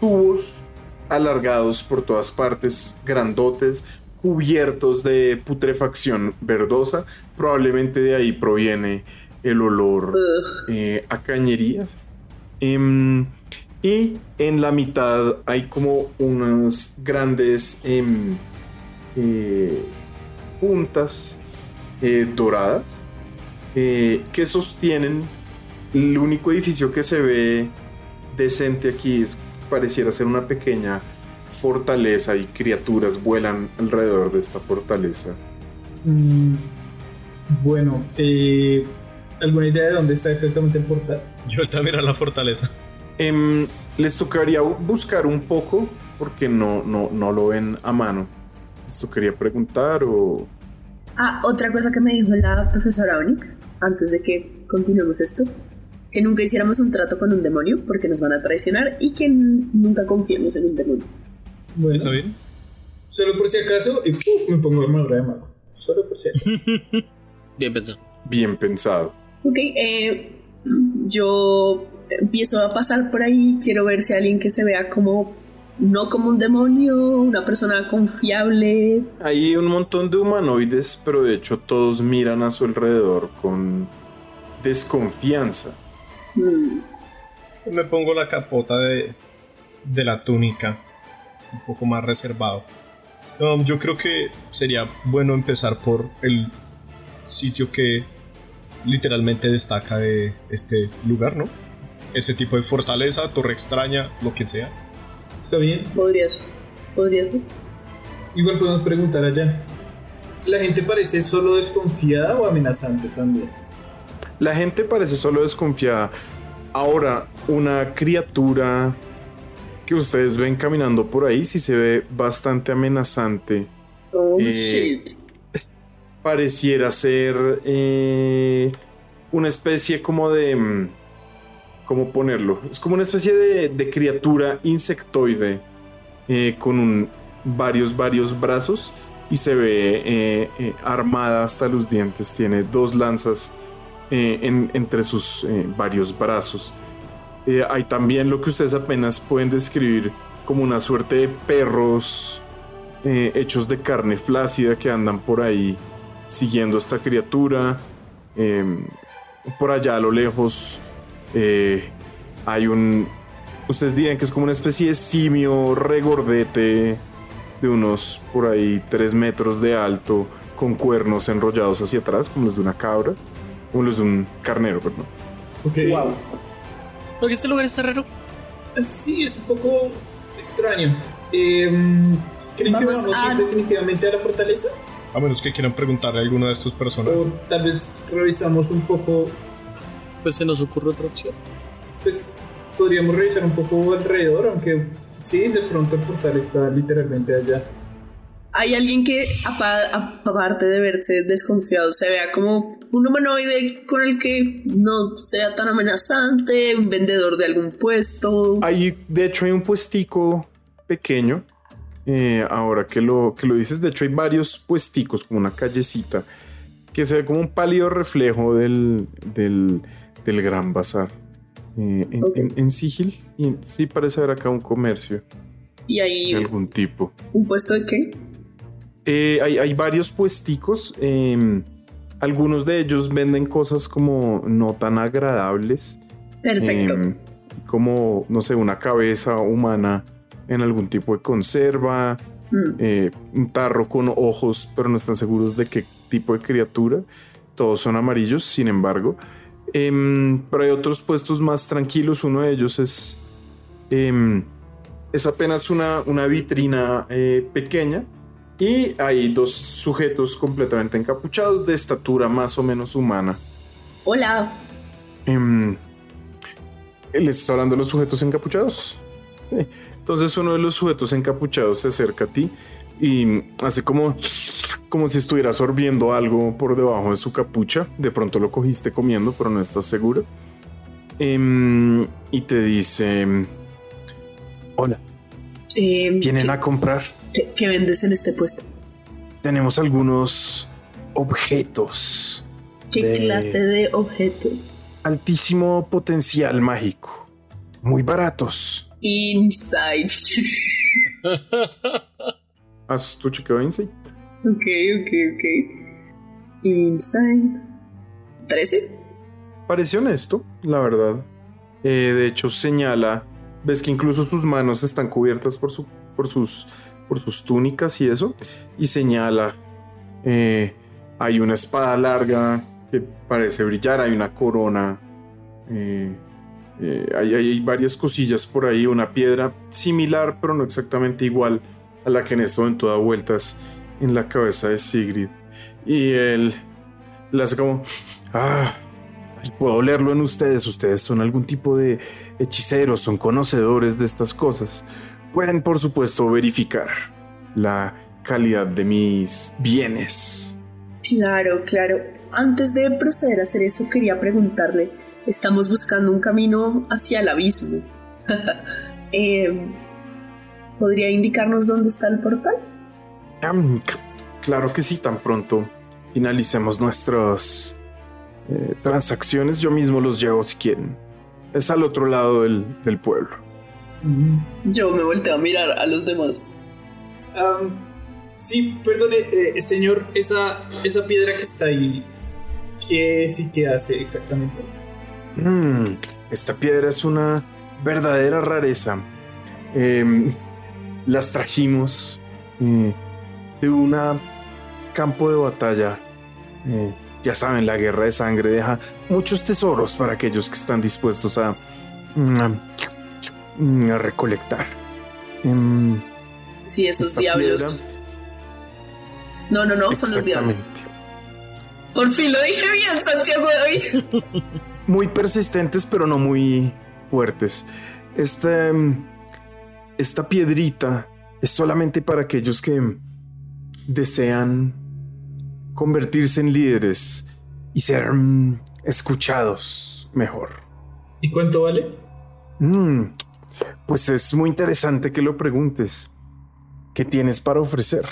[SPEAKER 2] tubos alargados por todas partes, grandotes, cubiertos de putrefacción verdosa. Probablemente de ahí proviene el olor eh, a cañerías. Em, y en la mitad hay como unas grandes em, eh, puntas eh, doradas eh, que sostienen el único edificio que se ve decente aquí es, pareciera ser una pequeña fortaleza y criaturas vuelan alrededor de esta fortaleza.
[SPEAKER 6] Mm, bueno, eh, ¿alguna idea de dónde está exactamente el portal?
[SPEAKER 5] Yo estaba mirando la fortaleza.
[SPEAKER 2] Em, les tocaría bu- buscar un poco porque no, no, no lo ven a mano. Les tocaría preguntar o...
[SPEAKER 3] Ah, otra cosa que me dijo la profesora Onyx, antes de que continuemos esto, que nunca hiciéramos un trato con un demonio porque nos van a traicionar y que n- nunca confiemos en un demonio.
[SPEAKER 6] Bueno,
[SPEAKER 5] ¿Está bien?
[SPEAKER 6] solo por si acaso, y ¡puf! me pongo armadura de mago. Solo por
[SPEAKER 5] *laughs*
[SPEAKER 6] si acaso.
[SPEAKER 4] Bien pensado.
[SPEAKER 2] Bien pensado.
[SPEAKER 3] Ok, eh, *clears throat* yo empiezo a pasar por ahí, quiero ver si alguien que se vea como, no como un demonio, una persona confiable.
[SPEAKER 2] Hay un montón de humanoides, pero de hecho todos miran a su alrededor con desconfianza.
[SPEAKER 3] Mm,
[SPEAKER 5] Me pongo la capota de, de la túnica, un poco más reservado. Um, yo creo que sería bueno empezar por el sitio que literalmente destaca de este lugar, ¿no? Ese tipo de fortaleza, torre extraña, lo que sea.
[SPEAKER 6] ¿Está bien?
[SPEAKER 3] podría ser, podría ser.
[SPEAKER 6] Igual podemos preguntar allá. ¿La gente parece solo desconfiada o amenazante también?
[SPEAKER 2] La gente parece solo desconfiada. Ahora, una criatura que ustedes ven caminando por ahí, sí se ve bastante amenazante.
[SPEAKER 3] Oh,
[SPEAKER 2] Eh,
[SPEAKER 3] shit.
[SPEAKER 2] pareciera ser eh, una especie como de... mm, ¿Cómo ponerlo? Es como una especie de, de criatura insectoide eh, con un- varios, varios brazos y se ve eh, eh, armada hasta los dientes. Tiene dos lanzas eh, en- entre sus eh, varios brazos. Eh, hay también lo que ustedes apenas pueden describir como una suerte de perros eh, hechos de carne flácida que andan por ahí siguiendo a esta criatura. Em, por allá a lo lejos eh, hay un... Ustedes dirían que es como una especie de simio regordete de unos por ahí 3 metros de alto con cuernos enrollados hacia atrás como los de una cabra, como los de un carnero, perdón.
[SPEAKER 6] Ok.
[SPEAKER 4] Porque este lugar está raro.
[SPEAKER 6] Sí, es un poco extraño. Em, ¿Creen que
[SPEAKER 3] Vamos
[SPEAKER 6] vamos a ir
[SPEAKER 3] a-
[SPEAKER 6] definitivamente a la fortaleza?
[SPEAKER 5] A menos que quieran preguntarle a alguno de estos personajes.
[SPEAKER 6] O tal vez revisamos un poco,
[SPEAKER 4] Pues se nos ocurre otra *laughs* opción.
[SPEAKER 6] pues podríamos revisar un poco alrededor, aunque sí, de pronto el portal está literalmente allá.
[SPEAKER 3] Hay alguien que, apa- aparte de verse desconfiado, se vea como un humanoide con el que no sea tan amenazante, un vendedor de algún puesto.
[SPEAKER 2] Hay, de hecho, hay un puestico pequeño. eh, ahora que lo, que lo dices, de hecho, hay varios puesticos, como una callecita, que se ve como un pálido reflejo del, del, del gran bazar. eh, en,
[SPEAKER 3] Ok.
[SPEAKER 2] en- en Sigil, y en- sí parece haber acá un comercio
[SPEAKER 3] Y hay
[SPEAKER 2] de algún tipo.
[SPEAKER 3] un puesto de qué?
[SPEAKER 2] Eh, hay, hay varios puesticos. eh, algunos de ellos venden cosas como no tan agradables.
[SPEAKER 3] Perfecto.
[SPEAKER 2] Em, aquí como, no sé, una cabeza humana en algún tipo de conserva,
[SPEAKER 3] Mm.
[SPEAKER 2] eh, un tarro con ojos, pero no están seguros de qué tipo de criatura. Todos son amarillos, sin embargo. Em, pero hay otros puestos más tranquilos. Uno de ellos es. em, es apenas una, una vitrina eh, pequeña. Y hay dos sujetos completamente encapuchados de estatura más o menos humana.
[SPEAKER 3] Hola.
[SPEAKER 2] Em, ¿Les está hablando de los sujetos encapuchados? Sí. Entonces uno de los sujetos encapuchados se acerca a ti y hace como, como si estuviera sorbiendo algo por debajo de su capucha. De pronto lo cogiste comiendo, pero no estás seguro. Em, y te dice... Hola,
[SPEAKER 3] Eh,
[SPEAKER 2] ¿vienen
[SPEAKER 3] ¿qué-
[SPEAKER 2] a comprar?
[SPEAKER 3] qué- qué vendes en este puesto?
[SPEAKER 2] Tenemos algunos objetos.
[SPEAKER 3] ¿Qué
[SPEAKER 2] de-
[SPEAKER 3] clase de objetos?
[SPEAKER 2] Altísimo potencial mágico. Muy baratos.
[SPEAKER 3] Inside. *laughs*
[SPEAKER 2] Haz tu chequeo de insight.
[SPEAKER 3] ok, ok, ok. Inside. ¿13?
[SPEAKER 2] Parece honesto, la verdad. Eh, de hecho, señala. Ves que incluso sus manos están cubiertas por, su, por, sus, por sus túnicas y eso. Y señala. eh, hay una espada larga que parece brillar. Hay una corona. eh, eh, hay, hay varias cosillas por ahí. Una piedra similar, pero no exactamente igual a la que en este momento da vueltas en la cabeza de Sigrid. Y él le hace como. Ah, Puedo olerlo en ustedes. Ustedes son algún tipo de hechiceros, son conocedores de estas cosas. Pueden, por supuesto, verificar la calidad de mis bienes.
[SPEAKER 3] Claro, claro. Antes de proceder a hacer eso, quería preguntarle. Estamos buscando un camino hacia el abismo. *laughs* Em, ¿Podría indicarnos dónde está el portal?
[SPEAKER 2] Am, c- Claro que sí, tan pronto finalicemos nuestras eh, transacciones. Yo mismo los llevo si quieren. Es al otro lado del, del pueblo.
[SPEAKER 6] Ujú.
[SPEAKER 3] Yo me volteo a mirar a los demás.
[SPEAKER 6] Am, sí, perdone, eh, señor, esa, esa piedra que está ahí, ¿qué es y qué hace exactamente?
[SPEAKER 2] Mm, esta piedra es una verdadera rareza. Em, las trajimos eh, de un campo de batalla. Eh, ya saben, la guerra de sangre deja muchos tesoros para aquellos que están dispuestos a, mm, a recolectar. Em,
[SPEAKER 3] Sí, esos
[SPEAKER 2] esta
[SPEAKER 3] diablos.
[SPEAKER 2] piedra-
[SPEAKER 3] No, no, no, son los diablos.
[SPEAKER 2] exactamente.
[SPEAKER 3] Por fin lo dije bien, Santiago David.
[SPEAKER 2] muy persistentes, pero no muy fuertes. Este, mm, esta piedrita es solamente para aquellos que mm, desean convertirse en líderes y ser mm, escuchados mejor.
[SPEAKER 6] ¿Y cuánto vale?
[SPEAKER 2] Mm, pues es muy interesante que lo preguntes. ¿Qué tienes para ofrecer?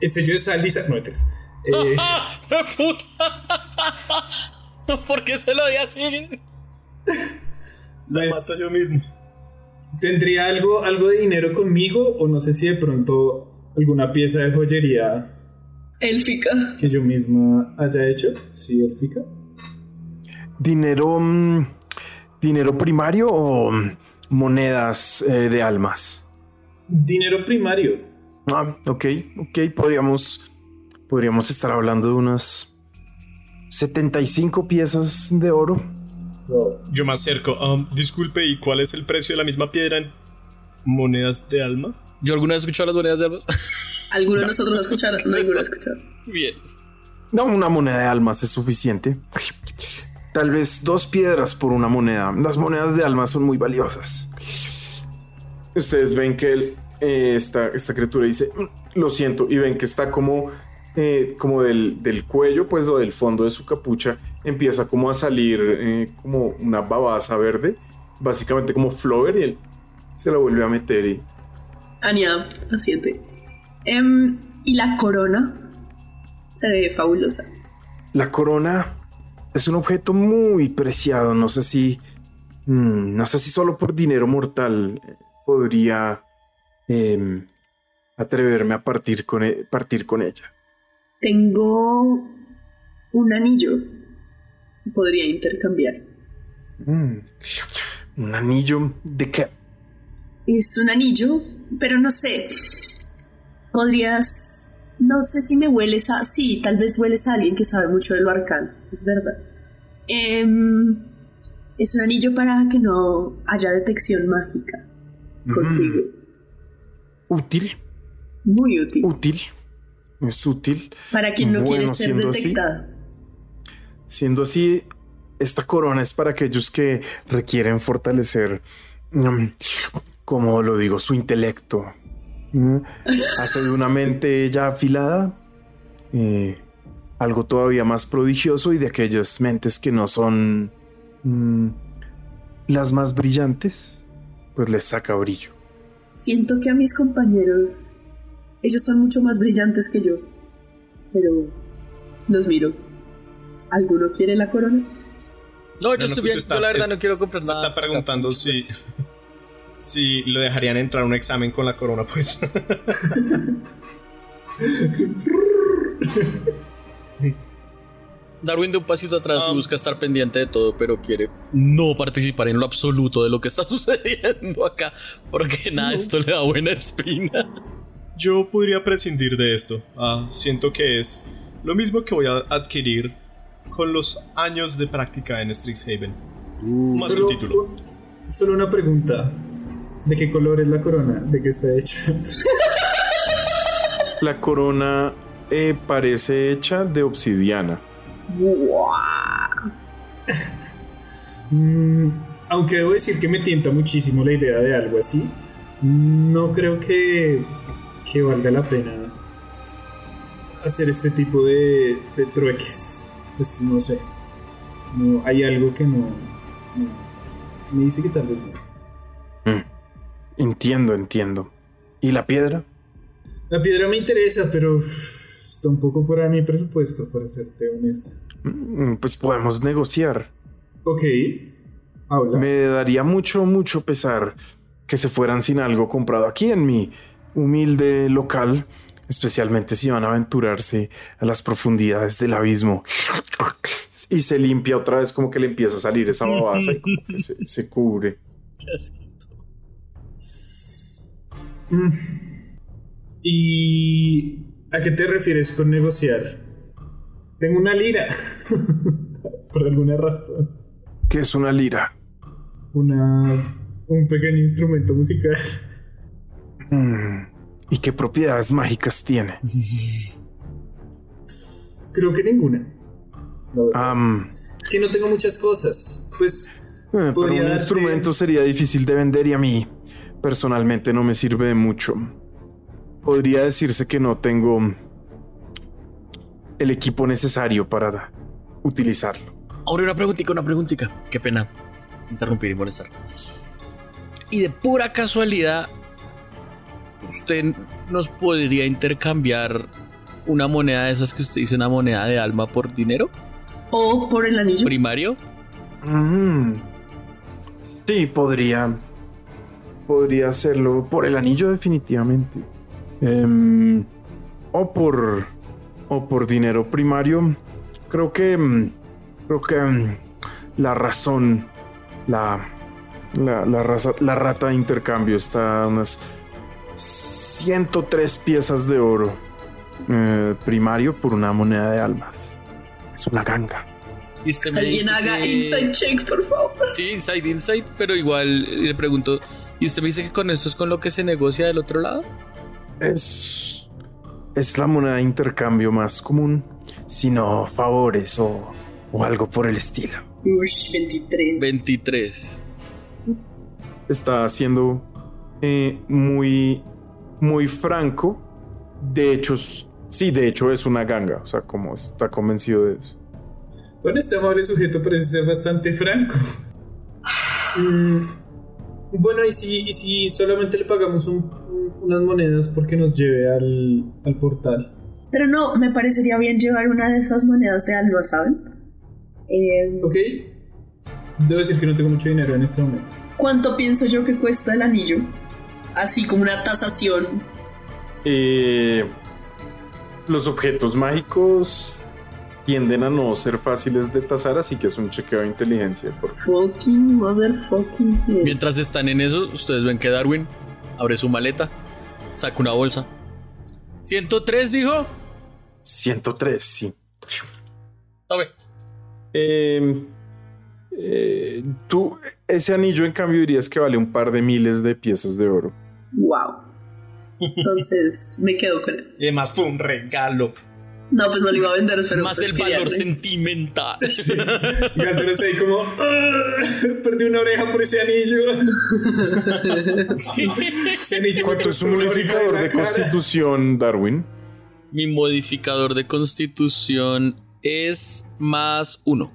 [SPEAKER 6] El sello Este, de Saldisa, no tres. Eh,
[SPEAKER 4] ¡Ah! ¡Puta! ¿Por qué se lo di así?
[SPEAKER 6] pues,
[SPEAKER 5] Mato yo mismo.
[SPEAKER 6] ¿Tendría algo, algo de dinero conmigo o no sé si de pronto alguna pieza de joyería
[SPEAKER 3] Élfica.
[SPEAKER 6] que yo misma haya hecho? Sí, Elfica.
[SPEAKER 2] ¿Dinero, mm, dinero primario o mm, monedas eh, de almas?
[SPEAKER 6] Dinero primario.
[SPEAKER 2] Ah, ok, ok, podríamos, podríamos estar hablando de unas 75 piezas de oro.
[SPEAKER 6] Wow.
[SPEAKER 5] Yo me acerco. Um, disculpe, ¿y cuál es el precio de la misma piedra en monedas de almas?
[SPEAKER 4] ¿Yo alguna vez he escuchado las monedas de almas?
[SPEAKER 3] ¿Alguno de nosotros lo escucharon? No, ninguno lo escuchó.
[SPEAKER 4] *laughs* Bien.
[SPEAKER 2] No, una moneda de almas es suficiente. Tal vez dos piedras por una moneda. Las monedas de almas son muy valiosas. Ustedes ven que el- eh, esta, esta criatura dice, "Mm, lo siento, y ven que está como, eh, como del, del cuello, pues, o del fondo de su capucha, empieza como a salir eh, como una babaza verde, básicamente como flower, y él se la vuelve a meter y...
[SPEAKER 3] Ania, asiente. Em, y la corona se ve fabulosa.
[SPEAKER 2] La corona es un objeto muy preciado. No sé si. mm, No sé si solo por dinero mortal eh, podría em, atreverme a partir con, e- partir con ella.
[SPEAKER 3] Tengo un anillo que podría intercambiar.
[SPEAKER 2] Mm. Un anillo de qué?
[SPEAKER 3] Es un anillo, pero no sé. Podrías. No sé si me hueles a. Sí, tal vez hueles a alguien que sabe mucho de lo arcano. Es verdad. Em, es un anillo para que no haya detección mágica contigo.
[SPEAKER 2] mm, Útil,
[SPEAKER 3] Muy útil.
[SPEAKER 2] útil. Es útil.
[SPEAKER 3] Para quien no quiere
[SPEAKER 2] Bueno,
[SPEAKER 3] ser
[SPEAKER 2] siendo así,
[SPEAKER 3] detectado.
[SPEAKER 2] Siendo así, esta corona es para aquellos que requieren fortalecer, mm, como lo digo, su intelecto. Mm, Hace de una mente ya afilada eh, algo todavía más prodigioso y de aquellas mentes que no son mm, las más brillantes, pues les saca brillo.
[SPEAKER 3] Siento que a mis compañeros, ellos son mucho más brillantes que yo, pero los miro. ¿Alguno quiere la corona?
[SPEAKER 4] No, yo
[SPEAKER 5] no,
[SPEAKER 4] estoy
[SPEAKER 5] pues
[SPEAKER 4] bien.
[SPEAKER 5] está-
[SPEAKER 4] yo la verdad
[SPEAKER 5] es-
[SPEAKER 4] no quiero
[SPEAKER 7] Pues
[SPEAKER 4] comprar
[SPEAKER 5] Se
[SPEAKER 4] nada.
[SPEAKER 5] está preguntando si, *laughs* si lo dejarían entrar a un examen con la corona
[SPEAKER 7] *laughs*
[SPEAKER 5] pues
[SPEAKER 4] Darwin da un pasito atrás y
[SPEAKER 5] Um,
[SPEAKER 4] busca estar pendiente de todo, pero quiere no participar en lo absoluto de lo que está *laughs* sucediendo acá, porque nada, esto le da buena espina. *laughs*
[SPEAKER 5] Yo podría prescindir de esto. Ah, siento que es lo mismo que voy a adquirir con los años de práctica en Strixhaven. Más el
[SPEAKER 6] Solo-
[SPEAKER 5] título.
[SPEAKER 6] Solo una pregunta. ¿De qué color es la corona? ¿De qué está hecha?
[SPEAKER 2] La corona eh, parece hecha de obsidiana.
[SPEAKER 6] Mm, aunque debo decir que me tienta muchísimo la idea de algo así, no creo que, que valga la pena hacer este tipo de, de trueques. Pues no sé. No, hay algo que no, no- Me dice que tal vez no.
[SPEAKER 2] Mm. Entiendo, entiendo. ¿Y la piedra?
[SPEAKER 6] La piedra me interesa, pero uf, está un poco fuera de mi presupuesto, para serte honesto.
[SPEAKER 2] Mm, Pues podemos negociar.
[SPEAKER 6] Ok, habla.
[SPEAKER 2] Me daría mucho, mucho pesar que se fueran sin algo comprado aquí en mi humilde local, especialmente si van a aventurarse a las profundidades del abismo. Y se limpia otra vez, como que le empieza a salir esa babasa y como que se, se cubre.
[SPEAKER 4] Qué asquito.
[SPEAKER 6] Mm. ¿Y a qué te refieres con negociar? Tengo una lira. *laughs* Por alguna razón.
[SPEAKER 2] Que es una lira.
[SPEAKER 6] Una. Un pequeño instrumento musical.
[SPEAKER 2] Mm, ¿Y qué propiedades mágicas tiene?
[SPEAKER 6] Creo que ninguna. La verdad.
[SPEAKER 2] Am,
[SPEAKER 6] Es que no tengo muchas cosas. Pues.
[SPEAKER 2] Eh, Pero
[SPEAKER 6] Podría
[SPEAKER 2] un
[SPEAKER 6] darte-
[SPEAKER 2] instrumento sería difícil de vender y a mí personalmente no me sirve de mucho. Podría decirse que no tengo el equipo necesario para utilizarlo.
[SPEAKER 4] Ahora una preguntica, una preguntica. Qué pena interrumpir y molestar. Y de pura casualidad, usted nos podría intercambiar una moneda de esas que usted dice, una moneda de alma por dinero
[SPEAKER 3] ¿O por el anillo?
[SPEAKER 4] primario.
[SPEAKER 2] Mm. Sí, podría. Podría hacerlo por el anillo definitivamente. Em, o por o por dinero primario. Creo que mm, creo que mm, la razón la la, la raza- la rata de intercambio está a unas 103 piezas de oro eh, primario por una moneda de almas. Es una ganga.
[SPEAKER 4] Y usted me
[SPEAKER 3] Alguien
[SPEAKER 4] dice
[SPEAKER 3] haga
[SPEAKER 4] que-
[SPEAKER 3] inside check, por favor.
[SPEAKER 4] Sí, inside, inside, pero igual eh, le pregunto, ¿y usted me dice que con esto es con lo que se negocia del otro lado?
[SPEAKER 2] Es, es la moneda de intercambio más común, sino favores o, o algo por el estilo.
[SPEAKER 3] Ush, 23.
[SPEAKER 4] 23.
[SPEAKER 2] Está siendo eh, muy, muy franco. De hecho, es- sí, de hecho es una ganga. O sea, como está convencido de eso.
[SPEAKER 6] Bueno, este amable sujeto parece ser bastante franco. Mm, Bueno, y si, y si solamente le pagamos un- un- unas monedas porque nos lleve al, al portal.
[SPEAKER 3] Pero no, me parecería bien llevar una de esas monedas de alma, ¿saben? Eh,
[SPEAKER 6] Ok. Debo decir que no tengo mucho dinero en este momento.
[SPEAKER 3] ¿Cuánto pienso yo que cuesta el anillo? Así como una tasación.
[SPEAKER 2] Eh, los objetos mágicos tienden a no ser fáciles de tasar, así que es un chequeo de inteligencia. por-
[SPEAKER 3] Fucking motherfucking hell.
[SPEAKER 4] Mientras están en eso, ustedes ven que Darwin abre su maleta, saca una bolsa. 103 dijo.
[SPEAKER 2] 103, sí.
[SPEAKER 4] Ok.
[SPEAKER 2] Eh, eh, tú, ese anillo en cambio dirías que vale un par de miles de piezas de oro.
[SPEAKER 3] Wow. Entonces *laughs* me quedo con él.
[SPEAKER 7] Y además fue un regalo.
[SPEAKER 3] No, pues no lo iba a vender, pero.
[SPEAKER 4] Más
[SPEAKER 3] pues
[SPEAKER 4] el
[SPEAKER 3] quería-
[SPEAKER 4] valor *laughs* sentimental.
[SPEAKER 6] Gato está ahí como. "Ah, Perdí una oreja por ese
[SPEAKER 7] *laughs*
[SPEAKER 6] anillo. Ese anillo me
[SPEAKER 2] ¿Cuánto es
[SPEAKER 6] costó
[SPEAKER 2] un
[SPEAKER 6] una oreja
[SPEAKER 2] modificador
[SPEAKER 6] la
[SPEAKER 2] de
[SPEAKER 6] cara.
[SPEAKER 2] constitución, Darwin?
[SPEAKER 4] Mi modificador de constitución es más uno.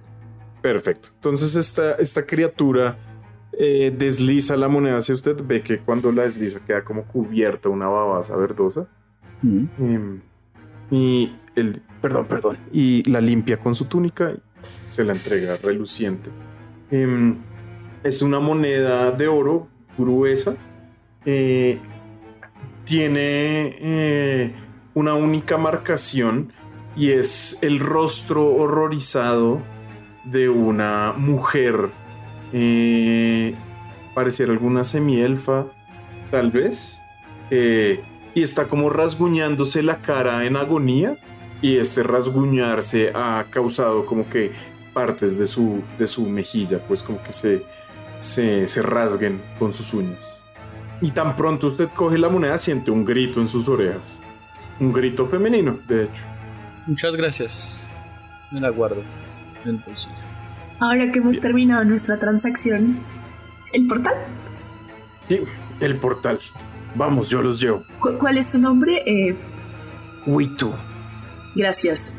[SPEAKER 2] Perfecto. Entonces esta, esta criatura eh, desliza la moneda hacia usted. Ve que cuando la desliza queda como cubierta una babasa verdosa.
[SPEAKER 4] Mm.
[SPEAKER 2] Em, y el... Perdón, perdón. Y la limpia con su túnica y se la entrega reluciente. Em, es una moneda de oro gruesa. eh, tiene eh, una única marcación y es el rostro horrorizado de una mujer. eh, pareciera alguna semielfa, tal vez. eh, y está como rasguñándose la cara en agonía. Y este rasguñarse ha causado como que partes de su, de su mejilla, pues como que se, se, se rasguen con sus uñas. Y tan pronto usted coge la moneda, siente un grito en sus orejas. Un grito femenino, de hecho.
[SPEAKER 4] Muchas gracias. Me la guardo. Entonces.
[SPEAKER 3] Ahora que hemos terminado nuestra transacción, ¿el portal?
[SPEAKER 2] Sí, el portal. Vamos, yo los llevo.
[SPEAKER 3] ¿Cu- ¿Cuál es su nombre? Eh,
[SPEAKER 2] Huitu.
[SPEAKER 3] gracias.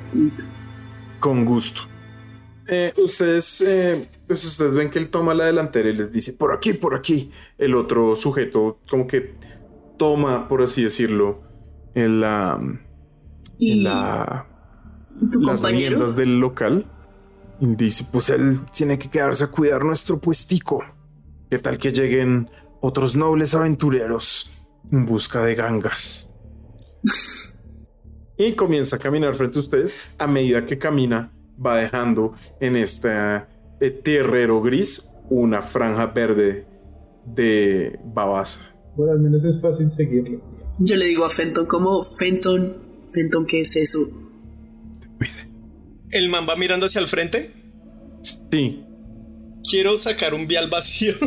[SPEAKER 2] Con gusto. Eh, ustedes, eh, pues ustedes ven que él toma la delantera y les dice, por aquí, por aquí. El otro sujeto como que toma, por así decirlo, en la,
[SPEAKER 3] Y
[SPEAKER 2] en la,
[SPEAKER 3] tu
[SPEAKER 2] las
[SPEAKER 3] compañero.
[SPEAKER 2] riendas del local. Y dice, pues él tiene que quedarse a cuidar nuestro puestico. ¿Qué tal que lleguen otros nobles aventureros en busca de gangas? *laughs* y comienza a caminar frente a ustedes. A medida que camina, va dejando en este eh, terrero gris una franja verde de babasa.
[SPEAKER 6] Bueno, al menos es fácil seguirlo.
[SPEAKER 3] Yo le digo a Fenton como Fenton. Fenton, ¿qué es eso?
[SPEAKER 5] El man va mirando hacia el frente.
[SPEAKER 2] Sí,
[SPEAKER 5] Quiero sacar un vial vacío *laughs*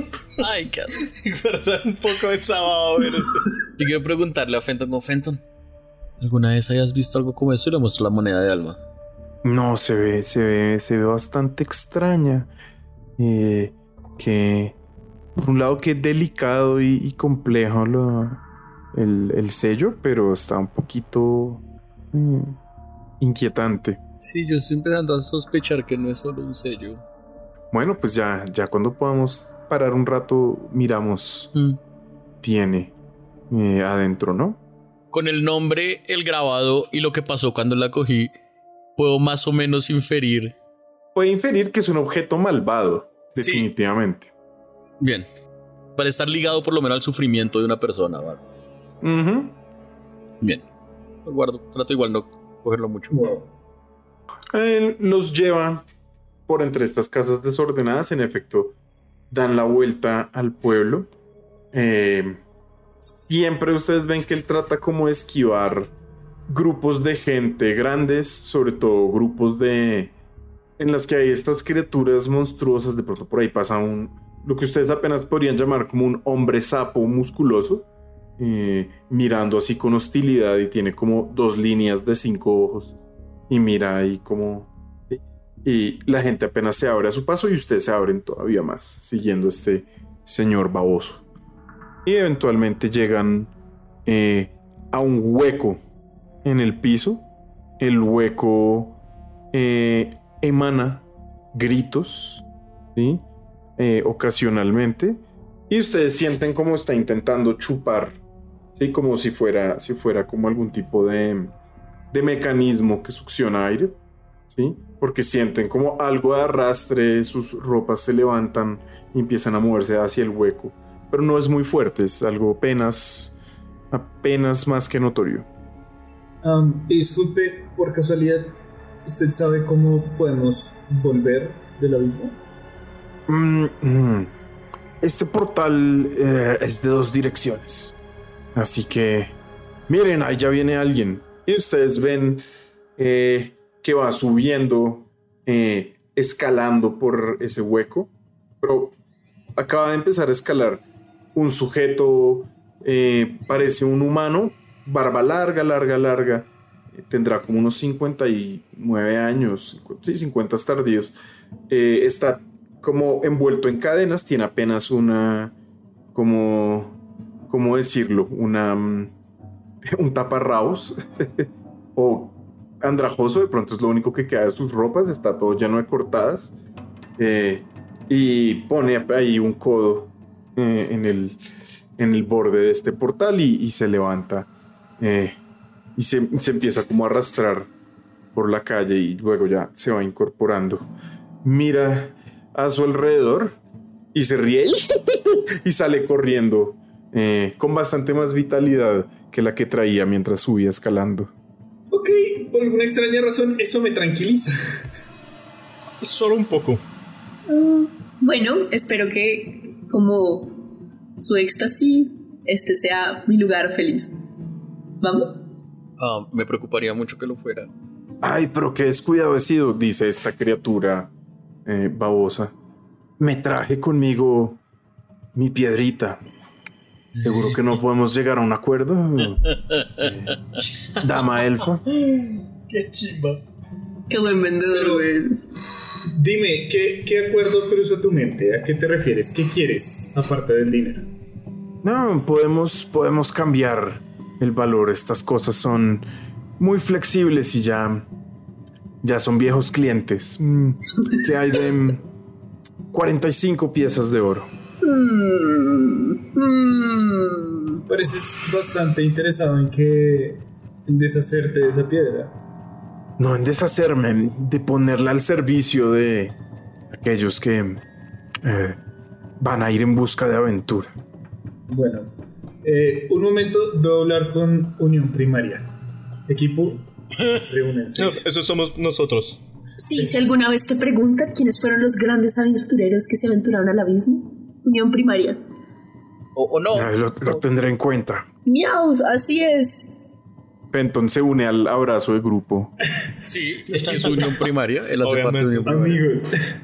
[SPEAKER 4] Ay, qué asco.
[SPEAKER 5] y guardar un poco
[SPEAKER 7] *laughs*
[SPEAKER 5] de sábado verde.
[SPEAKER 4] Yo quiero preguntarle a Fenton como Fenton. ¿Alguna vez hayas visto algo como eso? Y le muestro la moneda de alma.
[SPEAKER 2] No, se ve, se ve, se ve bastante extraña. Eh, que por un lado que es delicado y, y complejo la- el, el sello, pero está un poquito mm, inquietante.
[SPEAKER 4] Sí, yo estoy empezando a sospechar que no es solo un sello.
[SPEAKER 2] Bueno, pues ya, ya cuando podamos parar un rato, miramos.
[SPEAKER 4] Mm.
[SPEAKER 2] Tiene eh, adentro, ¿no?
[SPEAKER 4] Con el nombre, el grabado y lo que pasó cuando la cogí, puedo más o menos inferir.
[SPEAKER 2] Puede inferir que es un objeto malvado,
[SPEAKER 4] Sí.
[SPEAKER 2] definitivamente.
[SPEAKER 4] Bien. Para estar ligado por lo menos al sufrimiento de una persona, ¿vale?
[SPEAKER 2] Ujú.
[SPEAKER 4] Bien. Lo guardo. Trato igual no cogerlo mucho.
[SPEAKER 6] Wow.
[SPEAKER 2] Él Eh, los lleva por entre estas casas desordenadas. En efecto, dan la vuelta al pueblo. Eh, siempre ustedes ven que él trata como de esquivar grupos de gente grandes, sobre todo grupos de... en las que hay estas criaturas monstruosas. De pronto por ahí pasa un... lo que ustedes apenas podrían llamar como un hombre sapo musculoso. eh, mirando así con hostilidad y tiene como dos líneas de cinco ojos y mira ahí como... Y la gente apenas se abre a su paso y ustedes se abren todavía más, siguiendo este señor baboso. Y eventualmente llegan eh, a un hueco en el piso. El hueco eh, emana gritos, ¿sí? Eh, ocasionalmente. Y ustedes sienten como está intentando chupar, ¿sí? Como si fuera, si fuera como algún tipo de de mecanismo que succiona aire, ¿sí? Porque sienten como algo de arrastre, sus ropas se levantan y empiezan a moverse hacia el hueco. Pero no es muy fuerte, es algo apenas, apenas más que notorio.
[SPEAKER 6] Am, disculpe, por casualidad, ¿Usted sabe cómo podemos volver del abismo?
[SPEAKER 2] Mm, mm. Este portal eh, es de dos direcciones. Así que, miren, ahí ya viene alguien. Y ustedes ven eh, que va subiendo, eh, escalando por ese hueco. Pero acaba de empezar a escalar un sujeto, eh, parece un humano, barba larga, larga, larga. Eh, Tendrá como unos 59 años, 50, sí, 50 tardíos. Eh, está como envuelto en cadenas, tiene apenas una, como, ¿cómo decirlo? Una, mm, *laughs* un taparrabos *laughs* o andrajoso, de pronto es lo único que queda de sus ropas, está todo lleno de cortadas. Eh, y pone ahí un codo eh, en, el, en el borde de este portal y, y se levanta eh, y se, se empieza como a arrastrar por la calle y luego ya se va incorporando. Mira a su alrededor y se ríe *laughs* y sale corriendo eh, con bastante más vitalidad que la que traía mientras subía escalando.
[SPEAKER 6] Ok, por alguna extraña razón eso me tranquiliza.
[SPEAKER 5] Solo un poco.
[SPEAKER 3] Bueno, espero que como su éxtasis, este sea mi lugar feliz. Vamos.
[SPEAKER 4] Ah, me preocuparía mucho que lo fuera.
[SPEAKER 2] Ay, pero qué descuidado he sido, dice esta criatura eh, babosa. Me traje conmigo mi piedrita. Seguro que no podemos llegar a un acuerdo. eh, dama elfa.
[SPEAKER 7] *laughs* Qué chimba.
[SPEAKER 3] Qué buen vendedor, güey.
[SPEAKER 6] Dime, ¿qué, qué acuerdo cruza tu mente? ¿A qué te refieres? ¿Qué quieres aparte del dinero?
[SPEAKER 2] No, podemos, podemos cambiar el valor. Estas cosas son muy flexibles y ya, ya son viejos clientes. Mm, Que hay de mm, 45 piezas de oro.
[SPEAKER 3] Mm, mm.
[SPEAKER 6] Pareces bastante interesado en que en deshacerte de esa piedra.
[SPEAKER 2] No en deshacerme, de ponerla al servicio de aquellos que eh, van a ir en busca de aventura.
[SPEAKER 6] Bueno, eh, un momento, debo hablar con Unión Primaria. Equipo, reúnense.
[SPEAKER 5] No, eso somos nosotros.
[SPEAKER 3] Sí, si alguna vez te preguntan quiénes fueron los grandes aventureros que se aventuraron al abismo, unión primaria.
[SPEAKER 4] O, o no.
[SPEAKER 2] Eh, lo, lo tendré en cuenta.
[SPEAKER 3] Miau, así es.
[SPEAKER 2] Penton se une al abrazo de grupo.
[SPEAKER 4] Sí, es *laughs* que es unión primaria. Él hace parte de
[SPEAKER 5] Obviamente.
[SPEAKER 4] unión primaria.
[SPEAKER 6] Amigos, *laughs*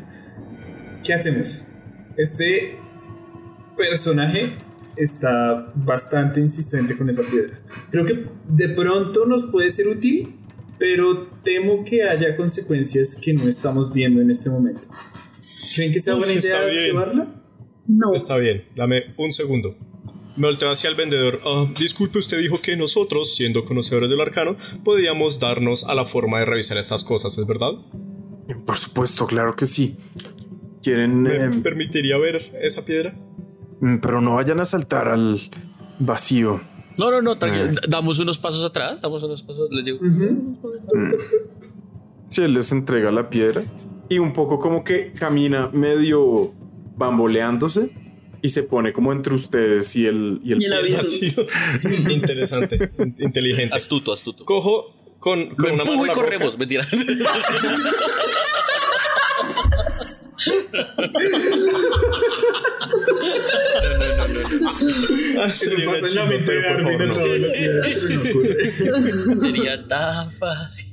[SPEAKER 6] ¿qué hacemos? Este personaje está bastante insistente con esa piedra. Creo que de pronto nos puede ser útil, pero temo que haya consecuencias que no estamos viendo en este momento. ¿Creen que sea
[SPEAKER 5] Uy,
[SPEAKER 6] buena
[SPEAKER 5] está
[SPEAKER 6] idea
[SPEAKER 5] bien.
[SPEAKER 6] llevarla?
[SPEAKER 3] No. *laughs*
[SPEAKER 5] Está bien, dame un segundo. Me volteo hacia el vendedor. Ah, disculpe, usted dijo que nosotros, siendo conocedores del arcano, podíamos darnos a la forma de revisar estas cosas, ¿es verdad?
[SPEAKER 2] Por supuesto, claro que sí. Quieren,
[SPEAKER 5] ¿Me
[SPEAKER 2] eh,
[SPEAKER 5] permitiría ver esa piedra?
[SPEAKER 2] mm, pero no vayan a saltar al vacío.
[SPEAKER 4] No, no, no, tranquilo. D- Damos unos pasos atrás, damos unos pasos. Les digo,
[SPEAKER 2] Mm. Si él les entrega la piedra y un poco como que camina medio bamboleándose y se pone como entre ustedes y el, y el
[SPEAKER 3] Y el
[SPEAKER 2] pie.
[SPEAKER 3] aviso.
[SPEAKER 5] Ha sido *laughs* interesante, in- inteligente.
[SPEAKER 4] astuto, astuto.
[SPEAKER 5] Cojo con,
[SPEAKER 4] Lo
[SPEAKER 5] con una mano
[SPEAKER 4] empujo y
[SPEAKER 5] la roca.
[SPEAKER 4] corremos, mentira. *laughs*
[SPEAKER 5] Ah,
[SPEAKER 6] Eso
[SPEAKER 5] sería
[SPEAKER 6] pasa en la
[SPEAKER 5] chido,
[SPEAKER 6] mente
[SPEAKER 5] pero
[SPEAKER 6] de
[SPEAKER 5] por
[SPEAKER 6] Armin
[SPEAKER 5] favor,
[SPEAKER 6] en
[SPEAKER 5] no.
[SPEAKER 6] toda velocidad, pero no *laughs* ocurre.
[SPEAKER 4] Sería tan fácil.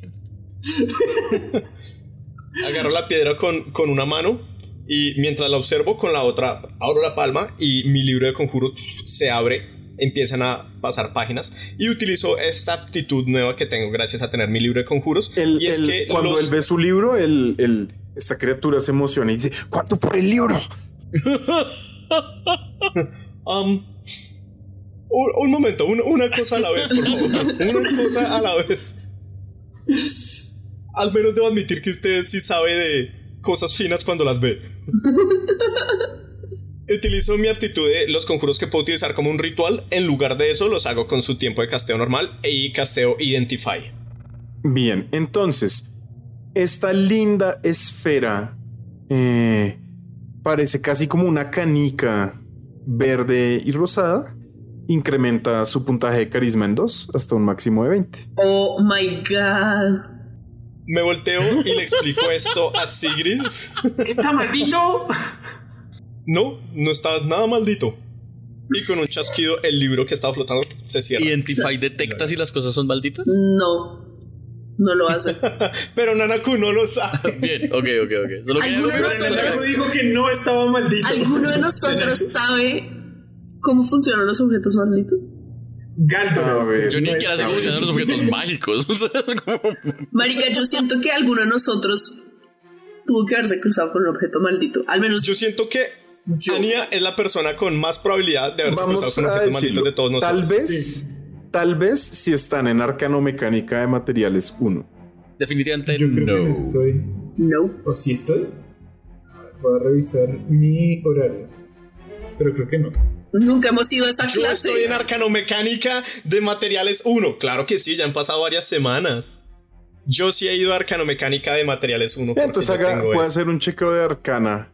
[SPEAKER 5] Agarro la piedra con, con una mano y mientras la observo con la otra, abro la palma y mi libro de conjuros se abre, empiezan a pasar páginas y utilizo esta aptitud nueva que tengo gracias a tener mi libro de conjuros.
[SPEAKER 2] El-
[SPEAKER 5] y es
[SPEAKER 2] el-
[SPEAKER 5] que
[SPEAKER 2] cuando
[SPEAKER 5] los-
[SPEAKER 2] él ve su libro, el- el- esta criatura se emociona y dice, ¿cuánto por el libro?
[SPEAKER 5] Um, un, un momento, un- una cosa a la vez, por favor. Una cosa a la vez. Al menos debo admitir que usted sí sabe de cosas finas cuando las ve. Utilizo mi aptitud de los conjuros que puedo utilizar como un ritual. En lugar de eso, los hago con su tiempo de casteo normal y casteo Identify.
[SPEAKER 2] Bien, entonces, esta linda esfera eh, parece casi como una canica verde y rosada. Incrementa su puntaje de carisma en 2 hasta un máximo de 20.
[SPEAKER 3] Oh my Oh god.
[SPEAKER 5] Me volteo y le explico esto a Sigrid.
[SPEAKER 6] ¿Está maldito?
[SPEAKER 5] No, no está nada maldito. Y con un chasquido, el libro que estaba flotando se cierra.
[SPEAKER 4] Identify detecta si las cosas son malditas.
[SPEAKER 3] No, no lo *laughs* hace.
[SPEAKER 5] Pero Nanaku no
[SPEAKER 2] *laughs*
[SPEAKER 5] lo sabe.
[SPEAKER 4] Bien, ok, ok, ok. Solo
[SPEAKER 3] Alguno
[SPEAKER 4] quería
[SPEAKER 3] de
[SPEAKER 4] confirmar
[SPEAKER 3] nosotros-
[SPEAKER 4] eso.
[SPEAKER 6] Eso dijo que no estaba maldito.
[SPEAKER 3] ¿Alguno de nosotros sabe cómo funcionan los objetos malditos?
[SPEAKER 6] Galtoros.
[SPEAKER 2] A ver.
[SPEAKER 4] Yo ni
[SPEAKER 6] No
[SPEAKER 4] siquiera sé
[SPEAKER 6] estaba
[SPEAKER 4] cómo funcionan los objetos mágicos. *laughs* O sea, es como-
[SPEAKER 3] Marica, yo siento que alguno de nosotros tuvo que haberse cruzado con un objeto maldito. Al menos
[SPEAKER 5] Yo siento que
[SPEAKER 3] Yo.
[SPEAKER 5] Ania es la persona con más probabilidad de haberse cruzado
[SPEAKER 2] Vamos
[SPEAKER 5] con
[SPEAKER 2] a
[SPEAKER 5] objetos malditos
[SPEAKER 2] decirlo.
[SPEAKER 5] de todos nosotros.
[SPEAKER 2] Tal vez, tal vez si están en arcanomecánica de materiales 1.
[SPEAKER 4] Definitivamente
[SPEAKER 6] Yo creo que no
[SPEAKER 4] no.
[SPEAKER 6] estoy.
[SPEAKER 3] no.
[SPEAKER 6] ¿O sí estoy? A ver, Voy a revisar mi horario. Pero creo que no.
[SPEAKER 3] Nunca hemos ido a esa
[SPEAKER 5] Yo
[SPEAKER 3] clase.
[SPEAKER 5] estoy en arcanomecánica de materiales 1. Claro que sí, ya han pasado varias semanas. Yo sí he ido a arcanomecánica de materiales 1.
[SPEAKER 2] Entonces
[SPEAKER 5] porque yo
[SPEAKER 2] haga,
[SPEAKER 5] tengo
[SPEAKER 2] puede
[SPEAKER 5] eso.
[SPEAKER 2] hacer un chequeo de arcana.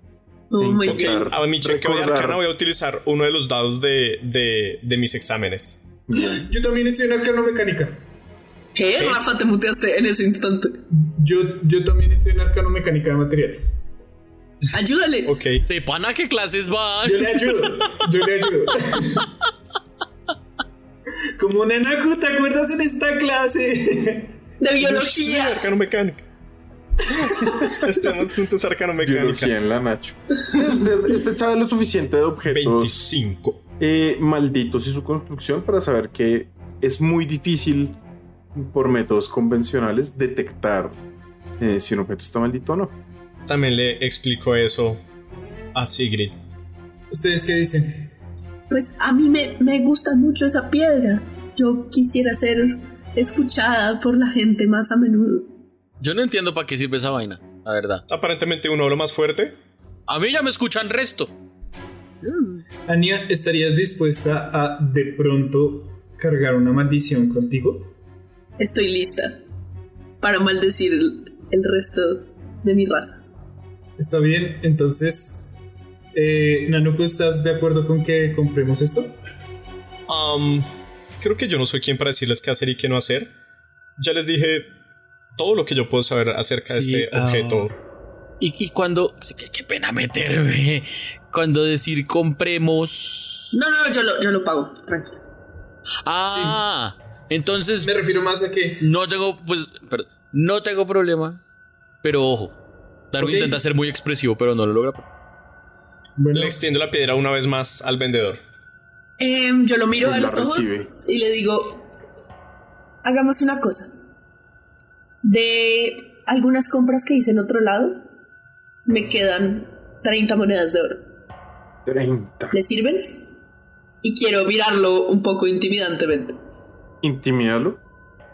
[SPEAKER 3] Oh my
[SPEAKER 5] Ok,
[SPEAKER 2] Recordar.
[SPEAKER 5] a mi chequeo de
[SPEAKER 2] Recordar.
[SPEAKER 5] arcana voy a utilizar uno de los dados de, de- de mis exámenes.
[SPEAKER 6] Yo también estoy en arcanomecánica.
[SPEAKER 3] ¿Qué?
[SPEAKER 5] Sí.
[SPEAKER 3] Rafa, te muteaste en ese instante.
[SPEAKER 6] Yo, yo también estoy en arcanomecánica de materiales.
[SPEAKER 3] Ayúdale.
[SPEAKER 5] Ok.
[SPEAKER 4] Sepan a qué clases van.
[SPEAKER 6] Yo le ayudo. Yo le ayudo. *laughs* Como Nanaku, ¿te acuerdas en esta clase? *laughs*
[SPEAKER 3] De
[SPEAKER 5] Sí,
[SPEAKER 2] *laughs*
[SPEAKER 3] biología.
[SPEAKER 5] arcanomecánica. Estamos juntos
[SPEAKER 2] Biología
[SPEAKER 5] arcanomecánica.
[SPEAKER 2] en la Nacho. Este, este sabe lo suficiente de objetos
[SPEAKER 5] 25.
[SPEAKER 2] eh, malditos y su construcción para saber que es muy difícil por métodos convencionales detectar eh, si un objeto está maldito o no.
[SPEAKER 5] También le explico eso a Sigrid.
[SPEAKER 6] ¿Ustedes qué dicen?
[SPEAKER 3] Pues a mí me, me gusta mucho esa piedra. Yo quisiera ser escuchada por la gente más a menudo.
[SPEAKER 4] Yo no entiendo para qué sirve esa vaina, la verdad.
[SPEAKER 5] Aparentemente uno habla más fuerte.
[SPEAKER 4] A mí ya me escuchan resto.
[SPEAKER 6] Ania, ¿estarías dispuesta a de pronto cargar una maldición contigo?
[SPEAKER 3] Estoy lista para maldecir el, el resto de mi raza.
[SPEAKER 6] Está bien, entonces, eh, Nanuku, ¿estás de acuerdo con que compremos esto?
[SPEAKER 5] Am, creo que yo no soy quien para decirles qué hacer y qué no hacer. Ya les dije todo lo que yo puedo saber acerca
[SPEAKER 4] Sí,
[SPEAKER 5] de este
[SPEAKER 4] ah.
[SPEAKER 5] objeto.
[SPEAKER 4] Y, y cuando. sí, Qué, qué pena meterme. Cuando decir compremos.
[SPEAKER 3] No, no, no, yo lo, yo lo pago, tranquilo.
[SPEAKER 4] Ah, entonces
[SPEAKER 6] Me refiero más a que
[SPEAKER 4] no tengo, pues, perdón, no tengo problema. Pero ojo, Darwin
[SPEAKER 6] Ok.
[SPEAKER 4] intenta ser muy expresivo, pero no lo logra.
[SPEAKER 6] Bueno,
[SPEAKER 5] Le extiendo la piedra una vez más al vendedor.
[SPEAKER 3] Em, yo lo miro
[SPEAKER 2] Él
[SPEAKER 3] a
[SPEAKER 2] la
[SPEAKER 3] los ojos
[SPEAKER 2] recibe.
[SPEAKER 3] y le digo, hagamos una cosa. De algunas compras que hice en otro lado, me quedan 30 monedas de oro.
[SPEAKER 2] 30.
[SPEAKER 3] ¿Le sirven? Y quiero mirarlo un poco intimidantemente.
[SPEAKER 2] Intimídalo.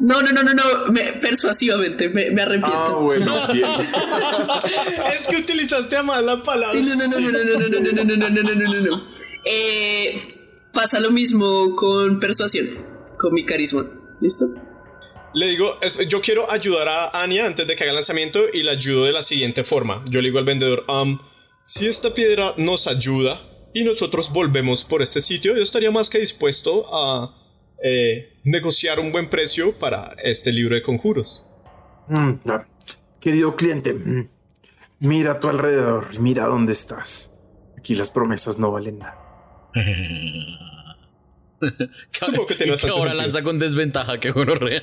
[SPEAKER 3] No, no, no, no, no, me- persuasivamente, me, me arrepiento.
[SPEAKER 2] Ah, bueno, bien.
[SPEAKER 5] es que utilizaste a mal la palabra.
[SPEAKER 3] Sí, no, no, no, no, no, no, no, no, no, no, no, no, no, no, no, no. Eh, pasa lo mismo con persuasión, con mi carisma. ¿Listo?
[SPEAKER 5] Le digo, es- yo quiero ayudar a Anya antes de que haga el lanzamiento y la ayudo de la siguiente forma. Yo le digo al vendedor, "Am, si esta piedra nos ayuda y nosotros volvemos por este sitio, yo estaría más que dispuesto a eh, negociar un buen precio para este libro de
[SPEAKER 4] *laughs*
[SPEAKER 5] conjuros.
[SPEAKER 2] Mm, ah, Querido cliente, mm, mira a tu alrededor, y mira dónde estás. Aquí las promesas no valen nada.
[SPEAKER 5] Supongo que tiene
[SPEAKER 4] Y
[SPEAKER 5] bastante
[SPEAKER 4] ahora
[SPEAKER 5] sentido.
[SPEAKER 4] lanza con desventaja, que gonorrea.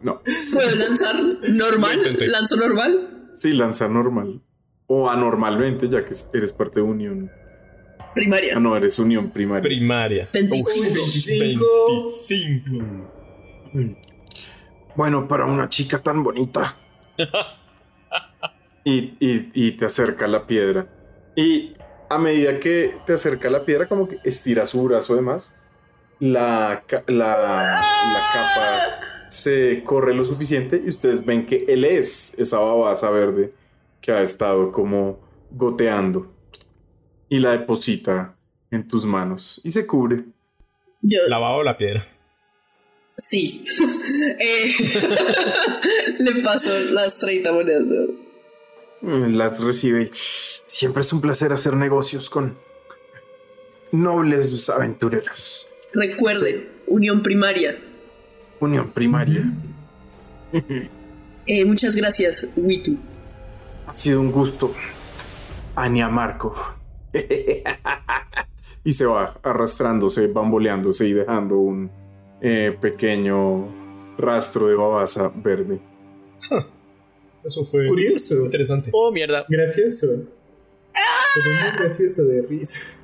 [SPEAKER 2] No,
[SPEAKER 3] ¿Puedo lanzar normal?
[SPEAKER 5] Lo intenté.
[SPEAKER 3] ¿Lanzo normal?
[SPEAKER 2] sí, lanza normal. O anormalmente, ya que eres parte de unión. Ah,
[SPEAKER 3] Primaria.
[SPEAKER 2] no, eres unión primaria.
[SPEAKER 5] Primaria.
[SPEAKER 3] 25.
[SPEAKER 5] 25.
[SPEAKER 2] Mm. Bueno, para una chica tan bonita. y, y- y te acerca la piedra. Y a medida que te acerca la piedra, como que estira su brazo de más, la, ca- la, la capa se corre lo suficiente y ustedes ven que él es esa babaza verde que ha estado como goteando. Y la deposita en tus manos y se cubre.
[SPEAKER 3] Yo,
[SPEAKER 5] Lavado la piedra.
[SPEAKER 3] sí. *laughs* Eh, *laughs* le paso las 30 monedas de oro.
[SPEAKER 2] Mm, las recibe. Siempre es un placer hacer negocios con nobles aventureros.
[SPEAKER 3] Recuerden, unión primaria.
[SPEAKER 2] Unión primaria.
[SPEAKER 3] Eh, muchas gracias, Witu.
[SPEAKER 2] Ha sido un gusto. Ania Marco. *laughs* y se va arrastrándose, bamboleándose y dejando un eh, pequeño rastro de babasa verde.
[SPEAKER 5] Eso fue
[SPEAKER 6] Curioso.
[SPEAKER 5] interesante.
[SPEAKER 4] Oh, mierda.
[SPEAKER 6] Gracioso. Pero muy gracioso de risa.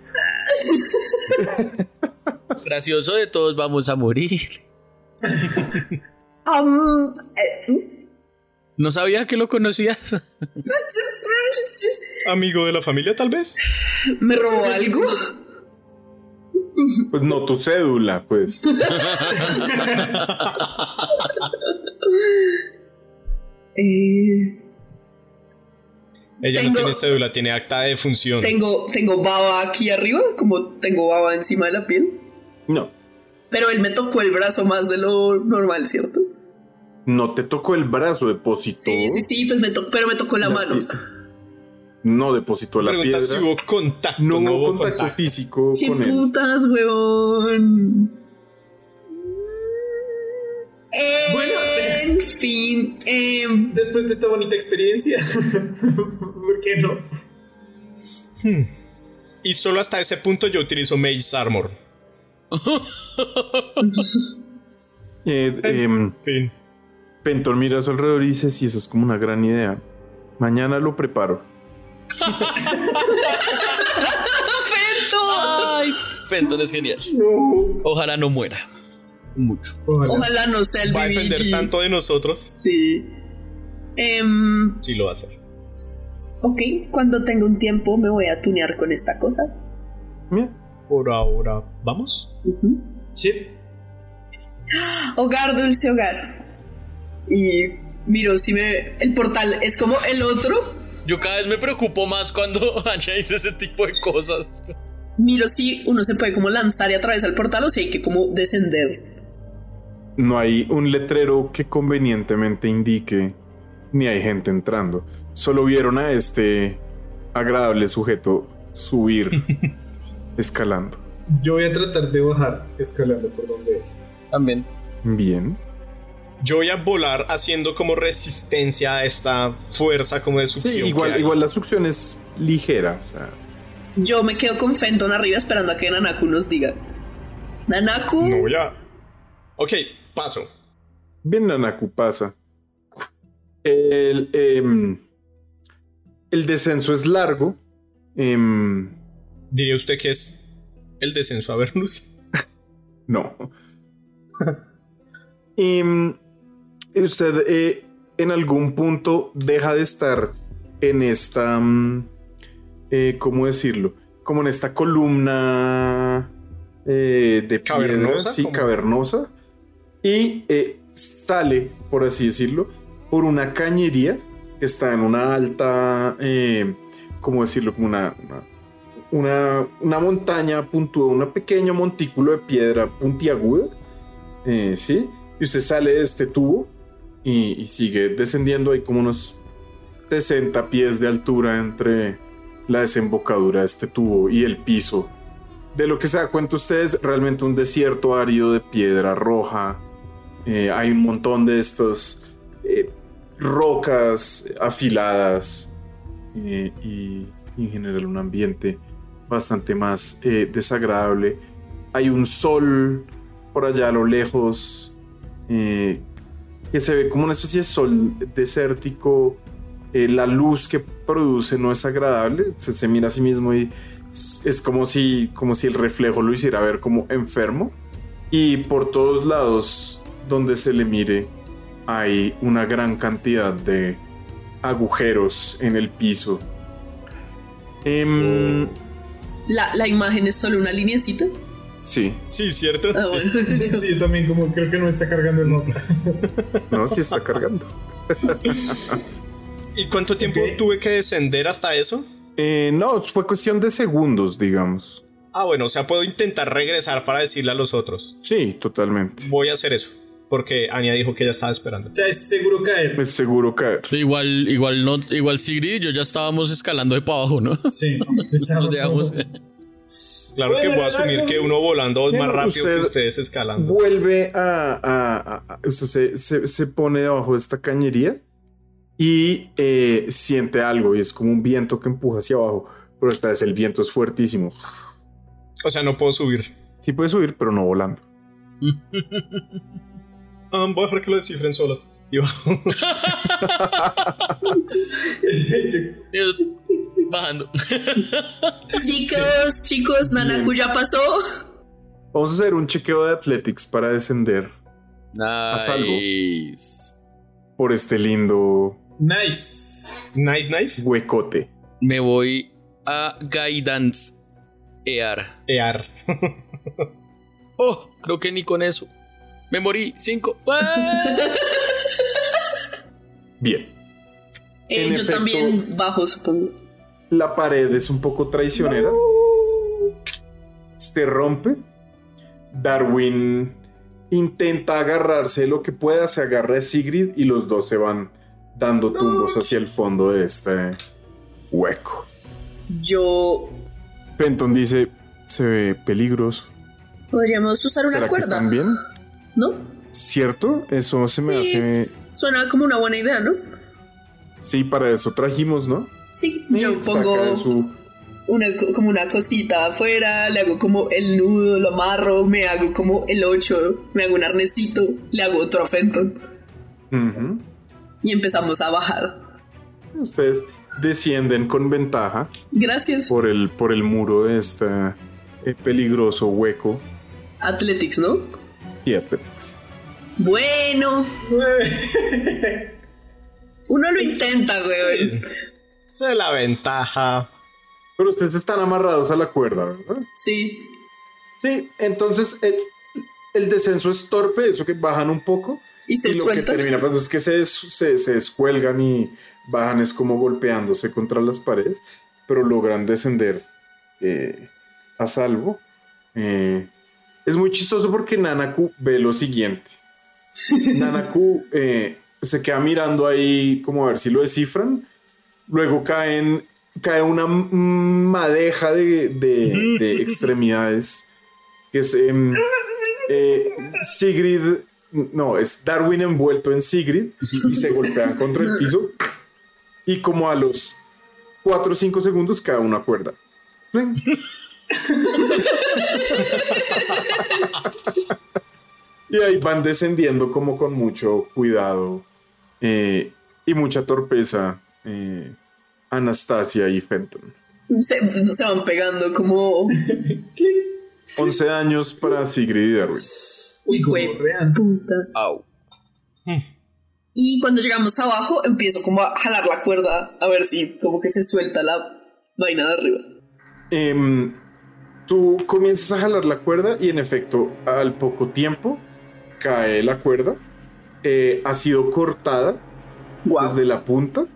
[SPEAKER 4] Gracioso de todos, vamos a morir.
[SPEAKER 3] Am, eh,
[SPEAKER 4] No sabía que lo conocías.
[SPEAKER 5] Amigo de la familia, tal vez.
[SPEAKER 3] ¿Me robó algo?
[SPEAKER 2] Pues no tu cédula, pues.
[SPEAKER 3] Eh,
[SPEAKER 5] Ella
[SPEAKER 3] Tengo-
[SPEAKER 5] no tiene cédula, tiene acta de función.
[SPEAKER 3] tengo, tengo baba aquí arriba, como tengo baba encima de la piel.
[SPEAKER 2] No.
[SPEAKER 3] Pero él me tocó el brazo más de lo normal, ¿cierto?
[SPEAKER 2] No te tocó el brazo, depositó.
[SPEAKER 3] Sí, sí, sí, pues me to- pero me tocó la
[SPEAKER 2] La
[SPEAKER 3] mano.
[SPEAKER 2] pi- No depositó la
[SPEAKER 5] Pregunta
[SPEAKER 2] piedra.
[SPEAKER 5] si hubo contacto.
[SPEAKER 2] No hubo contacto
[SPEAKER 5] Pues contacto.
[SPEAKER 2] físico
[SPEAKER 3] ¡Qué
[SPEAKER 2] con él.
[SPEAKER 3] putas, huevón! En
[SPEAKER 6] Bueno.
[SPEAKER 3] fin,
[SPEAKER 2] *laughs*
[SPEAKER 3] em,
[SPEAKER 6] Después de esta bonita experiencia, *laughs* ¿por qué no?
[SPEAKER 5] Hmm. Y solo hasta ese punto yo utilizo Mage's Armor.
[SPEAKER 2] Eh, em,
[SPEAKER 5] Fin.
[SPEAKER 2] Pentor mira a su alrededor y dice, sí, eso es como una gran idea. Mañana lo preparo.
[SPEAKER 3] ¡Fento!
[SPEAKER 4] Ay, Fenton es genial. Ojalá no muera. Mucho.
[SPEAKER 6] Ojalá.
[SPEAKER 3] Ojalá no sea el
[SPEAKER 5] Va a depender
[SPEAKER 3] BBG.
[SPEAKER 5] tanto de nosotros
[SPEAKER 3] Sí. Em,
[SPEAKER 5] si lo va a hacer.
[SPEAKER 3] ok, cuando tenga un tiempo me voy a tunear con esta cosa.
[SPEAKER 2] Mira,
[SPEAKER 5] Por ahora, ¿vamos?
[SPEAKER 3] Ujú.
[SPEAKER 6] Chip.
[SPEAKER 3] Hogar, dulce hogar. Y miro si me. El portal es como el otro.
[SPEAKER 4] Yo cada vez me preocupo más cuando *laughs* Anya dice ese tipo de cosas.
[SPEAKER 3] Miro si uno se puede como lanzar y atravesar el portal o si hay que como descender.
[SPEAKER 2] no hay un letrero que convenientemente indique, ni hay gente entrando. Solo vieron a este agradable sujeto subir, escalando.
[SPEAKER 6] Yo voy a tratar de bajar escalando por donde es.
[SPEAKER 4] También.
[SPEAKER 2] Bien.
[SPEAKER 5] Yo voy a volar haciendo como resistencia a esta fuerza como de succión.
[SPEAKER 2] Sí,
[SPEAKER 5] que
[SPEAKER 2] igual,
[SPEAKER 5] hay.
[SPEAKER 2] igual la succión es ligera. o sea,
[SPEAKER 3] Yo me quedo con Fenton arriba esperando a que Nanaku nos diga. Nanaku.
[SPEAKER 5] No voy a. Ok, paso.
[SPEAKER 2] bien, Nanaku pasa. El, em, el descenso es largo. em,
[SPEAKER 5] ¿Diría usted que es el descenso a Vernus? *laughs*
[SPEAKER 2] No. Em, usted eh, en algún punto deja de estar en esta, mm, eh, ¿cómo decirlo? Como en esta columna eh, de piedra,
[SPEAKER 5] Cavernosa,
[SPEAKER 2] sí,
[SPEAKER 5] como-
[SPEAKER 2] cavernosa, y eh, sale, por así decirlo, por una cañería que está en una alta, eh, ¿cómo decirlo? Como una- una una, una montaña puntuda, un pequeño montículo de piedra puntiaguda, eh, ¿sí? Y usted sale de este tubo y, y sigue descendiendo, hay como unos 60 pies de altura entre la desembocadura de este tubo y el piso. De lo que se da cuenta usted es realmente un desierto árido de piedra roja. Eh, hay un montón de estas eh, rocas afiladas eh, y, y en general un ambiente bastante más eh, desagradable. Hay un sol por allá a lo lejos eh, que se ve como una especie de sol desértico. Eh, la luz que produce no es agradable. Se, se mira a sí mismo y es, es como, si, como si el reflejo lo hiciera ver como enfermo. Y por todos lados donde se le mire hay una gran cantidad de agujeros en el piso. Em,
[SPEAKER 3] La, la imagen es solo una lineecita.
[SPEAKER 2] Sí,
[SPEAKER 5] Sí, ¿cierto?
[SPEAKER 3] Ah,
[SPEAKER 5] Sí.
[SPEAKER 3] bueno. Yo- *laughs*
[SPEAKER 6] *laughs* Sí, yo también como creo que no está cargando el mapa.
[SPEAKER 2] no, sí está cargando.
[SPEAKER 5] ¿Y cuánto tiempo
[SPEAKER 6] Ok.
[SPEAKER 5] tuve que descender hasta eso?
[SPEAKER 2] Eh, no, fue cuestión de segundos, digamos.
[SPEAKER 5] Ah, bueno, o sea, puedo intentar regresar para decirle a los otros.
[SPEAKER 2] Sí, totalmente.
[SPEAKER 5] Voy a hacer eso. Porque Anya dijo que ella estaba esperando.
[SPEAKER 6] O sea, es seguro caer.
[SPEAKER 2] Pues seguro caer.
[SPEAKER 4] Igual, igual no, igual Sigrid y yo ya estábamos escalando de para abajo, ¿no? *laughs*
[SPEAKER 6] sí,
[SPEAKER 4] Nos
[SPEAKER 6] estamos
[SPEAKER 4] dejamos-
[SPEAKER 6] como-
[SPEAKER 5] Claro que
[SPEAKER 6] Bueno,
[SPEAKER 5] voy a
[SPEAKER 6] no,
[SPEAKER 5] asumir
[SPEAKER 6] no,
[SPEAKER 5] que uno volando es más
[SPEAKER 2] Bueno,
[SPEAKER 5] rápido
[SPEAKER 2] usted-
[SPEAKER 5] que ustedes escalando.
[SPEAKER 2] Vuelve a. a- a- a- o sea, se, se- se pone debajo de esta cañería y eh, siente algo y es como un viento que empuja hacia abajo. Pero esta vez el viento es fuertísimo.
[SPEAKER 5] O sea, no puedo subir.
[SPEAKER 2] Sí puede subir, pero no volando.
[SPEAKER 5] Ah, voy a dejar que lo descifren solas. *laughs* Y bajo.
[SPEAKER 4] Bajando.
[SPEAKER 3] Chicos, chicos, Nanaku ya pasó.
[SPEAKER 2] Vamos a hacer un chequeo de Athletics para descender algo.
[SPEAKER 4] Nice.
[SPEAKER 2] por este lindo
[SPEAKER 6] Nice.
[SPEAKER 5] Nice knife.
[SPEAKER 2] huecote.
[SPEAKER 4] Me voy a Guidance Ear.
[SPEAKER 5] *laughs* Ear.
[SPEAKER 4] Oh, creo que ni con eso. Me morí. Cinco. *laughs*
[SPEAKER 2] Bien.
[SPEAKER 3] Eh,
[SPEAKER 2] En
[SPEAKER 3] yo
[SPEAKER 2] efecto.
[SPEAKER 3] también bajo, supongo.
[SPEAKER 2] La pared es un poco traicionera. Se rompe. Darwin intenta agarrarse lo que pueda, se agarra a Sigrid y los dos se van dando tumbos hacia el fondo de este hueco.
[SPEAKER 3] Yo.
[SPEAKER 2] Penton dice, se ve peligroso.
[SPEAKER 3] Podríamos usar una
[SPEAKER 2] ¿Será que
[SPEAKER 3] cuerda,
[SPEAKER 2] están bien?
[SPEAKER 3] ¿no?
[SPEAKER 2] ¿Cierto? Eso se me
[SPEAKER 3] Sí.
[SPEAKER 2] hace...
[SPEAKER 3] Suena como una buena idea, ¿no?
[SPEAKER 2] Sí, para eso trajimos, ¿no?
[SPEAKER 3] Sí,
[SPEAKER 2] Y
[SPEAKER 3] yo
[SPEAKER 2] saca
[SPEAKER 3] pongo
[SPEAKER 2] de su
[SPEAKER 3] una, co- como una cosita afuera, le hago como el nudo, lo amarro, me hago como el 8, me hago un arnecito, le hago otro a Fenton
[SPEAKER 2] Ujú.
[SPEAKER 3] y empezamos a bajar.
[SPEAKER 2] Ustedes descienden con ventaja
[SPEAKER 3] Gracias.
[SPEAKER 2] por el, por el muro de este eh, peligroso hueco.
[SPEAKER 3] Athletics, ¿no?
[SPEAKER 2] Y Athletics.
[SPEAKER 3] Bueno, uno lo intenta, güey.
[SPEAKER 5] Sí. Esa es la ventaja.
[SPEAKER 2] Pero ustedes están amarrados a la cuerda, ¿verdad?
[SPEAKER 3] Sí.
[SPEAKER 2] Sí, entonces el, el descenso es torpe, eso que bajan un poco.
[SPEAKER 3] Y se
[SPEAKER 2] y lo
[SPEAKER 3] suelta.
[SPEAKER 2] que termina pasando es que se, des- se, se descuelgan y bajan, es como golpeándose contra las paredes, pero logran descender eh, a salvo. Eh, es muy chistoso porque Nanaku ve lo
[SPEAKER 3] *laughs*
[SPEAKER 2] siguiente. Nanaku eh, se queda mirando ahí como a ver si lo descifran. Luego caen, cae una m- madeja de, de- de
[SPEAKER 3] *laughs*
[SPEAKER 2] extremidades que es em, eh, Sigrid, no, es Darwin envuelto en Sigrid y se golpean contra el piso y como a los 4 o 5 segundos cae una cuerda. Pling. y ahí van descendiendo como con mucho cuidado eh, y mucha torpeza eh, Anastasia y Fenton.
[SPEAKER 3] Se, se van pegando como
[SPEAKER 2] 11 años para Sigrid y Darwin.
[SPEAKER 6] Uy,
[SPEAKER 3] Güey.
[SPEAKER 6] como real.
[SPEAKER 3] punta.
[SPEAKER 4] Au.
[SPEAKER 3] Y cuando llegamos abajo, empiezo como a jalar la cuerda, a ver si como que se suelta la vaina de arriba.
[SPEAKER 2] Em, tú comienzas a jalar la cuerda y en efecto al poco tiempo cae la cuerda. Eh, ha sido cortada
[SPEAKER 3] Wow.
[SPEAKER 2] desde la punta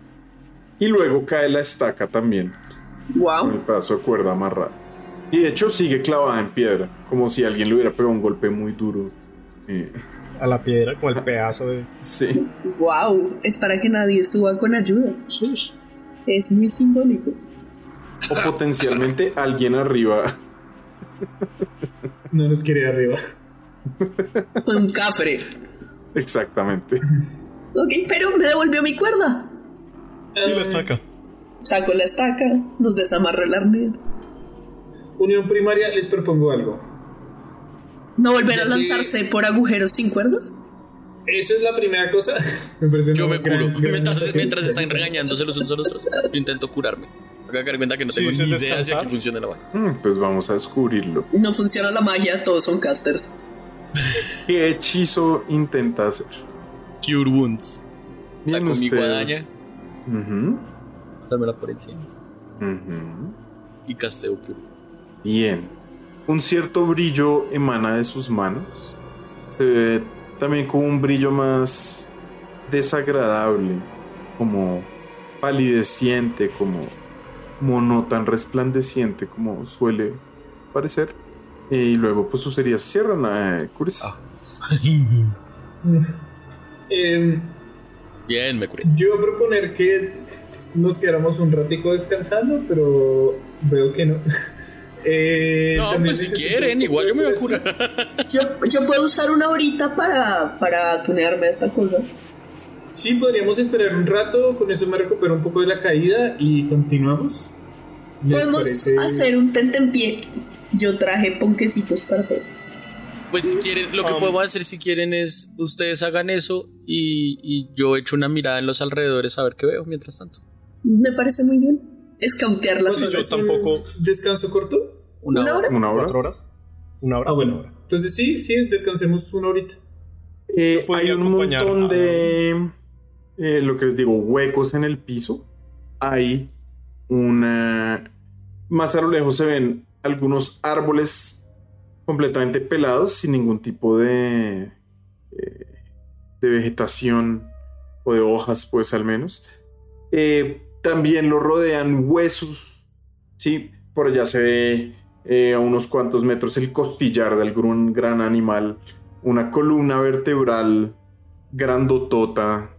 [SPEAKER 2] y luego cae la estaca también con el
[SPEAKER 3] Wow.
[SPEAKER 2] pedazo de cuerda amarrado. Y de hecho sigue clavada en piedra, como si alguien le hubiera pegado un golpe muy duro. Eh,
[SPEAKER 5] A la piedra, con el pedazo de.
[SPEAKER 2] sí.
[SPEAKER 3] Wow. Es para que nadie suba con ayuda.
[SPEAKER 5] Shush.
[SPEAKER 3] Es muy simbólico.
[SPEAKER 2] O potencialmente alguien arriba. *laughs*
[SPEAKER 6] No nos quiere arriba.
[SPEAKER 3] Fue un cafre.
[SPEAKER 2] Exactamente.
[SPEAKER 3] Ok, pero me devolvió mi cuerda.
[SPEAKER 5] Y la estaca.
[SPEAKER 3] Saco la estaca, nos desamarro el arnés.
[SPEAKER 6] Unión primaria, les propongo algo.
[SPEAKER 3] No volver a
[SPEAKER 6] Ya que-
[SPEAKER 3] lanzarse por agujeros sin cuerdas.
[SPEAKER 6] Eso es la primera cosa. Me parece
[SPEAKER 4] Yo
[SPEAKER 6] una
[SPEAKER 4] me
[SPEAKER 6] gran-
[SPEAKER 4] curo. *laughs*
[SPEAKER 6] gran
[SPEAKER 4] Mientras,
[SPEAKER 6] notación.
[SPEAKER 4] mientras están regañándose los unos a los otros, yo intento curarme. Acá que cuenta que no
[SPEAKER 5] Sí,
[SPEAKER 4] tengo
[SPEAKER 5] sí,
[SPEAKER 4] ni idea
[SPEAKER 5] descansar.
[SPEAKER 4] de que funciona la vaina.
[SPEAKER 2] Mm, Pues vamos a descubrirlo.
[SPEAKER 3] No funciona la magia, todos son casters.
[SPEAKER 2] ¿Qué hechizo intenta hacer?
[SPEAKER 4] Cure Wounds.
[SPEAKER 2] Bien
[SPEAKER 4] Saco mi
[SPEAKER 2] usted.
[SPEAKER 4] guadaña,
[SPEAKER 2] Ujú,
[SPEAKER 4] pasármela por encima
[SPEAKER 2] ujú.
[SPEAKER 4] y casteo Cure. Wounds.
[SPEAKER 2] Bien. Un cierto brillo emana de sus manos. Se ve también como un brillo más desagradable, como palideciente, como, como no tan resplandeciente como suele parecer. Y luego pues sus heridas se cierran, eh, Curis.
[SPEAKER 4] Ah.
[SPEAKER 6] Em,
[SPEAKER 4] Bien, me curé.
[SPEAKER 6] yo voy a proponer que nos quedáramos un ratico descansando, pero veo que no. *laughs* Eh,
[SPEAKER 4] No,
[SPEAKER 6] también
[SPEAKER 4] pues si
[SPEAKER 6] necesito
[SPEAKER 4] quieren,
[SPEAKER 6] un poco
[SPEAKER 4] igual yo me voy a
[SPEAKER 6] de eso.
[SPEAKER 4] curar.
[SPEAKER 3] Yo, yo puedo usar una horita para, para tunearme esta cosa.
[SPEAKER 6] Sí, podríamos esperar un rato, con eso me recupero un poco de la caída y continuamos. ¿Les
[SPEAKER 3] Podemos
[SPEAKER 6] parece?
[SPEAKER 3] hacer un tentempié. Yo traje ponquecitos para todos.
[SPEAKER 4] Pues si quieren, lo que
[SPEAKER 5] Um.
[SPEAKER 4] podemos hacer si quieren es ustedes hagan eso y, y yo echo una mirada en los alrededores a ver qué veo mientras tanto.
[SPEAKER 3] Me parece muy bien. Escautear las
[SPEAKER 5] Sí, yo
[SPEAKER 3] zonas.
[SPEAKER 5] tampoco.
[SPEAKER 6] ¿Un ¿Descanso corto?
[SPEAKER 4] Una,
[SPEAKER 3] ¿Una hora?
[SPEAKER 2] Una hora.
[SPEAKER 5] ¿Cuatro horas? ¿Una hora?
[SPEAKER 6] Ah, bueno. Entonces sí, sí, descansemos una horita.
[SPEAKER 2] Eh,
[SPEAKER 5] podía
[SPEAKER 2] hay un
[SPEAKER 5] acompañar
[SPEAKER 2] montón
[SPEAKER 5] a-
[SPEAKER 2] de eh, lo que les digo, huecos en el piso. Hay una. Más a lo lejos se ven algunos árboles completamente pelados, sin ningún tipo de. eh, de vegetación o de hojas, pues al menos. Eh, también lo rodean huesos. Sí, por allá se ve eh, a unos cuantos metros el costillar de algún gran animal una columna vertebral grandotota,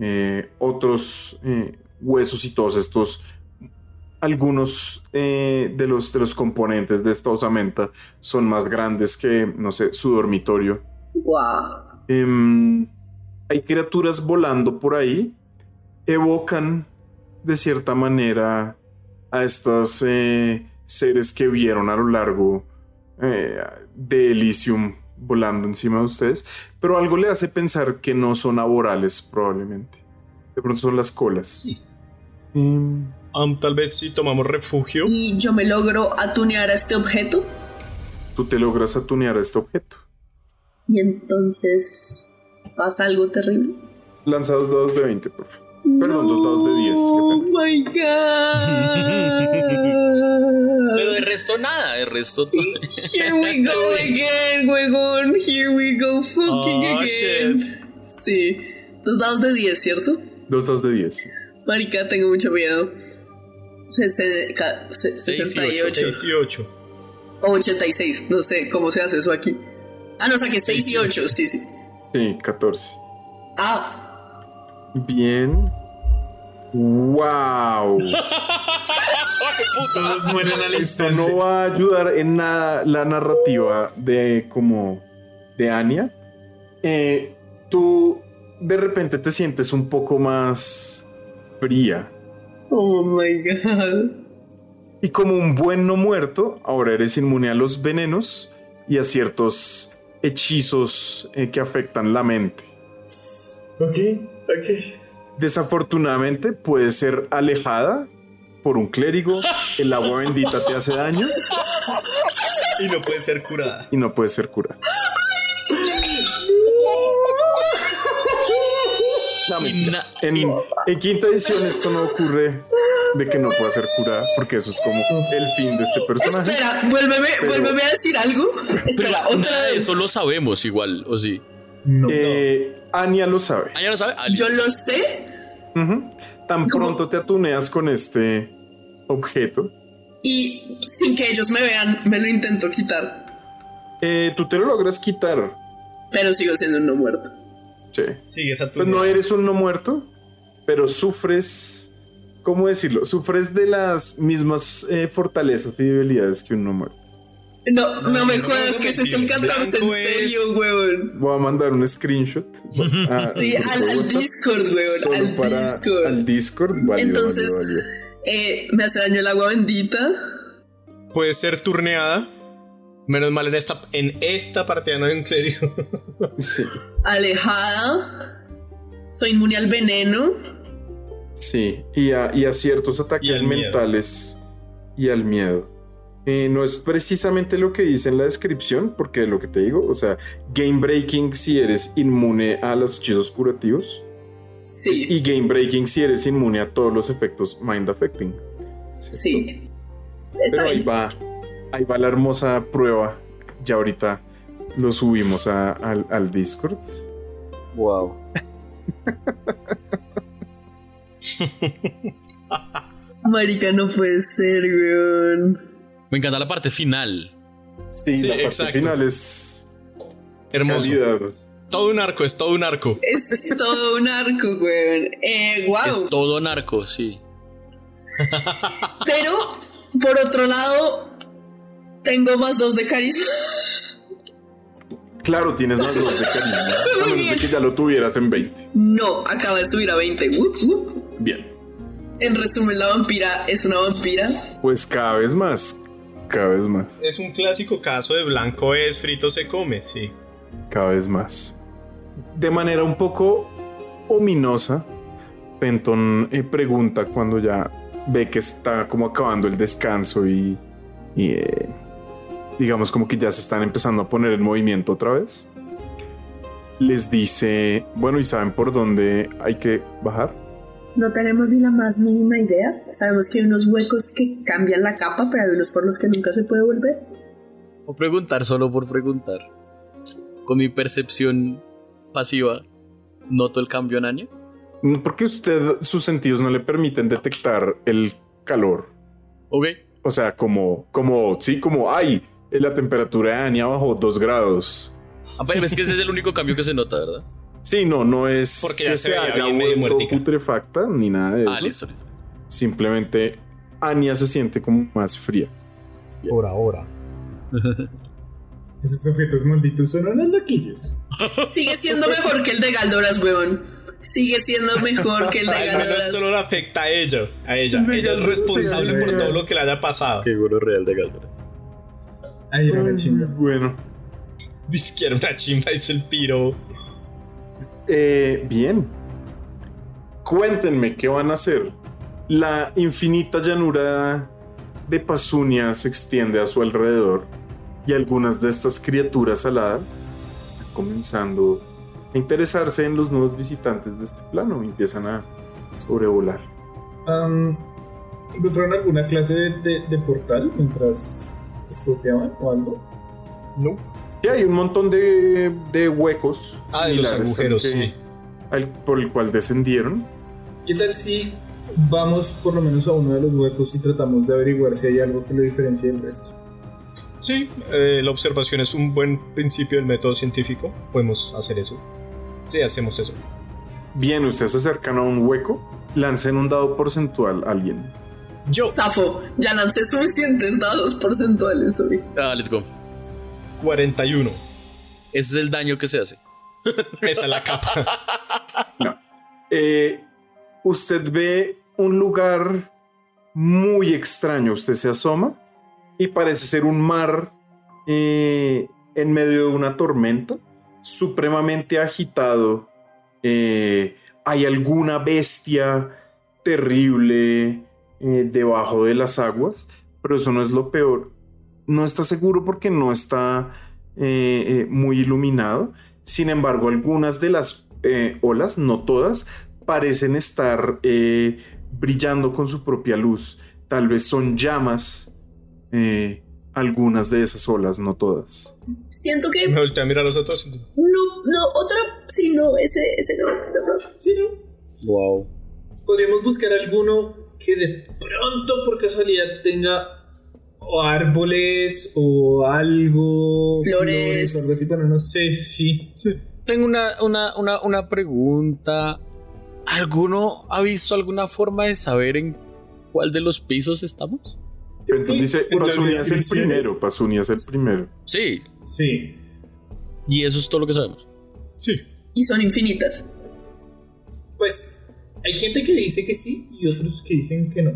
[SPEAKER 2] eh, otros eh, huesos y todos estos, algunos eh, de, los, de los componentes de esta osamenta son más grandes que, no sé, su dormitorio.
[SPEAKER 3] Guau.
[SPEAKER 2] Em, hay criaturas volando por ahí, evocan de cierta manera a estos eh, seres que vieron a lo largo eh, de Elysium volando encima de ustedes, pero algo le hace pensar que no son aborales probablemente. De pronto son las colas.
[SPEAKER 5] Sí.
[SPEAKER 2] Em,
[SPEAKER 5] Am, Um, tal vez si tomamos refugio.
[SPEAKER 3] Y yo me logro atunear a este objeto.
[SPEAKER 2] tú te logras atunear a este objeto.
[SPEAKER 3] Y entonces pasa algo terrible.
[SPEAKER 2] Lanza dos dados de 20, por favor. Perdón, dos dados de 10. qué
[SPEAKER 3] Oh
[SPEAKER 2] pena.
[SPEAKER 3] my god.
[SPEAKER 4] Pero de resto nada, de resto todo.
[SPEAKER 3] Here we
[SPEAKER 4] *laughs*
[SPEAKER 3] go again, huevón. Here we go fucking
[SPEAKER 5] Oh,
[SPEAKER 3] again. Sí. Dos dados de 10, ¿cierto?
[SPEAKER 2] Dos dados de 10. sí.
[SPEAKER 3] Marica, tengo mucho miedo. Sesen- ca- se-
[SPEAKER 4] Seis y
[SPEAKER 3] 68.
[SPEAKER 5] 18.
[SPEAKER 3] O 86. No sé cómo se hace eso aquí. Ah, no, saqué 6 y 8. Sí, sí.
[SPEAKER 2] Sí, 14.
[SPEAKER 3] Ah,
[SPEAKER 2] Bien. Wow.
[SPEAKER 6] *laughs* Todos mueren al
[SPEAKER 2] Esto
[SPEAKER 6] instante.
[SPEAKER 2] no va a ayudar en nada la narrativa de como de Anya. Eh, tú de repente te sientes un poco más fría
[SPEAKER 3] oh my god.
[SPEAKER 2] y como un buen no muerto, ahora eres inmune a los venenos y a ciertos hechizos eh, que afectan la mente.
[SPEAKER 6] Ok, ok.
[SPEAKER 2] Desafortunadamente puede ser alejada por un clérigo, el
[SPEAKER 3] *laughs*
[SPEAKER 2] agua bendita te hace daño
[SPEAKER 5] Y no puede ser curada.
[SPEAKER 2] y no puede ser curada. No,
[SPEAKER 4] Y
[SPEAKER 2] mentira.
[SPEAKER 4] na-
[SPEAKER 2] en,
[SPEAKER 4] y-
[SPEAKER 2] en quinta edición esto no ocurre de que no pueda ser curada, porque eso es como el fin de este personaje.
[SPEAKER 3] Espera, vuélveme,
[SPEAKER 2] Pero-
[SPEAKER 3] vuélveme a decir algo. Espera, otra
[SPEAKER 4] nada de
[SPEAKER 3] vez.
[SPEAKER 4] eso lo sabemos igual, o sí.
[SPEAKER 6] No.
[SPEAKER 2] Eh, Anya lo sabe.
[SPEAKER 4] ¿Anya lo sabe? Ah,
[SPEAKER 3] Yo
[SPEAKER 4] listo.
[SPEAKER 3] lo sé
[SPEAKER 2] Ujú. Tan
[SPEAKER 3] ¿Cómo?
[SPEAKER 2] pronto te atuneas con este objeto.
[SPEAKER 3] y sin que ellos me vean, me lo intento quitar.
[SPEAKER 2] eh, tú te lo logras quitar.
[SPEAKER 3] Pero sigo siendo un no muerto.
[SPEAKER 2] Sí.
[SPEAKER 5] Sigue esa
[SPEAKER 2] Pues no eres un no muerto, pero sufres, ¿cómo decirlo? Sufres de las mismas eh, fortalezas y debilidades que un no muerto.
[SPEAKER 3] No, no, me
[SPEAKER 5] no,
[SPEAKER 3] jodas
[SPEAKER 5] no
[SPEAKER 3] que ese es el
[SPEAKER 5] mentira.
[SPEAKER 3] 14, en
[SPEAKER 5] Blanco es-
[SPEAKER 3] serio, huevón.
[SPEAKER 2] Voy a mandar un screenshot. a-
[SPEAKER 3] Sí,
[SPEAKER 2] grupo
[SPEAKER 3] al,
[SPEAKER 2] de
[SPEAKER 3] al
[SPEAKER 2] WhatsApp,
[SPEAKER 3] Discord, huevón,
[SPEAKER 2] solo
[SPEAKER 3] al
[SPEAKER 2] para-
[SPEAKER 3] Discord.
[SPEAKER 2] Al Discord, válido,
[SPEAKER 3] Entonces-
[SPEAKER 2] válido, válido.
[SPEAKER 3] Eh, me hace daño el agua bendita.
[SPEAKER 5] Puede ser turneada. Menos mal en esta, en esta partida no hay un clérigo.
[SPEAKER 2] Sí,
[SPEAKER 3] Alejada. Soy inmune al veneno.
[SPEAKER 2] sí. Y a, y a ciertos
[SPEAKER 5] Y
[SPEAKER 2] ataques
[SPEAKER 5] al miedo.
[SPEAKER 2] mentales y al miedo. Eh, no es precisamente lo que dice en la descripción, porque lo que te digo, o sea, game breaking si eres inmune a los hechizos curativos.
[SPEAKER 3] Sí,
[SPEAKER 2] Y game breaking si eres inmune a todos los efectos mind affecting. ¿cierto?
[SPEAKER 3] sí. Está
[SPEAKER 2] Pero ahí
[SPEAKER 3] bien.
[SPEAKER 2] va, ahí va la hermosa prueba. Ya ahorita lo subimos a- al, al Discord.
[SPEAKER 4] Wow.
[SPEAKER 3] Marica, no puede ser, weón.
[SPEAKER 4] Me encanta la parte final.
[SPEAKER 2] Sí,
[SPEAKER 5] Sí,
[SPEAKER 2] la parte
[SPEAKER 5] exacto.
[SPEAKER 2] final es
[SPEAKER 5] *laughs* Hermoso.
[SPEAKER 2] calidad.
[SPEAKER 5] Todo un arco, es todo un arco.
[SPEAKER 3] Es todo un arco, weón. Eh, wow.
[SPEAKER 4] Es todo narco, sí.
[SPEAKER 3] Pero, por otro lado, Tengo más dos de carisma.
[SPEAKER 2] Claro, tienes más dos de carisma. A
[SPEAKER 3] *laughs* Muy
[SPEAKER 2] menos de
[SPEAKER 3] bien.
[SPEAKER 2] que ya lo tuvieras en 20.
[SPEAKER 3] No, acaba de subir a 20. Wup, wup.
[SPEAKER 2] Bien.
[SPEAKER 3] En resumen, la vampira es una vampira.
[SPEAKER 2] Pues cada vez más. Cada vez más.
[SPEAKER 5] Es un clásico caso de blanco es frito se come, sí.
[SPEAKER 2] cada vez más. De manera un poco ominosa, Penton eh, pregunta cuando ya ve que está como acabando el descanso y, y, eh, digamos como que ya se están empezando a poner en movimiento otra vez. Les dice, bueno, ¿y saben por dónde hay que bajar?
[SPEAKER 3] No tenemos ni la más mínima idea. Sabemos que hay unos huecos que cambian la capa, pero hay unos por los que nunca se puede volver.
[SPEAKER 4] O preguntar solo por preguntar. Con mi percepción pasiva, noto el cambio en año.
[SPEAKER 2] Porque usted, sus sentidos no le permiten detectar el calor.
[SPEAKER 4] Ok,
[SPEAKER 2] O sea, como, como, sí, como, ay, la temperatura de Ania bajó dos grados.
[SPEAKER 4] Ah, pero es que ese es el único cambio que se nota, *laughs* ¿verdad?
[SPEAKER 2] Sí, no, no es
[SPEAKER 5] Porque
[SPEAKER 2] que
[SPEAKER 5] ya
[SPEAKER 2] se,
[SPEAKER 5] se veía
[SPEAKER 2] haya
[SPEAKER 5] bien medio
[SPEAKER 2] vuelto
[SPEAKER 5] muertica.
[SPEAKER 2] putrefacta ni nada de eso.
[SPEAKER 4] Ah, listo, listo.
[SPEAKER 2] Simplemente Anya se siente como más fría.
[SPEAKER 5] Por ahora.
[SPEAKER 6] Esos objetos malditos son unos loquillos.
[SPEAKER 3] Sigue siendo mejor que el de Galdoras, weón. Sigue siendo mejor que el de
[SPEAKER 5] Al menos
[SPEAKER 3] Galdoras.
[SPEAKER 5] solo le afecta a ella. A ella. Ella es responsable
[SPEAKER 6] sí,
[SPEAKER 5] por
[SPEAKER 6] sí.
[SPEAKER 5] todo lo que le haya pasado.
[SPEAKER 4] Figuro real de Galdoras.
[SPEAKER 6] Ay, era una chinga.
[SPEAKER 2] Bueno,
[SPEAKER 5] Dice que era una chimba, es el piro.
[SPEAKER 2] eh, bien. Cuéntenme qué van a hacer. La infinita llanura de Pasunia se extiende a su alrededor y algunas de estas criaturas aladas están comenzando a interesarse en los nuevos visitantes de este plano y empiezan a sobrevolar.
[SPEAKER 6] Am, ¿Encontraron alguna clase de, de- de portal mientras escoteaban o algo?
[SPEAKER 5] No.
[SPEAKER 2] Sí, hay un montón de, de huecos.
[SPEAKER 5] Ah, de los
[SPEAKER 2] similares al
[SPEAKER 5] agujeros,
[SPEAKER 2] que-
[SPEAKER 5] sí.
[SPEAKER 2] al- por el cual descendieron.
[SPEAKER 6] ¿Qué tal si vamos por lo menos a uno de los huecos y tratamos de averiguar si hay algo que lo diferencie del resto?
[SPEAKER 5] Sí, eh, la observación es un buen principio del método científico. Podemos hacer eso. Sí, hacemos eso.
[SPEAKER 2] Bien, ustedes se acercan a un hueco, lancen un dado porcentual a alguien.
[SPEAKER 5] Yo,
[SPEAKER 3] Safo, ya lancé suficientes dados porcentuales hoy.
[SPEAKER 4] Ah, let's go.
[SPEAKER 5] 41.
[SPEAKER 4] Ese es el daño que se hace.
[SPEAKER 5] Esa es la capa.
[SPEAKER 2] Eh, usted ve un lugar muy extraño. Usted se asoma y parece ser un mar eh, en medio de una tormenta, supremamente agitado. Eh, hay alguna bestia terrible eh, debajo de las aguas, pero eso no es lo peor. No está seguro porque no está eh, eh, muy iluminado. Sin embargo, algunas de las eh, olas, no todas, parecen estar eh, brillando con su propia luz. Tal vez son llamas, eh, algunas de esas olas, no todas.
[SPEAKER 3] Siento que
[SPEAKER 5] Me
[SPEAKER 3] no,
[SPEAKER 5] volteé a mirar a los otros.
[SPEAKER 3] no, otra, sí, no, ese, ese no, no, no.
[SPEAKER 6] Sí, ¿no?
[SPEAKER 4] Wow.
[SPEAKER 6] Podríamos buscar alguno que de pronto, por casualidad, tenga o árboles o algo.
[SPEAKER 3] Flores.
[SPEAKER 6] o algo así, bueno, no sé, sí.
[SPEAKER 4] Tengo una, una, una, una pregunta. ¿Alguno ha visto alguna forma de saber en cuál de los pisos estamos?
[SPEAKER 2] Entonces dice,
[SPEAKER 6] Por las
[SPEAKER 2] Pasunia es el
[SPEAKER 6] descripciones.
[SPEAKER 2] primero, Pasunia es el primero.
[SPEAKER 4] Sí,
[SPEAKER 6] Sí.
[SPEAKER 4] y eso es todo lo que sabemos.
[SPEAKER 5] Sí.
[SPEAKER 3] Y son infinitas.
[SPEAKER 6] Pues hay gente que dice que sí y otros que dicen que no.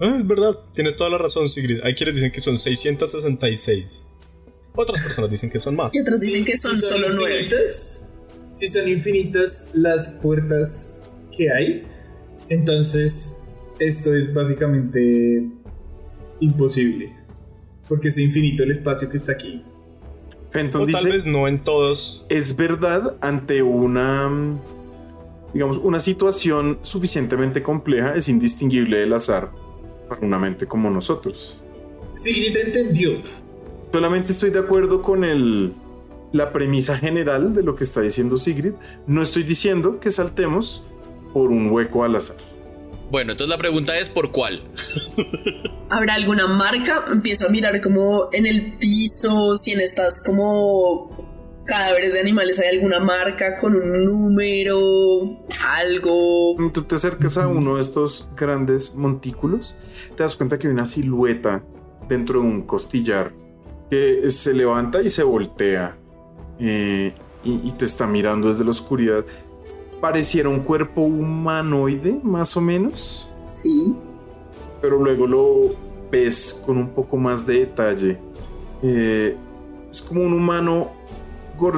[SPEAKER 5] Ah, es verdad. Tienes toda la razón, Sigrid. Hay quienes dicen que son 666. Otras personas dicen que son más.
[SPEAKER 3] Y otras dicen que
[SPEAKER 6] Si
[SPEAKER 3] son solo nueve.
[SPEAKER 6] infinitas, Si son infinitas las puertas que hay, entonces esto es básicamente imposible. Porque es infinito el espacio que está aquí.
[SPEAKER 5] O
[SPEAKER 2] Entonces
[SPEAKER 5] tal
[SPEAKER 2] dice,
[SPEAKER 5] vez no en todos.
[SPEAKER 2] es verdad ante una, mm, digamos, una situación suficientemente compleja, es indistinguible del azar para una mente como nosotros.
[SPEAKER 6] Sigrid entendió.
[SPEAKER 2] Solamente estoy de acuerdo con el, la premisa general de lo que está diciendo Sigrid. No estoy diciendo que saltemos por un hueco al azar.
[SPEAKER 4] Bueno, entonces la pregunta es ¿por cuál?
[SPEAKER 3] ¿Habrá alguna marca? Empiezo a mirar como en el piso, si en estas como cadáveres de animales hay alguna marca con un número, algo.
[SPEAKER 2] Tú te acercas a uno de estos grandes montículos, te das cuenta que hay una silueta dentro de un costillar que se levanta y se voltea eh, y, y te está mirando desde la oscuridad. Pareciera un cuerpo humanoide, más o menos,
[SPEAKER 3] Sí.
[SPEAKER 2] pero luego lo ves con un poco más de detalle. Eh, es como un humano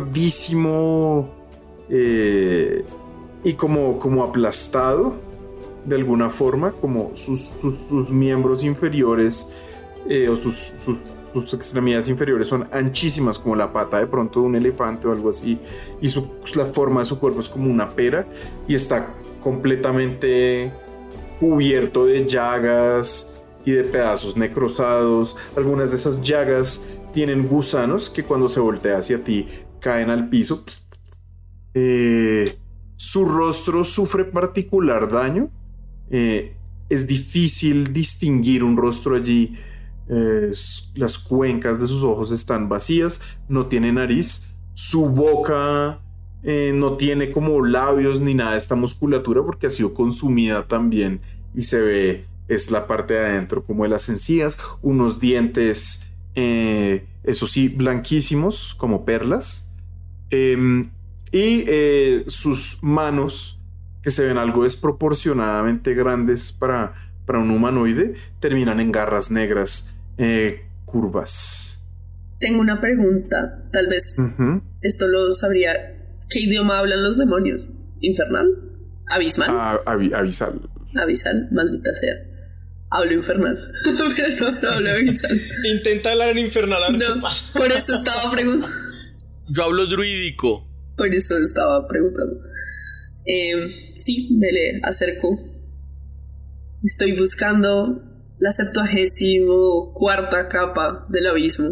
[SPEAKER 2] gordísimo eh, y como, como aplastado de alguna forma, como sus, sus- sus miembros inferiores eh, o sus, sus- sus extremidades inferiores son anchísimas, como la pata de pronto de un elefante o algo así, y su- la forma de su cuerpo es como una pera y está completamente cubierto de llagas y de pedazos necrosados. Algunas de esas llagas tienen gusanos que cuando se voltea hacia ti caen al piso. Eh, su rostro sufre particular daño. Eh, es difícil distinguir un rostro allí. Eh, s- las cuencas de sus ojos están vacías, no tiene nariz. Su boca eh, no tiene como labios ni nada de esta musculatura porque ha sido consumida también y se ve es la parte de adentro como de las encías, unos dientes, eh, eso sí, blanquísimos como perlas Em, y eh, sus manos que se ven algo desproporcionadamente grandes para, para un humanoide terminan en garras negras eh, curvas.
[SPEAKER 3] Tengo una pregunta. Tal vez
[SPEAKER 2] Ujú.
[SPEAKER 3] esto lo sabría. ¿Qué idioma hablan los demonios? ¿Infernal? ¿Abismal?
[SPEAKER 7] Ah.
[SPEAKER 2] A- avi- avisal.
[SPEAKER 3] Abisal, maldita sea. Hablo infernal. *laughs* Pero no, no
[SPEAKER 7] *laughs*
[SPEAKER 3] hablo abisal.
[SPEAKER 7] Intenta hablar en infernal a ver qué
[SPEAKER 3] No,
[SPEAKER 7] pasa.
[SPEAKER 3] por eso estaba preguntando.
[SPEAKER 4] Yo hablo druídico.
[SPEAKER 3] Por eso estaba preguntando. Eh, sí, me le acerco. Estoy buscando la septuagésimo cuarta capa del abismo.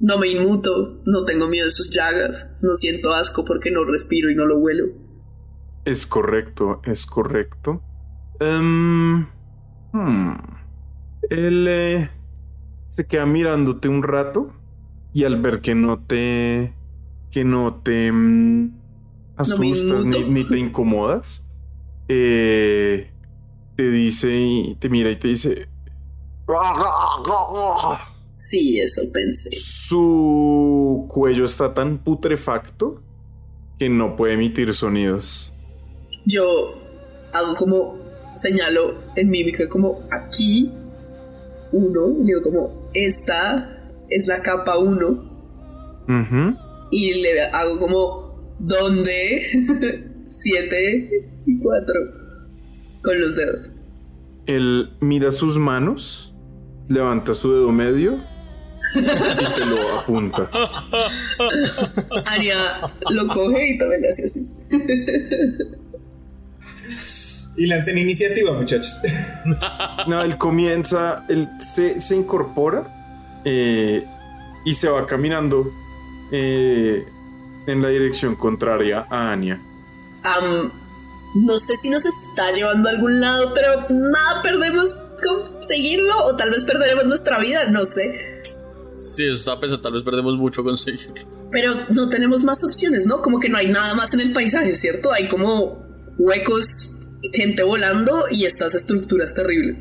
[SPEAKER 3] No me inmuto, no tengo miedo de sus llagas, no siento asco porque no respiro y no lo huelo.
[SPEAKER 2] Es correcto, es correcto. Em, hmm. Él eh, se queda mirándote un rato y al ver que no te. que no te mm, asustas ni,
[SPEAKER 3] inmuto.
[SPEAKER 2] ni te incomodas, eh, te dice y te mira y te dice.
[SPEAKER 3] Sí, eso pensé.
[SPEAKER 2] Su cuello está tan putrefacto que no puede emitir sonidos.
[SPEAKER 3] Yo hago como, señalo en mímica como aquí, uno, y digo como, esta es la capa uno,
[SPEAKER 2] Ujú.
[SPEAKER 3] y le hago como ¿dónde? *laughs* siete y cuatro con los dedos.
[SPEAKER 2] Él mira sus manos, levanta su dedo medio y te lo apunta.
[SPEAKER 3] Aria lo coge y también le hace así.
[SPEAKER 6] Y lancen iniciativa, muchachos. *laughs*
[SPEAKER 2] No, él comienza, él se, se incorpora eh, y se va caminando eh, en la dirección contraria a Anya.
[SPEAKER 3] Am, no sé si nos está llevando a algún lado, pero nada perdemos con seguirlo o tal vez perderemos nuestra vida, no sé.
[SPEAKER 4] Sí, eso estaba pensando, tal vez perdemos mucho conseguirlo.
[SPEAKER 3] Pero no tenemos más opciones, ¿no? Como que no hay nada más en el paisaje, ¿cierto? Hay como huecos, gente volando y estas estructuras terribles.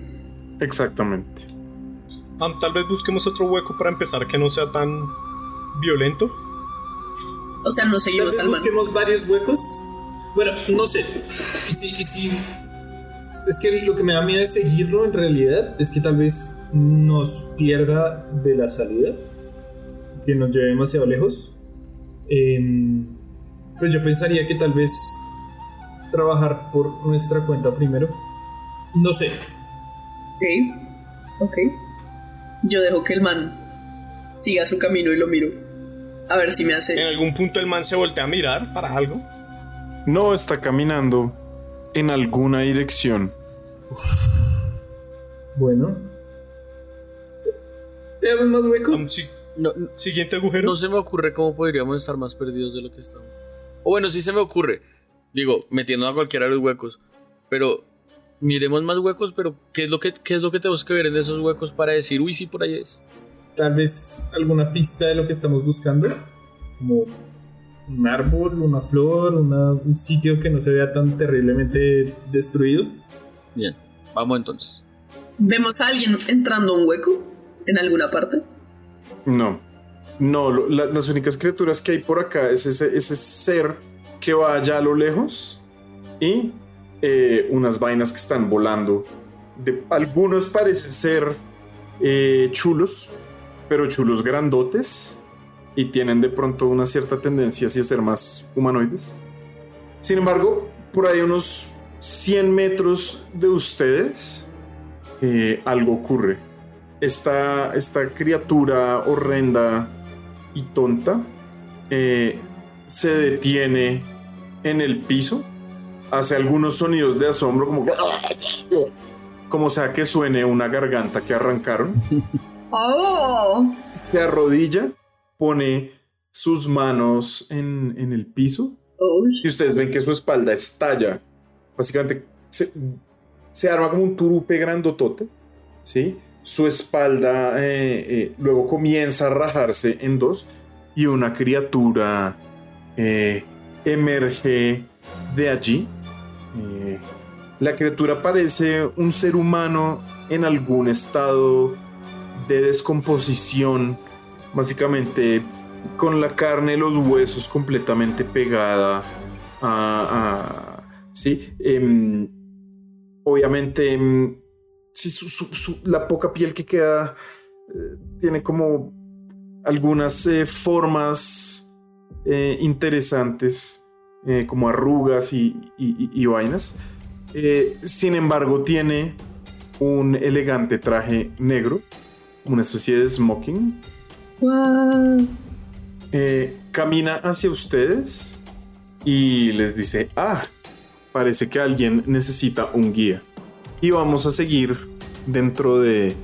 [SPEAKER 2] Exactamente.
[SPEAKER 5] Am, Ah, tal vez busquemos otro hueco para empezar que no sea tan violento.
[SPEAKER 3] O sea, no
[SPEAKER 6] Tal
[SPEAKER 3] seguimos
[SPEAKER 6] vez
[SPEAKER 3] salvando.
[SPEAKER 6] busquemos varios huecos. Bueno, no sé. Y si, y si- Es que lo que me da miedo de seguirlo en realidad es que tal vez nos pierda de la salida. Que nos lleve demasiado lejos. Em, pues yo pensaría que tal vez trabajar por nuestra cuenta primero. No sé.
[SPEAKER 3] Ok, ok. Yo dejo que el man siga su camino y lo miro. A ver si me
[SPEAKER 5] En
[SPEAKER 3] hace.
[SPEAKER 5] algún punto el man se voltea a mirar para algo.
[SPEAKER 2] No está caminando en alguna dirección.
[SPEAKER 6] Bueno. ¿Tenemos más
[SPEAKER 5] Am,
[SPEAKER 6] huecos?
[SPEAKER 5] si-
[SPEAKER 4] No, no-
[SPEAKER 5] Ah, siguiente agujero.
[SPEAKER 4] no se me ocurre cómo podríamos estar más perdidos de lo que estamos. O bueno, sí se me ocurre. Digo, metiendo a cualquiera de los huecos. Pero miremos más huecos, pero ¿qué es lo que, qué es lo que tenemos que ver en esos huecos para decir, uy, sí, por ahí es?
[SPEAKER 6] tal vez alguna pista de lo que estamos buscando, como un árbol, una flor, una- un sitio que no se vea tan terriblemente destruido.
[SPEAKER 4] Bien, vamos entonces.
[SPEAKER 3] ¿Vemos a alguien entrando a un hueco? en alguna parte?
[SPEAKER 2] No. No, lo- la- las únicas criaturas que hay por acá es ese, ese ser que va allá a lo lejos y eh, unas vainas que están volando. De, algunos parecen ser eh, chulos, pero chulos grandotes y tienen de pronto una cierta tendencia hacia ser más humanoides. Sin embargo, por ahí unos 100 metros de ustedes, eh, algo ocurre esta, esta criatura horrenda y tonta eh, se detiene en el piso, hace algunos sonidos de asombro como que- como sea que suene una garganta que arrancaron,
[SPEAKER 3] ¡Oh!
[SPEAKER 2] se arrodilla, pone sus manos en, en el piso
[SPEAKER 3] ¡Oh!
[SPEAKER 2] y ustedes ven que su espalda estalla. Básicamente se, se arma como un turupe grandotote, ¿sí? Su espalda eh, eh, luego comienza a rajarse en dos y una criatura eh, emerge de allí. Eh, la criatura parece un ser humano en algún estado de descomposición, básicamente con la carne y los huesos completamente pegada a... a- sí, em, obviamente, em, sí, su- su- su- la poca piel que queda eh, tiene como algunas eh, formas eh, interesantes, eh, como arrugas y, y- y- y vainas. Eh, sin embargo, tiene un elegante traje negro, una especie de smoking,
[SPEAKER 3] ¡Wow!
[SPEAKER 2] eh, camina hacia ustedes y les dice, ah, parece que alguien necesita un guía. Y vamos a seguir dentro de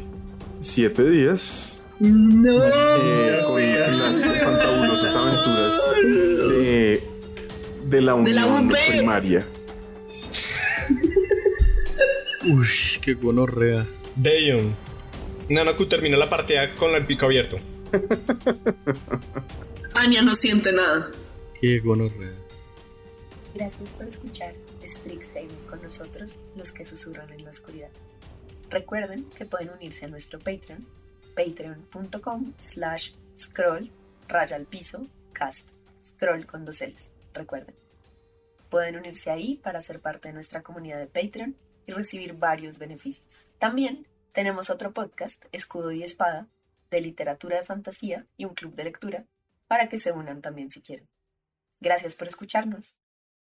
[SPEAKER 2] siete días
[SPEAKER 3] ¡No!
[SPEAKER 2] eh, con las fantabulosas aventuras de, de la
[SPEAKER 3] De
[SPEAKER 2] unión
[SPEAKER 3] la UP.
[SPEAKER 2] primaria.
[SPEAKER 4] Uy, qué gonorrea.
[SPEAKER 5] Damn. Nanaku termina la partida con el pico abierto.
[SPEAKER 3] Anya no siente nada.
[SPEAKER 4] Qué gonorrea.
[SPEAKER 9] Gracias por escuchar Strixhaven con nosotros, los que susurran en la oscuridad. Recuerden que pueden unirse a nuestro Patreon, patreon.com slash scroll raya al piso cast scroll con dos L's, recuerden. Pueden unirse ahí para ser parte de nuestra comunidad de Patreon y recibir varios beneficios. También tenemos otro podcast, Escudo y Espada, de literatura de fantasía y un club de lectura, para que se unan también si quieren. Gracias por escucharnos.